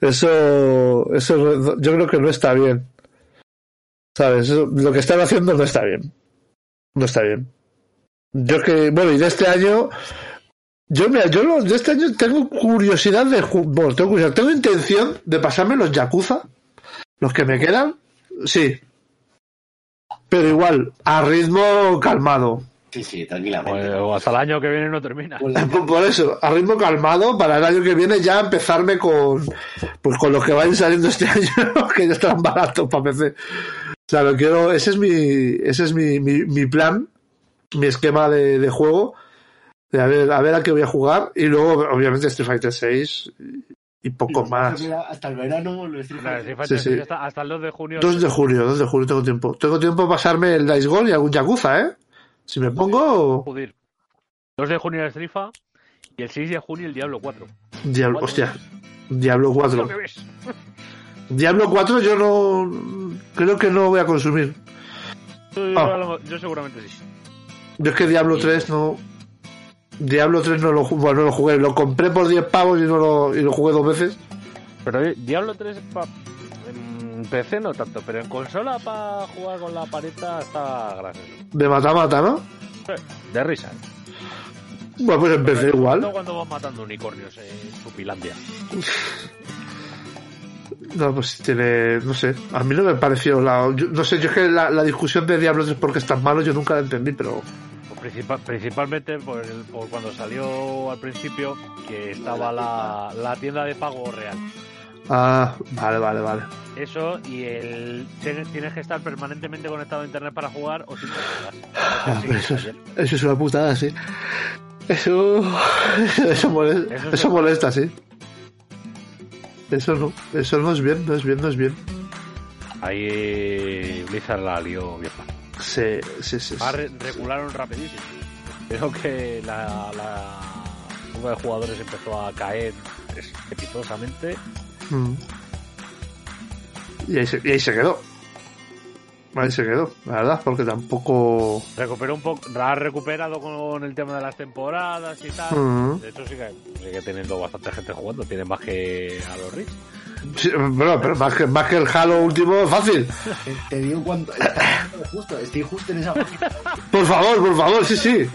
[SPEAKER 1] eso. Eso no- yo creo que no está bien. ¿Sabes? Eso- lo que están haciendo no está bien. No está bien. Yo que. Bueno, y de este año. Yo, mira, yo lo- de este año tengo curiosidad de. ju- Bueno, tengo curiosidad. Tengo intención de pasarme los Yakuza. Los que me quedan. Sí, pero igual, a ritmo calmado.
[SPEAKER 3] Sí, sí, tranquilamente.
[SPEAKER 2] Bueno, hasta el año que viene no termina.
[SPEAKER 3] Con la-
[SPEAKER 1] Por por eso, a ritmo calmado, para el año que viene ya empezarme con pues con los que vayan saliendo este año, que ya están baratos para PC. O sea, lo quiero, ese es mi, ese es mi, mi, mi plan, mi esquema de, de juego, de a ver, a ver a qué voy a jugar, y luego, obviamente, Street Fighter 6 y poco más.
[SPEAKER 3] Mira, Hasta el verano lo estoy
[SPEAKER 2] Claro, sí,
[SPEAKER 1] Sí, sí.
[SPEAKER 2] Hasta, hasta el 2 de junio.
[SPEAKER 1] 2 de julio, 2 de julio tengo tiempo. Tengo tiempo para pasarme el Dice Gold y algún Yakuza, ¿eh? Si me pongo...
[SPEAKER 2] Joder. 2 de junio la estrifa y el 6 de junio el Diablo 4.
[SPEAKER 1] Diablo, hostia. Diablo
[SPEAKER 2] Es lo
[SPEAKER 1] 4.
[SPEAKER 2] que ves.
[SPEAKER 1] Diablo 4 yo no... Creo que no voy a consumir.
[SPEAKER 2] Yo, yo
[SPEAKER 1] Ah.
[SPEAKER 2] a lo- yo seguramente sí.
[SPEAKER 1] Yo es que Diablo 3 no... Diablo 3 no lo, ju- bueno, no lo jugué. Lo compré por 10 pavos y, no lo, y lo jugué dos veces.
[SPEAKER 2] Pero eh, Diablo 3 pa- en PC no tanto, pero en consola para jugar con la paleta está gracioso.
[SPEAKER 1] De mata-mata, ¿no?
[SPEAKER 2] De risa.
[SPEAKER 1] Bueno, pues empecé
[SPEAKER 2] No
[SPEAKER 1] igual.
[SPEAKER 2] cuando vas matando unicornios en Supilandia.
[SPEAKER 1] No, pues tiene... No sé. A mí no me pareció la... yo- no sé, yo es que la, la discusión de Diablo 3 porque es tan malo yo nunca la entendí, pero...
[SPEAKER 2] Pues principal- principalmente por, el- por cuando salió al principio que estaba la, la tienda de pago real.
[SPEAKER 1] Ah, vale, vale, vale.
[SPEAKER 2] Eso y el tienes, tienes que estar permanentemente conectado a internet para jugar o si no juegas.
[SPEAKER 1] pero
[SPEAKER 2] Entonces, sí,
[SPEAKER 1] eso es-
[SPEAKER 2] ayer.
[SPEAKER 1] Eso es una putada, sí. Eso. Eso molesta,
[SPEAKER 2] Eso
[SPEAKER 1] eso,
[SPEAKER 2] es-
[SPEAKER 1] molesta sí. Eso no, eso no es bien, no es bien, no es bien.
[SPEAKER 2] Ahí Blizzard la lió bien. mal.
[SPEAKER 1] Sí, sí, sí. sí.
[SPEAKER 2] Ah, re- recularon rapidísimo. Creo que la, la curva de jugadores empezó a caer estrepitosamente.
[SPEAKER 1] Mm. Y, ahí se, y ahí se quedó. Ahí se quedó, la verdad, porque tampoco.
[SPEAKER 2] Recuperó un poco, la ha recuperado con el tema de las temporadas y tal.
[SPEAKER 1] Mm.
[SPEAKER 2] De hecho, sigue, sigue teniendo bastante gente jugando, tiene más que a los Rich.
[SPEAKER 1] Sí, bueno, pero más que, más que el Halo último es fácil.
[SPEAKER 3] Te, te digo cuánto. estoy Justo, estoy justo en esa página.
[SPEAKER 1] Por favor, por favor, sí, sí.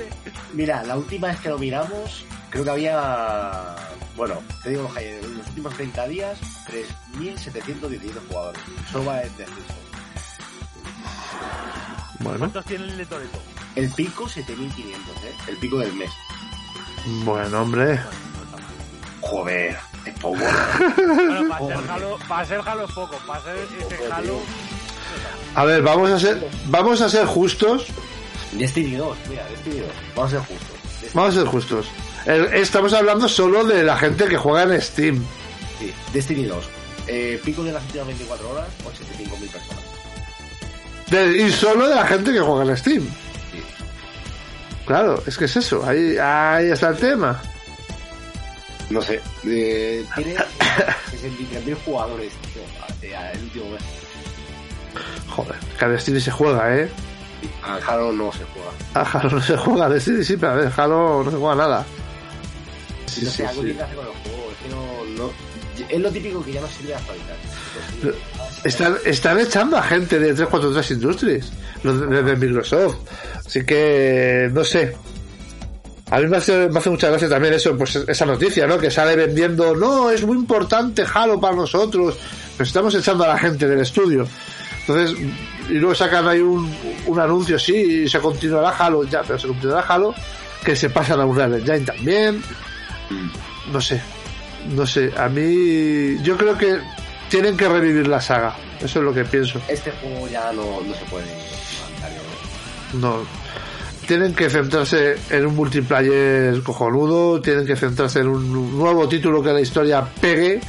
[SPEAKER 3] Mira, la última vez que lo miramos, creo que había. Bueno, te digo, Jaime, en los últimos 30 días, 3.717 jugadores. Solo va en descenso.
[SPEAKER 1] Bueno,
[SPEAKER 2] ¿Cuántos tiene el de Toreto?
[SPEAKER 3] El pico, 7.500, ¿eh? El pico del mes.
[SPEAKER 1] bueno, hombre.
[SPEAKER 3] Joder, es poco.
[SPEAKER 2] Bueno, para ser Halo, para ser Halo es poco, para ser ese Halo.
[SPEAKER 1] A ver, vamos a ser, vamos a ser justos.
[SPEAKER 3] Destiny 2, mira, Destiny 2. Vamos a ser justos. Destiny,
[SPEAKER 1] Vamos a ser justos. El- Estamos hablando solo de la gente que juega en Steam.
[SPEAKER 3] sí, Destiny 2. Eh, pico de las últimas 24 horas, 85.000 personas.
[SPEAKER 1] De- y solo de la gente que juega en Steam.
[SPEAKER 3] Sí.
[SPEAKER 1] Claro, es que es eso. Ahí, ahí está el tema.
[SPEAKER 3] No sé. Eh, tiene 63.000 jugadores, tío, hace- el último mes.
[SPEAKER 1] Joder, que a Destiny se juega, ¿eh?
[SPEAKER 3] A Halo no se juega.
[SPEAKER 1] A Halo no se juega, a Destiny sí, pero a ver, Halo no se juega nada. Sí,
[SPEAKER 3] no sé,
[SPEAKER 1] sí,
[SPEAKER 3] algo
[SPEAKER 1] sí.
[SPEAKER 3] tiene que hacer con los juegos. Es que no, no- Es lo típico que ya no sirve actualizar.
[SPEAKER 1] Pero- Están, están echando a gente de 343 Industries, los de, de Microsoft. Así que, no sé. A mí me hace, me hace mucha gracia también eso, pues esa noticia, ¿no? Que sale vendiendo, no, es muy importante Halo para nosotros, nos estamos echando a la gente del estudio. Entonces, y luego sacan ahí un, un anuncio, sí, y se continuará Halo, ya, pero se continuará Halo, que se pasan a Unreal Engine también. No sé, no sé, a mí yo creo que tienen que revivir la saga, eso es lo que pienso.
[SPEAKER 3] Este juego ya no, no se puede levantar, yo creo.
[SPEAKER 1] No. Tienen que centrarse en un multiplayer cojonudo, tienen que centrarse en un nuevo título que la historia pegue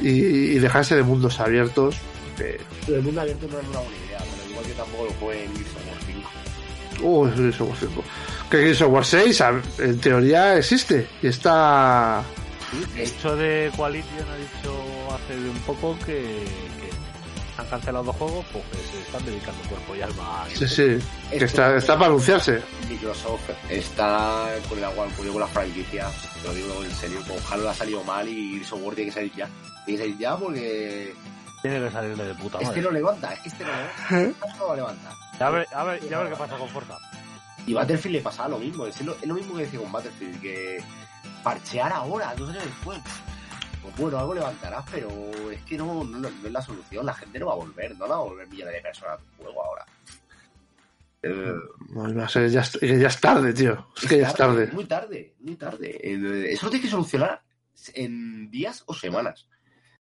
[SPEAKER 1] y, y dejarse de mundos abiertos. que-
[SPEAKER 3] Pero el mundo abierto no es una buena idea, pero igual que tampoco lo juegue en Gears of War 5.
[SPEAKER 1] Uh, Gears of War 5. Que Gears of War 6 a- en teoría existe y está...
[SPEAKER 2] De hecho, de Coalition ha dicho hace un poco que, que han cancelado dos juegos porque se están dedicando cuerpo y alma a
[SPEAKER 1] Sí, sí, que está, está para anunciarse.
[SPEAKER 3] Microsoft está con la cual con la franquicia, te lo digo en serio, con Halo ha salido mal y Gears of War tiene que salir ya. Tiene que salir ya porque
[SPEAKER 2] Tiene que salirle de puta
[SPEAKER 3] este
[SPEAKER 2] madre.
[SPEAKER 3] no levanta, es que este no levanta, este no lo levanta.
[SPEAKER 2] Ya ver, a ver, ya ver qué pasa con Forza.
[SPEAKER 3] Y Battlefield le pasaba lo mismo, es lo, es lo mismo que decía con Battlefield, que parchear ahora, dos años después. Pues bueno, algo levantarás, pero es que no, no, no es la solución, la gente no va a volver, no la va a volver millones de personas al juego ahora. Eh,
[SPEAKER 1] No, no sé, ya, es- ya es tarde, tío. Es que ya es tarde.
[SPEAKER 3] Muy tarde, muy tarde. Eh, Eso lo tienes que solucionar en días o semanas.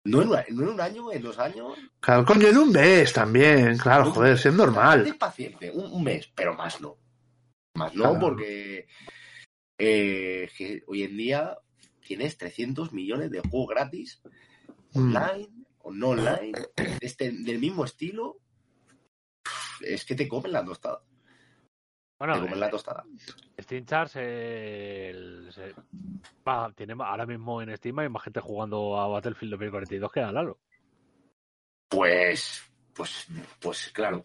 [SPEAKER 3] No en, una- no en un año, en dos años.
[SPEAKER 1] Claro, coño, en un mes también, claro, joder, si es normal.
[SPEAKER 3] Ten paciente, un, un mes, pero más no. Más no,
[SPEAKER 1] Claro.
[SPEAKER 3] porque eh, que hoy en día tienes 300 millones de juegos gratis,
[SPEAKER 1] Mm.
[SPEAKER 3] online o no online, de este- del mismo estilo. Es que te comen la tostada. te comen
[SPEAKER 2] Bueno,
[SPEAKER 3] la tostada.
[SPEAKER 2] Steam Charts eh, el- se- va, tiene, ma- ahora mismo en Steam hay más gente jugando a Battlefield 2042 que a Lalo.
[SPEAKER 3] Pues, pues, pues claro.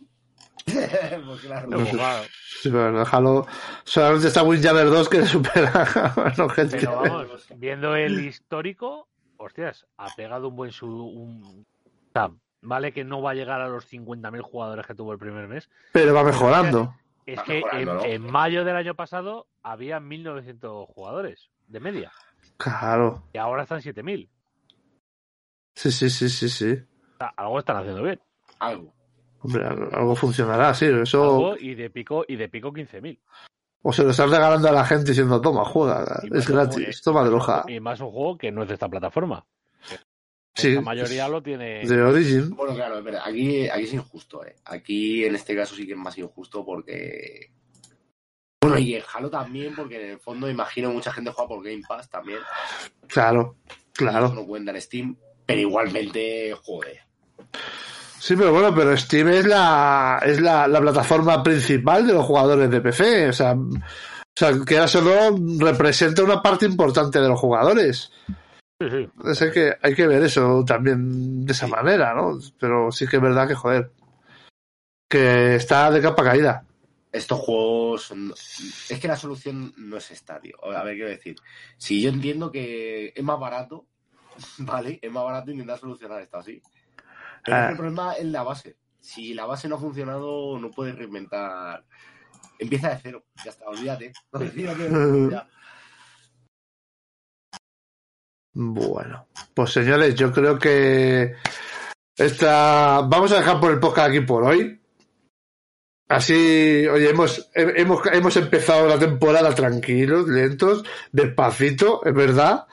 [SPEAKER 3] pues claro.
[SPEAKER 1] No sé.
[SPEAKER 2] claro.
[SPEAKER 1] Sí, pero en el Halo solamente está Windjammer 2 que le supera a los gente.
[SPEAKER 2] Pero vamos, viendo el histórico, hostias, ha pegado un buen su un o sea, Vale que no va a llegar a los 50.000 jugadores que tuvo el primer mes.
[SPEAKER 1] Pero va mejorando.
[SPEAKER 2] Es
[SPEAKER 3] Va
[SPEAKER 2] que en,
[SPEAKER 3] mejorando, ¿no?
[SPEAKER 2] en mayo del año pasado había 1.900 jugadores de media
[SPEAKER 1] Claro.
[SPEAKER 2] y ahora están 7.000.
[SPEAKER 1] Sí, sí, sí, sí, sí.
[SPEAKER 2] O sea, algo están haciendo bien.
[SPEAKER 3] Algo.
[SPEAKER 1] Hombre, al- algo funcionará, sí.
[SPEAKER 3] Oh.
[SPEAKER 1] Eso.
[SPEAKER 2] Algo y de pico y de pico 15.000.
[SPEAKER 1] O se lo están regalando a la gente diciendo, toma, juega.
[SPEAKER 2] Y más
[SPEAKER 1] Es
[SPEAKER 2] un-
[SPEAKER 1] gratis. Toma de hoja.
[SPEAKER 2] Y más un juego que no es de esta plataforma.
[SPEAKER 1] Sí.
[SPEAKER 2] La mayoría lo tiene.
[SPEAKER 1] De Origin.
[SPEAKER 3] Bueno, claro, es verdad. Aquí, aquí es injusto, ¿eh? Aquí en este caso sí que es más injusto porque. Bueno, y en Halo también, porque en el fondo imagino mucha gente juega por Game Pass también.
[SPEAKER 1] Claro. Claro.
[SPEAKER 3] Eso no cuenta en Steam, pero igualmente, joder.
[SPEAKER 1] Sí, pero bueno, pero Steam es la es la, la plataforma principal de los jugadores de PC. O sea, o sea que ahora solo representa una parte importante de los jugadores.
[SPEAKER 2] Sí, sí.
[SPEAKER 1] Así que hay que ver eso también de esa manera, ¿no? Pero sí que es verdad que, joder, que está de capa caída.
[SPEAKER 3] Estos juegos. no- Es que la solución no es esta, tío. A ver, quiero decir. Si yo entiendo que es más barato, ¿vale? Es más barato intentar solucionar esto así. Pero es que
[SPEAKER 1] Ah.
[SPEAKER 3] el problema es la base. Si la base no ha funcionado, no puedes reinventar. Empieza de cero. Ya está, olvídate. Olvídate, ya.
[SPEAKER 1] Bueno, pues señores, yo creo que esta vamos a dejar por el podcast aquí por hoy. Así, oye, hemos, he- hemos, hemos empezado la temporada tranquilos, lentos, despacito, es verdad,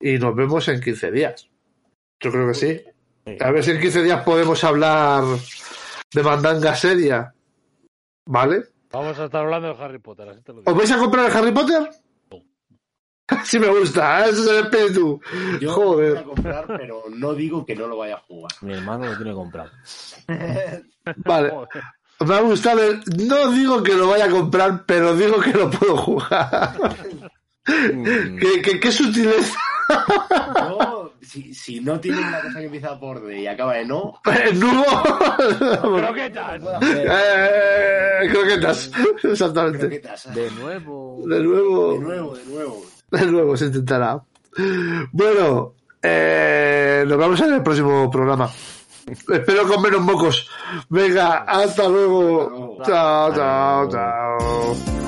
[SPEAKER 1] y nos vemos en 15 días. Yo creo que sí. A ver si en 15 días podemos hablar de mandanga seria. ¿Vale?
[SPEAKER 2] Vamos a estar hablando de Harry Potter, así
[SPEAKER 3] Oh,
[SPEAKER 2] te lo
[SPEAKER 1] ¿Os
[SPEAKER 2] digo.
[SPEAKER 1] vais a comprar el Harry Potter? Sí me gusta, ¿eh? ese es el espíritu.
[SPEAKER 3] Yo
[SPEAKER 1] Joder.
[SPEAKER 3] voy a comprar, pero no digo que no lo vaya a jugar.
[SPEAKER 4] Mi hermano lo tiene comprado.
[SPEAKER 1] Vale.
[SPEAKER 2] Joder.
[SPEAKER 1] Me ha gustado el... No digo que lo vaya a comprar, pero digo que lo puedo jugar.
[SPEAKER 4] Mm,
[SPEAKER 1] ¿Qué, qué, qué sutileza?
[SPEAKER 3] Yo, si, si no tiene una cosa que empieza por D y acaba de no,
[SPEAKER 1] eh, ¡No!
[SPEAKER 2] Croquetas.
[SPEAKER 3] puedo hacer.
[SPEAKER 1] eh, croquetas. Exactamente.
[SPEAKER 3] Croquetas.
[SPEAKER 4] de nuevo.
[SPEAKER 1] De
[SPEAKER 3] De
[SPEAKER 1] nuevo,
[SPEAKER 3] nuevo, de nuevo.
[SPEAKER 1] de nuevo se intentará. Bueno, eh, nos vamos en el próximo programa. Espero con menos mocos. Venga, hasta luego.
[SPEAKER 3] luego.
[SPEAKER 1] Chao, chao, chao.